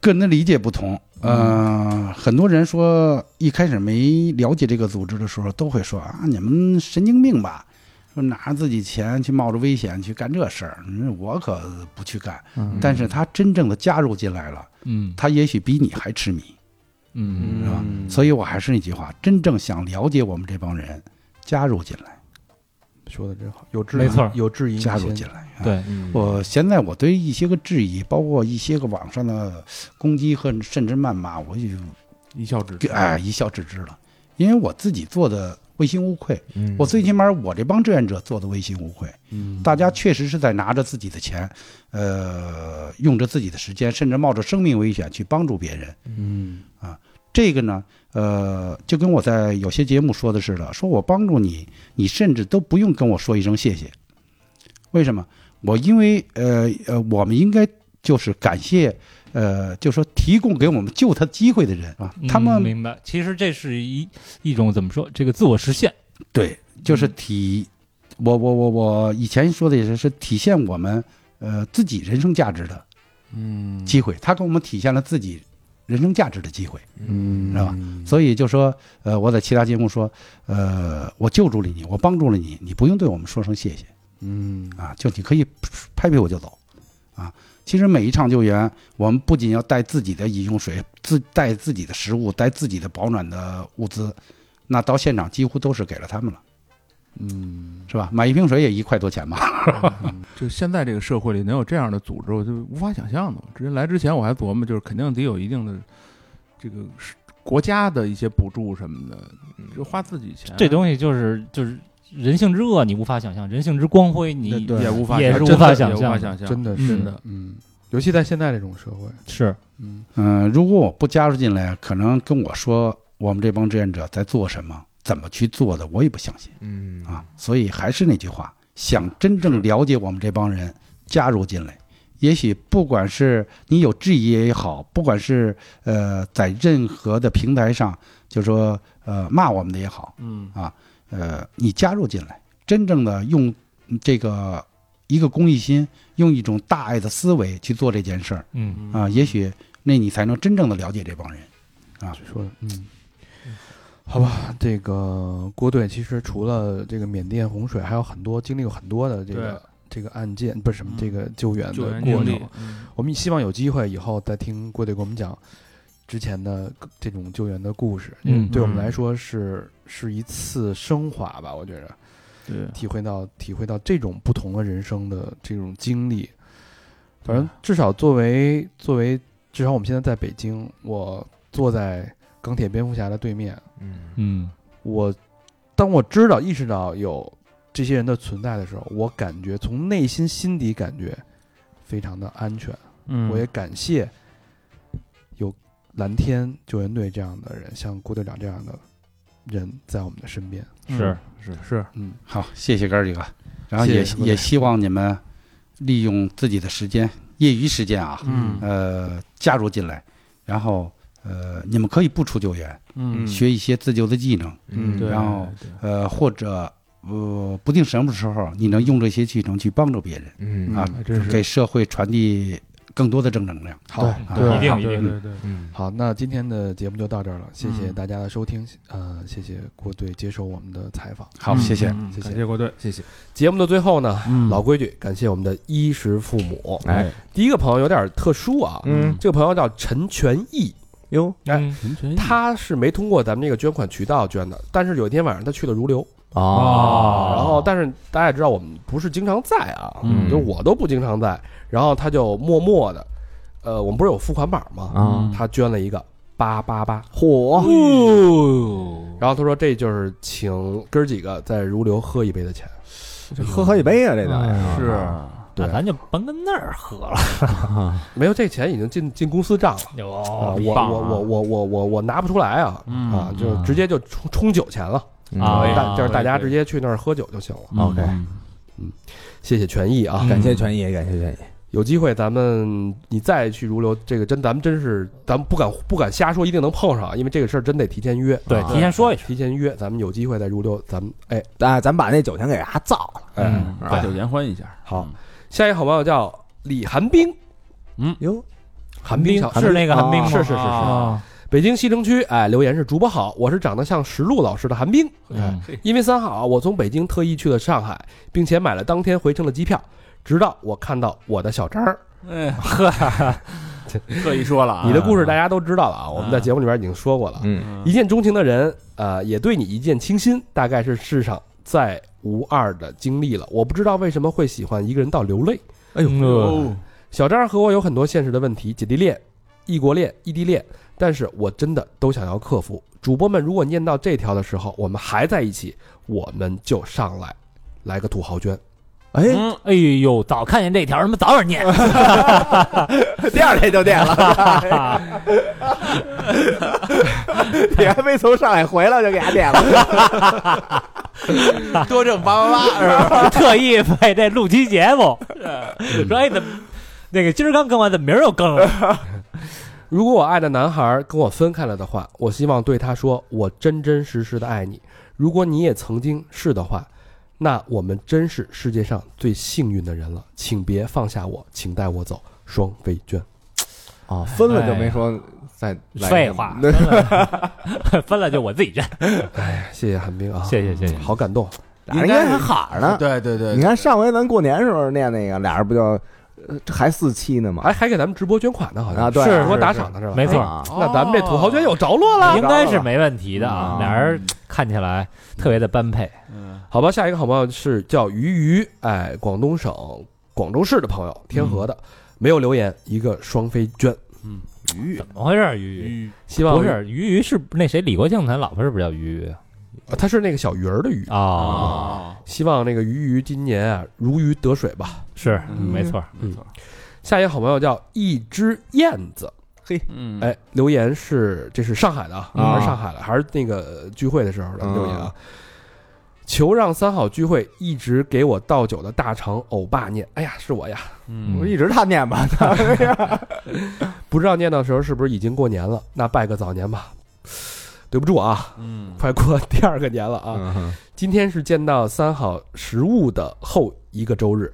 Speaker 5: 个人的理解不同，呃，很多人说一开始没了解这个组织的时候，都会说啊，你们神经病吧，说拿着自己钱去冒着危险去干这事儿，嗯我可不去干。
Speaker 6: 嗯
Speaker 5: 但是他真正的加入进来了，
Speaker 4: 嗯
Speaker 5: 他也许比你还痴迷，
Speaker 4: 嗯
Speaker 5: 是吧？所以我还是那句话，真正想了解我们这帮人，加入进来，
Speaker 7: 说的真好，有质疑
Speaker 4: 没错
Speaker 7: 有质疑，
Speaker 5: 加入进。来。啊
Speaker 4: 对，
Speaker 2: 嗯
Speaker 5: 我现在我对一些个质疑，包括一些个网上的攻击和甚至谩骂，我就
Speaker 6: 一笑置之，
Speaker 5: 哎，一笑置之了，因为我自己做的问心无愧，
Speaker 2: 嗯
Speaker 5: 我最起码我这帮志愿者做的问心无愧。嗯，大家确实是在拿着自己的钱，呃，用着自己的时间，甚至冒着生命危险去帮助别人。啊
Speaker 7: 嗯，
Speaker 5: 这个呢，呃，就跟我在有些节目说的似的，说我帮助你，你甚至都不用跟我说一声谢谢。为什么？我因为呃呃，我们应该就是感谢，呃，就说提供给我们救他机会的人啊，他
Speaker 4: 嗯
Speaker 5: 们
Speaker 4: 明白，其实这是一一种怎么说，这个自我实现，
Speaker 5: 对，就是体，我我我我以前说的也是，是体现我们呃自己人生价值的
Speaker 6: 嗯，
Speaker 5: 机会，他给我们体现了自己人生价值的机会，
Speaker 2: 嗯
Speaker 5: 知道吧？所以就说，呃，我在其他节目说，呃，我救助了你，我帮助了你，你不用对我们说声谢谢，嗯，啊，就你可以拍屁股就走，啊。其实每一场救援，我们不仅要带自己的饮用水，自带自己的食物，带自己的保暖的物资，那到现场几乎都是给了他们了。嗯，是吧？买一瓶水也一块多钱吧？
Speaker 6: 就现在这个社会里能有这样的组织，我就无法想象的。直接来之前我还琢磨，就是肯定得有一定的这个是国家的一些补助什么的，就花自己
Speaker 5: 嗯
Speaker 6: 钱，
Speaker 4: 这东西就是就是人性之恶，你无法想象；人性之光辉，
Speaker 5: 那
Speaker 4: 你
Speaker 5: 对
Speaker 6: 也无法
Speaker 4: 也是
Speaker 6: 真的
Speaker 4: 无法想象
Speaker 6: 也无法
Speaker 4: 的
Speaker 6: 想象，
Speaker 7: 真的
Speaker 4: 是
Speaker 7: 是
Speaker 4: 的
Speaker 7: 的，嗯，尤其在现在这种社会，
Speaker 4: 是
Speaker 7: 嗯，
Speaker 5: 嗯、如果我不加入进来，可能跟我说我们这帮志愿者在做什么，怎么去做的，我也不相信啊
Speaker 2: 嗯
Speaker 5: 啊。所以还是那句话，想真正了解我们这帮人，加入进来，也许不管是你有质疑也好，不管是呃在任何的平台上，就说呃骂我们的也好，
Speaker 8: 嗯
Speaker 5: 呃，你加入进来，真正的用这个一个公益心，用一种大爱的思维去做这件事儿
Speaker 4: 嗯，
Speaker 5: 啊、也许那你才能真正的了解这帮人。
Speaker 8: 说的，嗯，好吧，这个郭队其实除了这个缅甸洪水，还有很多经历过很多的这个这个案件，不是什么
Speaker 6: 嗯
Speaker 8: 这个救援
Speaker 6: 救
Speaker 8: 的
Speaker 6: 援
Speaker 8: 过
Speaker 6: 经
Speaker 8: 程
Speaker 6: 历。，嗯
Speaker 8: 我们希望有机会以后再听郭队给我们讲之前的各这种救援的故事，
Speaker 4: 嗯
Speaker 8: 对我们
Speaker 6: 嗯
Speaker 8: 来说是是一次升华吧，我觉着。
Speaker 6: 对，
Speaker 8: 体会到体会到这种不同的人生的这种经历。反
Speaker 6: 嗯
Speaker 8: 正至少作为作为至少我们现在在北京，我坐在钢铁蝙蝠侠的对面，
Speaker 2: 嗯
Speaker 4: 嗯，
Speaker 8: 我当我知道意识到有这些人的存在的时候，我感觉从内心心底感觉非常的安全。
Speaker 6: 嗯
Speaker 8: 我也感谢有蓝天救援队这样的人，像郭队长这样的人在我们的身边。
Speaker 4: 是，
Speaker 6: 是
Speaker 8: 嗯，
Speaker 5: 好，谢谢哥儿几个，然后
Speaker 8: 谢
Speaker 5: 也
Speaker 8: 谢
Speaker 5: 也希望你们利用自己的时间，业余时间啊，
Speaker 6: 嗯
Speaker 5: 呃，加入进来，然后呃，你们可以不出救援，
Speaker 6: 嗯
Speaker 5: 学一些自救的技能，
Speaker 2: 嗯
Speaker 6: 对，
Speaker 5: 然后呃，或者呃，不定什么时候你能用这些技能去帮助别人，
Speaker 2: 嗯
Speaker 5: 啊
Speaker 6: 还真是
Speaker 5: 给社会传递更多的正能量。
Speaker 8: 好，
Speaker 5: 嗯对
Speaker 4: 一定一
Speaker 6: 对
Speaker 4: 定，
Speaker 6: 对对，
Speaker 2: 嗯，
Speaker 8: 好，那今天的节目就到这儿了，谢谢
Speaker 6: 嗯
Speaker 8: 大家的收听，呃，谢谢郭队接受我们的采访。
Speaker 5: 好，谢谢。
Speaker 6: 嗯
Speaker 8: 谢谢
Speaker 6: 感谢郭队，
Speaker 2: 谢谢，
Speaker 3: 节目的最后呢，
Speaker 6: 嗯
Speaker 3: 老规矩，感谢我们的衣食父母。
Speaker 2: 哎，
Speaker 3: 第一个朋友有点特殊啊，
Speaker 2: 嗯
Speaker 3: 这个朋友叫陈全义，
Speaker 2: 哟，
Speaker 4: 嗯
Speaker 3: 哎，
Speaker 6: 陈全
Speaker 2: 嗯
Speaker 6: 义
Speaker 3: 他是没通过咱们这个捐款渠道捐的，但是有一天晚上他去了如流，
Speaker 2: 啊
Speaker 6: 哦
Speaker 3: 然后但是大家也知道我们不是经常在啊，
Speaker 2: 嗯
Speaker 3: 就是我都不经常在，然后他就默默的，呃，我们不是有付款码吗？
Speaker 2: 啊，
Speaker 3: 他捐了一个八八八，哎
Speaker 2: 火，
Speaker 3: 然后他说这就是请哥儿几个在如流喝一杯的钱，
Speaker 2: 喝喝一杯啊，这个
Speaker 6: 是嗯
Speaker 3: 对
Speaker 4: 那咱就甭跟那儿喝
Speaker 5: 啊
Speaker 4: 了。
Speaker 3: 没有这钱已经进进公司账了。啊，
Speaker 4: 有
Speaker 3: 我我我我我我我拿不出来啊，
Speaker 6: 嗯
Speaker 3: 啊，就
Speaker 4: 哦嗯
Speaker 3: 直接就充充酒钱了，
Speaker 4: 啊可以
Speaker 3: 大就是大家
Speaker 4: 可以
Speaker 3: 直接去那儿喝酒就行了。
Speaker 4: 嗯
Speaker 2: OK
Speaker 3: 谢谢权益啊，
Speaker 2: 感谢全爷，感谢全爷，
Speaker 3: 有机会咱们你再去如流，这个真咱们真是咱们不敢不敢瞎说，一定能碰上，因为这个事儿真得提前约，啊
Speaker 4: 对，提前说一声，
Speaker 3: 提前约，咱们有机会再如流，咱们哎
Speaker 2: 啊，咱把那酒钱给他造了，
Speaker 3: 哎，
Speaker 6: 把酒言欢一下，
Speaker 3: 好，下一个好朋友叫李寒冰，
Speaker 2: 哟，
Speaker 3: 嗯寒冰小
Speaker 4: 是那个寒冰吗？
Speaker 3: 是是是是，
Speaker 4: 啊
Speaker 3: 北京西城区，哎，留言是主播好，我是长得像石璐老师的寒冰，哎
Speaker 4: 嗯
Speaker 3: 因为三好，我从北京特意去了上海，并且买了当天回程的机票。直到我看到我的小张儿，
Speaker 6: 哎呵，特意说了啊，
Speaker 3: 你的故事大家都知道了啊，我们在节目里边已经说过了。
Speaker 2: 嗯，
Speaker 3: 一见钟情的人，呃，也对你一见倾心，大概是世上再无二的经历了。我不知道为什么会喜欢一个人到流泪。
Speaker 2: 哎
Speaker 4: 嗯
Speaker 2: 呦，
Speaker 6: 嗯
Speaker 3: 小张儿和我有很多现实的问题，姐弟恋、异国恋、异地恋，但是我真的都想要克服。主播们，如果念到这条的时候，我们还在一起，我们就上来来个土豪捐。
Speaker 2: 哎，
Speaker 4: 嗯哎呦，早看见这条，他妈早点念。
Speaker 2: 第二天就电了，你还没从上海回来就给他电了，多挣八八八是吧？
Speaker 4: 特意为这录期节目， 说哎怎么那个今儿刚更完，怎么明儿又更了？
Speaker 3: 如果我爱的男孩跟我分开了的话，我希望对他说：“我真真实实的爱你。”如果你也曾经是的话，那我们真是世界上最幸运的人了。请别放下我，请带我走。双飞娟，
Speaker 2: 啊，分了就没说再来
Speaker 4: 废 话，
Speaker 2: 那
Speaker 4: 分了分了就 我自己认。
Speaker 3: 谢谢寒冰啊，
Speaker 4: 谢谢谢谢
Speaker 3: 好感动。
Speaker 2: 俩人应该还喊着呢。
Speaker 6: 对对对
Speaker 2: 你，看上回咱过年时候念那个，俩人不就呃还四期呢吗
Speaker 3: 哎还？还给咱们直播捐款呢，好像
Speaker 2: 啊对
Speaker 3: 是
Speaker 2: 是
Speaker 3: 直播
Speaker 2: 是
Speaker 3: 打
Speaker 2: 是
Speaker 3: 赏的是吧？
Speaker 4: 没错
Speaker 2: 啊，
Speaker 3: 哦那咱们这土豪捐有着落了。
Speaker 4: 应该是没问题的啊
Speaker 2: 啊，
Speaker 4: 俩人看起来特别的般配。
Speaker 3: 好吧，下一个好朋友是叫鱼鱼，哎，广东省广州市的朋友，天河的，没有留言，一个双飞娟，
Speaker 4: 怎么回事？鱼鱼
Speaker 3: 希望
Speaker 4: 不是鱼鱼是那谁李国庆他老婆是不是叫鱼啊鱼
Speaker 3: 呃他是那个小鱼儿的鱼，
Speaker 4: 啊？
Speaker 6: 啊，
Speaker 3: 希望那个鱼鱼今年啊如鱼得水吧。
Speaker 4: 是
Speaker 6: 嗯
Speaker 4: 没错，
Speaker 6: 没错，
Speaker 3: 下一个好朋友叫一只燕子，
Speaker 6: 嗯，
Speaker 3: 哎，留言是这是上海的啊，
Speaker 2: 啊
Speaker 3: 还是上海的，还是那个聚会的时候的
Speaker 2: 嗯
Speaker 3: 留言啊。求让三好聚会一直给我倒酒的大肠欧巴念，哎呀，是我呀！
Speaker 6: 嗯
Speaker 2: 我一直他念吧，他
Speaker 3: 不知道念到时候是不是已经过年了？那拜个早年吧。对不住啊，
Speaker 9: 嗯
Speaker 3: 快过第二个年了啊！
Speaker 2: 嗯
Speaker 3: 今天是见到三好食物的后一个周日，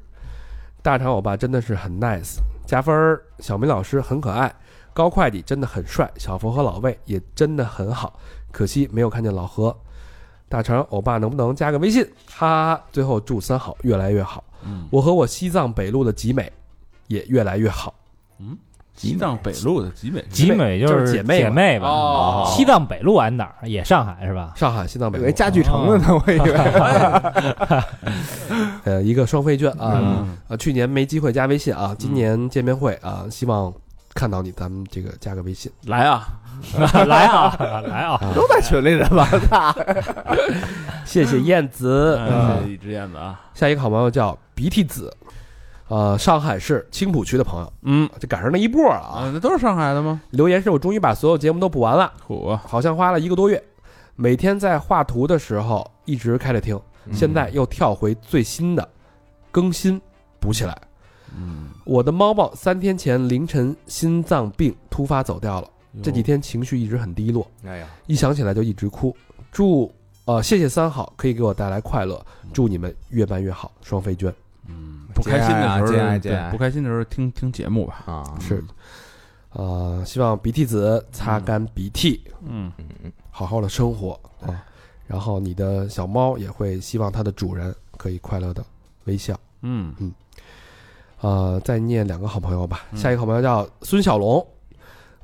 Speaker 3: 大肠欧巴真的是很 nice，加分儿。小明老师很可爱，高会计真的很帅，小佛和老魏也真的很好，可惜没有看见老何。大肠欧巴能不能加个微信？哈哈哈！最后祝三好越来越好，我和我西藏北路的集美也越来越好。
Speaker 6: 西藏北路的集美
Speaker 4: 集美
Speaker 3: 就是
Speaker 4: 是
Speaker 3: 姐妹嘛
Speaker 4: 妹吧？
Speaker 6: 哦
Speaker 4: 西藏北路安哪儿？也上海是吧？
Speaker 3: 上海西藏北
Speaker 2: 以
Speaker 3: 路
Speaker 2: 为，家具城了呢，我以为。
Speaker 3: 呃，一个双飞券啊。
Speaker 4: 嗯，
Speaker 3: 啊，去年没机会加微信啊，今年见面会啊，希望看到你，咱们这个加个微信。
Speaker 6: 来啊！
Speaker 4: 来啊， 来啊！
Speaker 2: 都在群里的吧？
Speaker 3: 谢谢燕子。
Speaker 6: 嗯，一只燕子啊，
Speaker 3: 下一个好朋友叫鼻涕子，呃，上海市青浦区的朋友，
Speaker 9: 嗯
Speaker 3: 这赶上那一波啊。
Speaker 9: 啊，
Speaker 6: 嗯
Speaker 9: 那都是上海的吗？
Speaker 3: 留言是我终于把所有节目都补完了，
Speaker 9: 苦啊，
Speaker 3: 好像花了一个多月，每天在画图的时候一直开着听，
Speaker 6: 嗯
Speaker 3: 现在又跳回最新的，更新补起来。
Speaker 6: 嗯，
Speaker 3: 我的猫猫三天前凌晨心脏病突发走掉了，这几
Speaker 6: 天
Speaker 3: 天情绪一直很低落。
Speaker 2: 哎呀，
Speaker 3: 一想起来就一直哭。祝呃，谢谢三好，可以给我带来快乐。祝你们越办越好，双飞娟
Speaker 6: 嗯，
Speaker 9: 不开心的时候，
Speaker 2: 节哀节
Speaker 9: 对
Speaker 2: 哀
Speaker 9: 不开心的时候听听节目吧。
Speaker 2: 啊，
Speaker 3: 是，呃，希望鼻涕子擦干鼻涕，
Speaker 6: 嗯，
Speaker 2: 嗯
Speaker 3: 好好的生活啊。然后你的小猫也会希望它的主人可以快乐的微笑。
Speaker 6: 嗯，
Speaker 3: 呃，再念两个好朋友吧。
Speaker 6: 嗯
Speaker 3: 下一个好朋友叫孙小龙，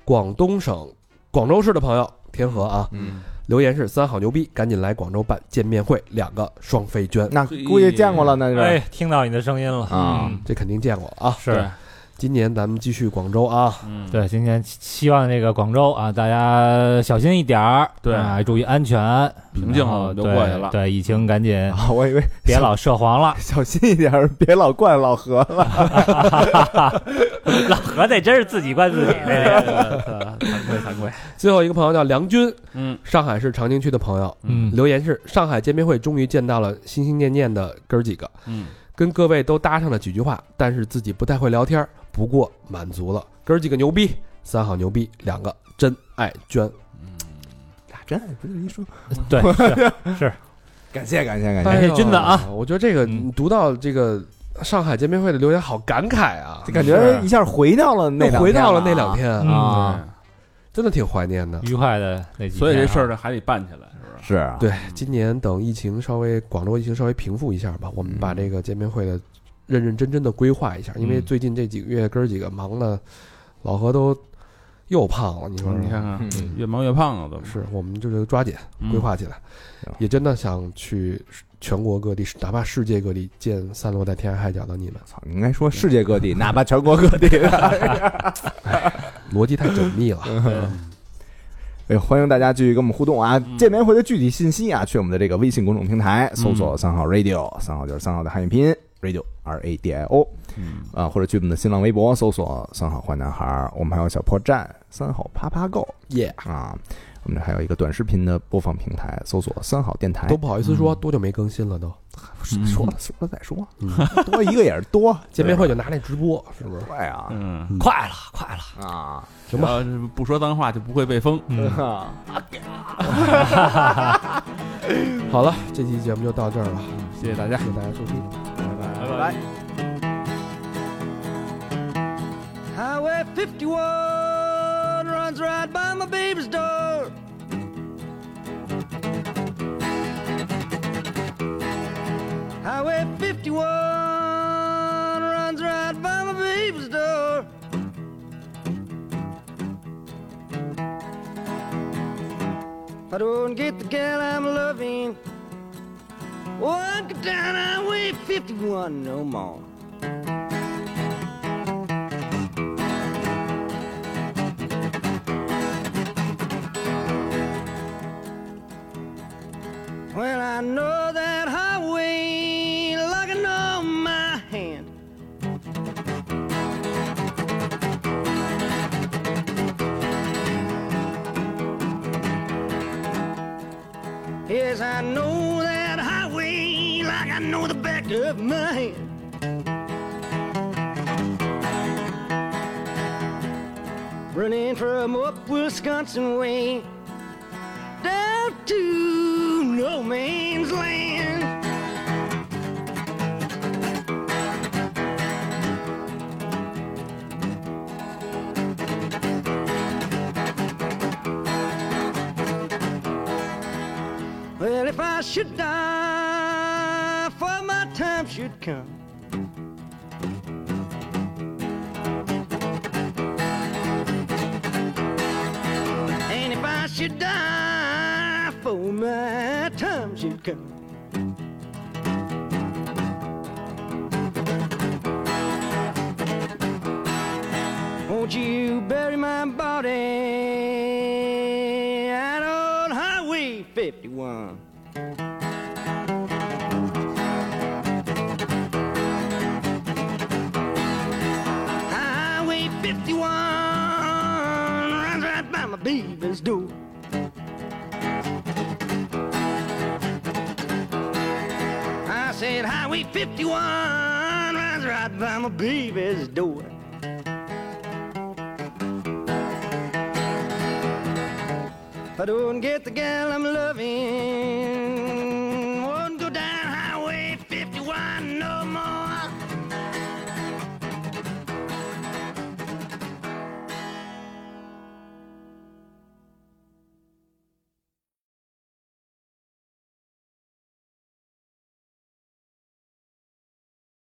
Speaker 3: 广东省广州市的朋友，天河啊。
Speaker 2: 嗯，
Speaker 3: 留言是三好牛逼，赶紧来广州办见面会，两个双飞娟，
Speaker 2: 那估计见过了，那
Speaker 4: 哎
Speaker 2: 是，
Speaker 4: 听到你的声音了
Speaker 2: 啊
Speaker 4: 嗯
Speaker 3: 这肯定见过了啊。
Speaker 4: 是
Speaker 3: 今年咱们继续广州啊，
Speaker 6: 嗯，
Speaker 4: 对，今年希望这个广州啊，大家小心一点儿，
Speaker 6: 对
Speaker 4: 啊，注意安全，
Speaker 6: 平静
Speaker 4: 然后
Speaker 6: 了就过去了
Speaker 4: 对，对疫情赶紧
Speaker 2: 啊，我以为，
Speaker 4: 别老涉 黄了
Speaker 2: 小心一点儿，别老怪老何了。
Speaker 4: 老何那真是自己惯自 己的。
Speaker 6: 惭愧
Speaker 4: 嗯
Speaker 6: 惭愧，
Speaker 3: 最后一个朋友叫梁军，
Speaker 6: 嗯
Speaker 3: 上海市长宁区的朋友，
Speaker 4: 嗯，
Speaker 3: 留言是：上海见面会终于见到了心心念念的哥儿几个，
Speaker 6: 嗯，
Speaker 3: 跟各位都搭上了几句话，但是自己不太会聊天，不过满足了，哥儿几个牛逼，三好牛逼，两个真
Speaker 2: 哎
Speaker 3: 爱娟，
Speaker 2: 俩真爱不是一说，
Speaker 4: 对， 是是，
Speaker 2: 感谢感谢感
Speaker 3: 哎
Speaker 2: 谢，
Speaker 4: 感谢
Speaker 3: 呦
Speaker 4: 君子啊！
Speaker 3: 我觉得这个
Speaker 4: 嗯
Speaker 3: 读到这个上海见面会的留言，好感慨啊，
Speaker 2: 感觉
Speaker 6: 是
Speaker 2: 一下回到了啊那
Speaker 3: 又
Speaker 2: 两
Speaker 3: 回到
Speaker 2: 天
Speaker 3: 了
Speaker 2: 了
Speaker 3: 那两天啊，
Speaker 4: 嗯，
Speaker 3: 真的挺怀念的。
Speaker 4: 愉快的那几天啊，
Speaker 6: 所以这事儿还得办起来，是不是？
Speaker 2: 是啊，
Speaker 3: 对，今年等疫情稍微广州疫情稍微平复一下
Speaker 6: 嗯
Speaker 3: 吧，我们把这个见面会的认认真真的规划一下，因为
Speaker 4: 嗯
Speaker 3: 最近这几个月哥儿几个忙的，老何都又胖了，你说是吧
Speaker 6: 你看看，
Speaker 2: 嗯
Speaker 6: 越忙越胖了都
Speaker 3: 是我们就是抓紧
Speaker 6: 嗯
Speaker 3: 规划起来，
Speaker 2: 行
Speaker 3: 也真的想去全国各地，哪怕世界各地见散落在天涯海角 的你们，
Speaker 2: 操，你应该说世界各地，哪怕全国各地的。
Speaker 3: 逻辑太缜密了。
Speaker 2: 哎呦，欢迎大家继续跟我们互动啊！见面会的具体信息啊，去我们的这个微信公众平台搜索“三号 radio”，三号就是三号的汉语拼音 radio r a d i o，
Speaker 6: 嗯
Speaker 2: 啊、或者去我们的新浪微博搜索“三好坏男孩儿”，我们还有小破站“三好啪啪购
Speaker 3: 耶”，
Speaker 2: 啊，我们这还有一个短视频的播放平台，搜索“三好电台
Speaker 6: 哎
Speaker 3: 都”。不好意思说，多久没更新了都？
Speaker 6: 嗯
Speaker 2: 说了说了再说
Speaker 3: 嗯，
Speaker 2: 多一个也是多，
Speaker 3: 见面会就拿那直播，是不是？
Speaker 2: 对啊
Speaker 6: 嗯，
Speaker 4: 快了，快了，
Speaker 2: 啊！
Speaker 3: 行吧
Speaker 6: 然后是不说脏话就不会被封。
Speaker 4: 嗯。
Speaker 3: 好了，这期节目就到这儿了，
Speaker 6: 嗯谢谢大家
Speaker 3: 谢，谢大家收听。
Speaker 6: 拜拜。
Speaker 10: Highway 51 runs right by my baby's door. Highway 51 runs right by my baby's door. If I don't get the gal I'm loving, won't get down Highway 51 no more. Well, I know that highway like I know my hand. Yes, I know that highway like I know the back of my hand. Running from up Wisconsin way down to no man's land. Well, if I should die, for my time should come. And if I should die, for my time should come. Won't you bury my body out on Highway 51? Highway 51 runs right by my baby's door. I said, Highway 51 runs right by my baby's door. If I don't get the gal I'm loving,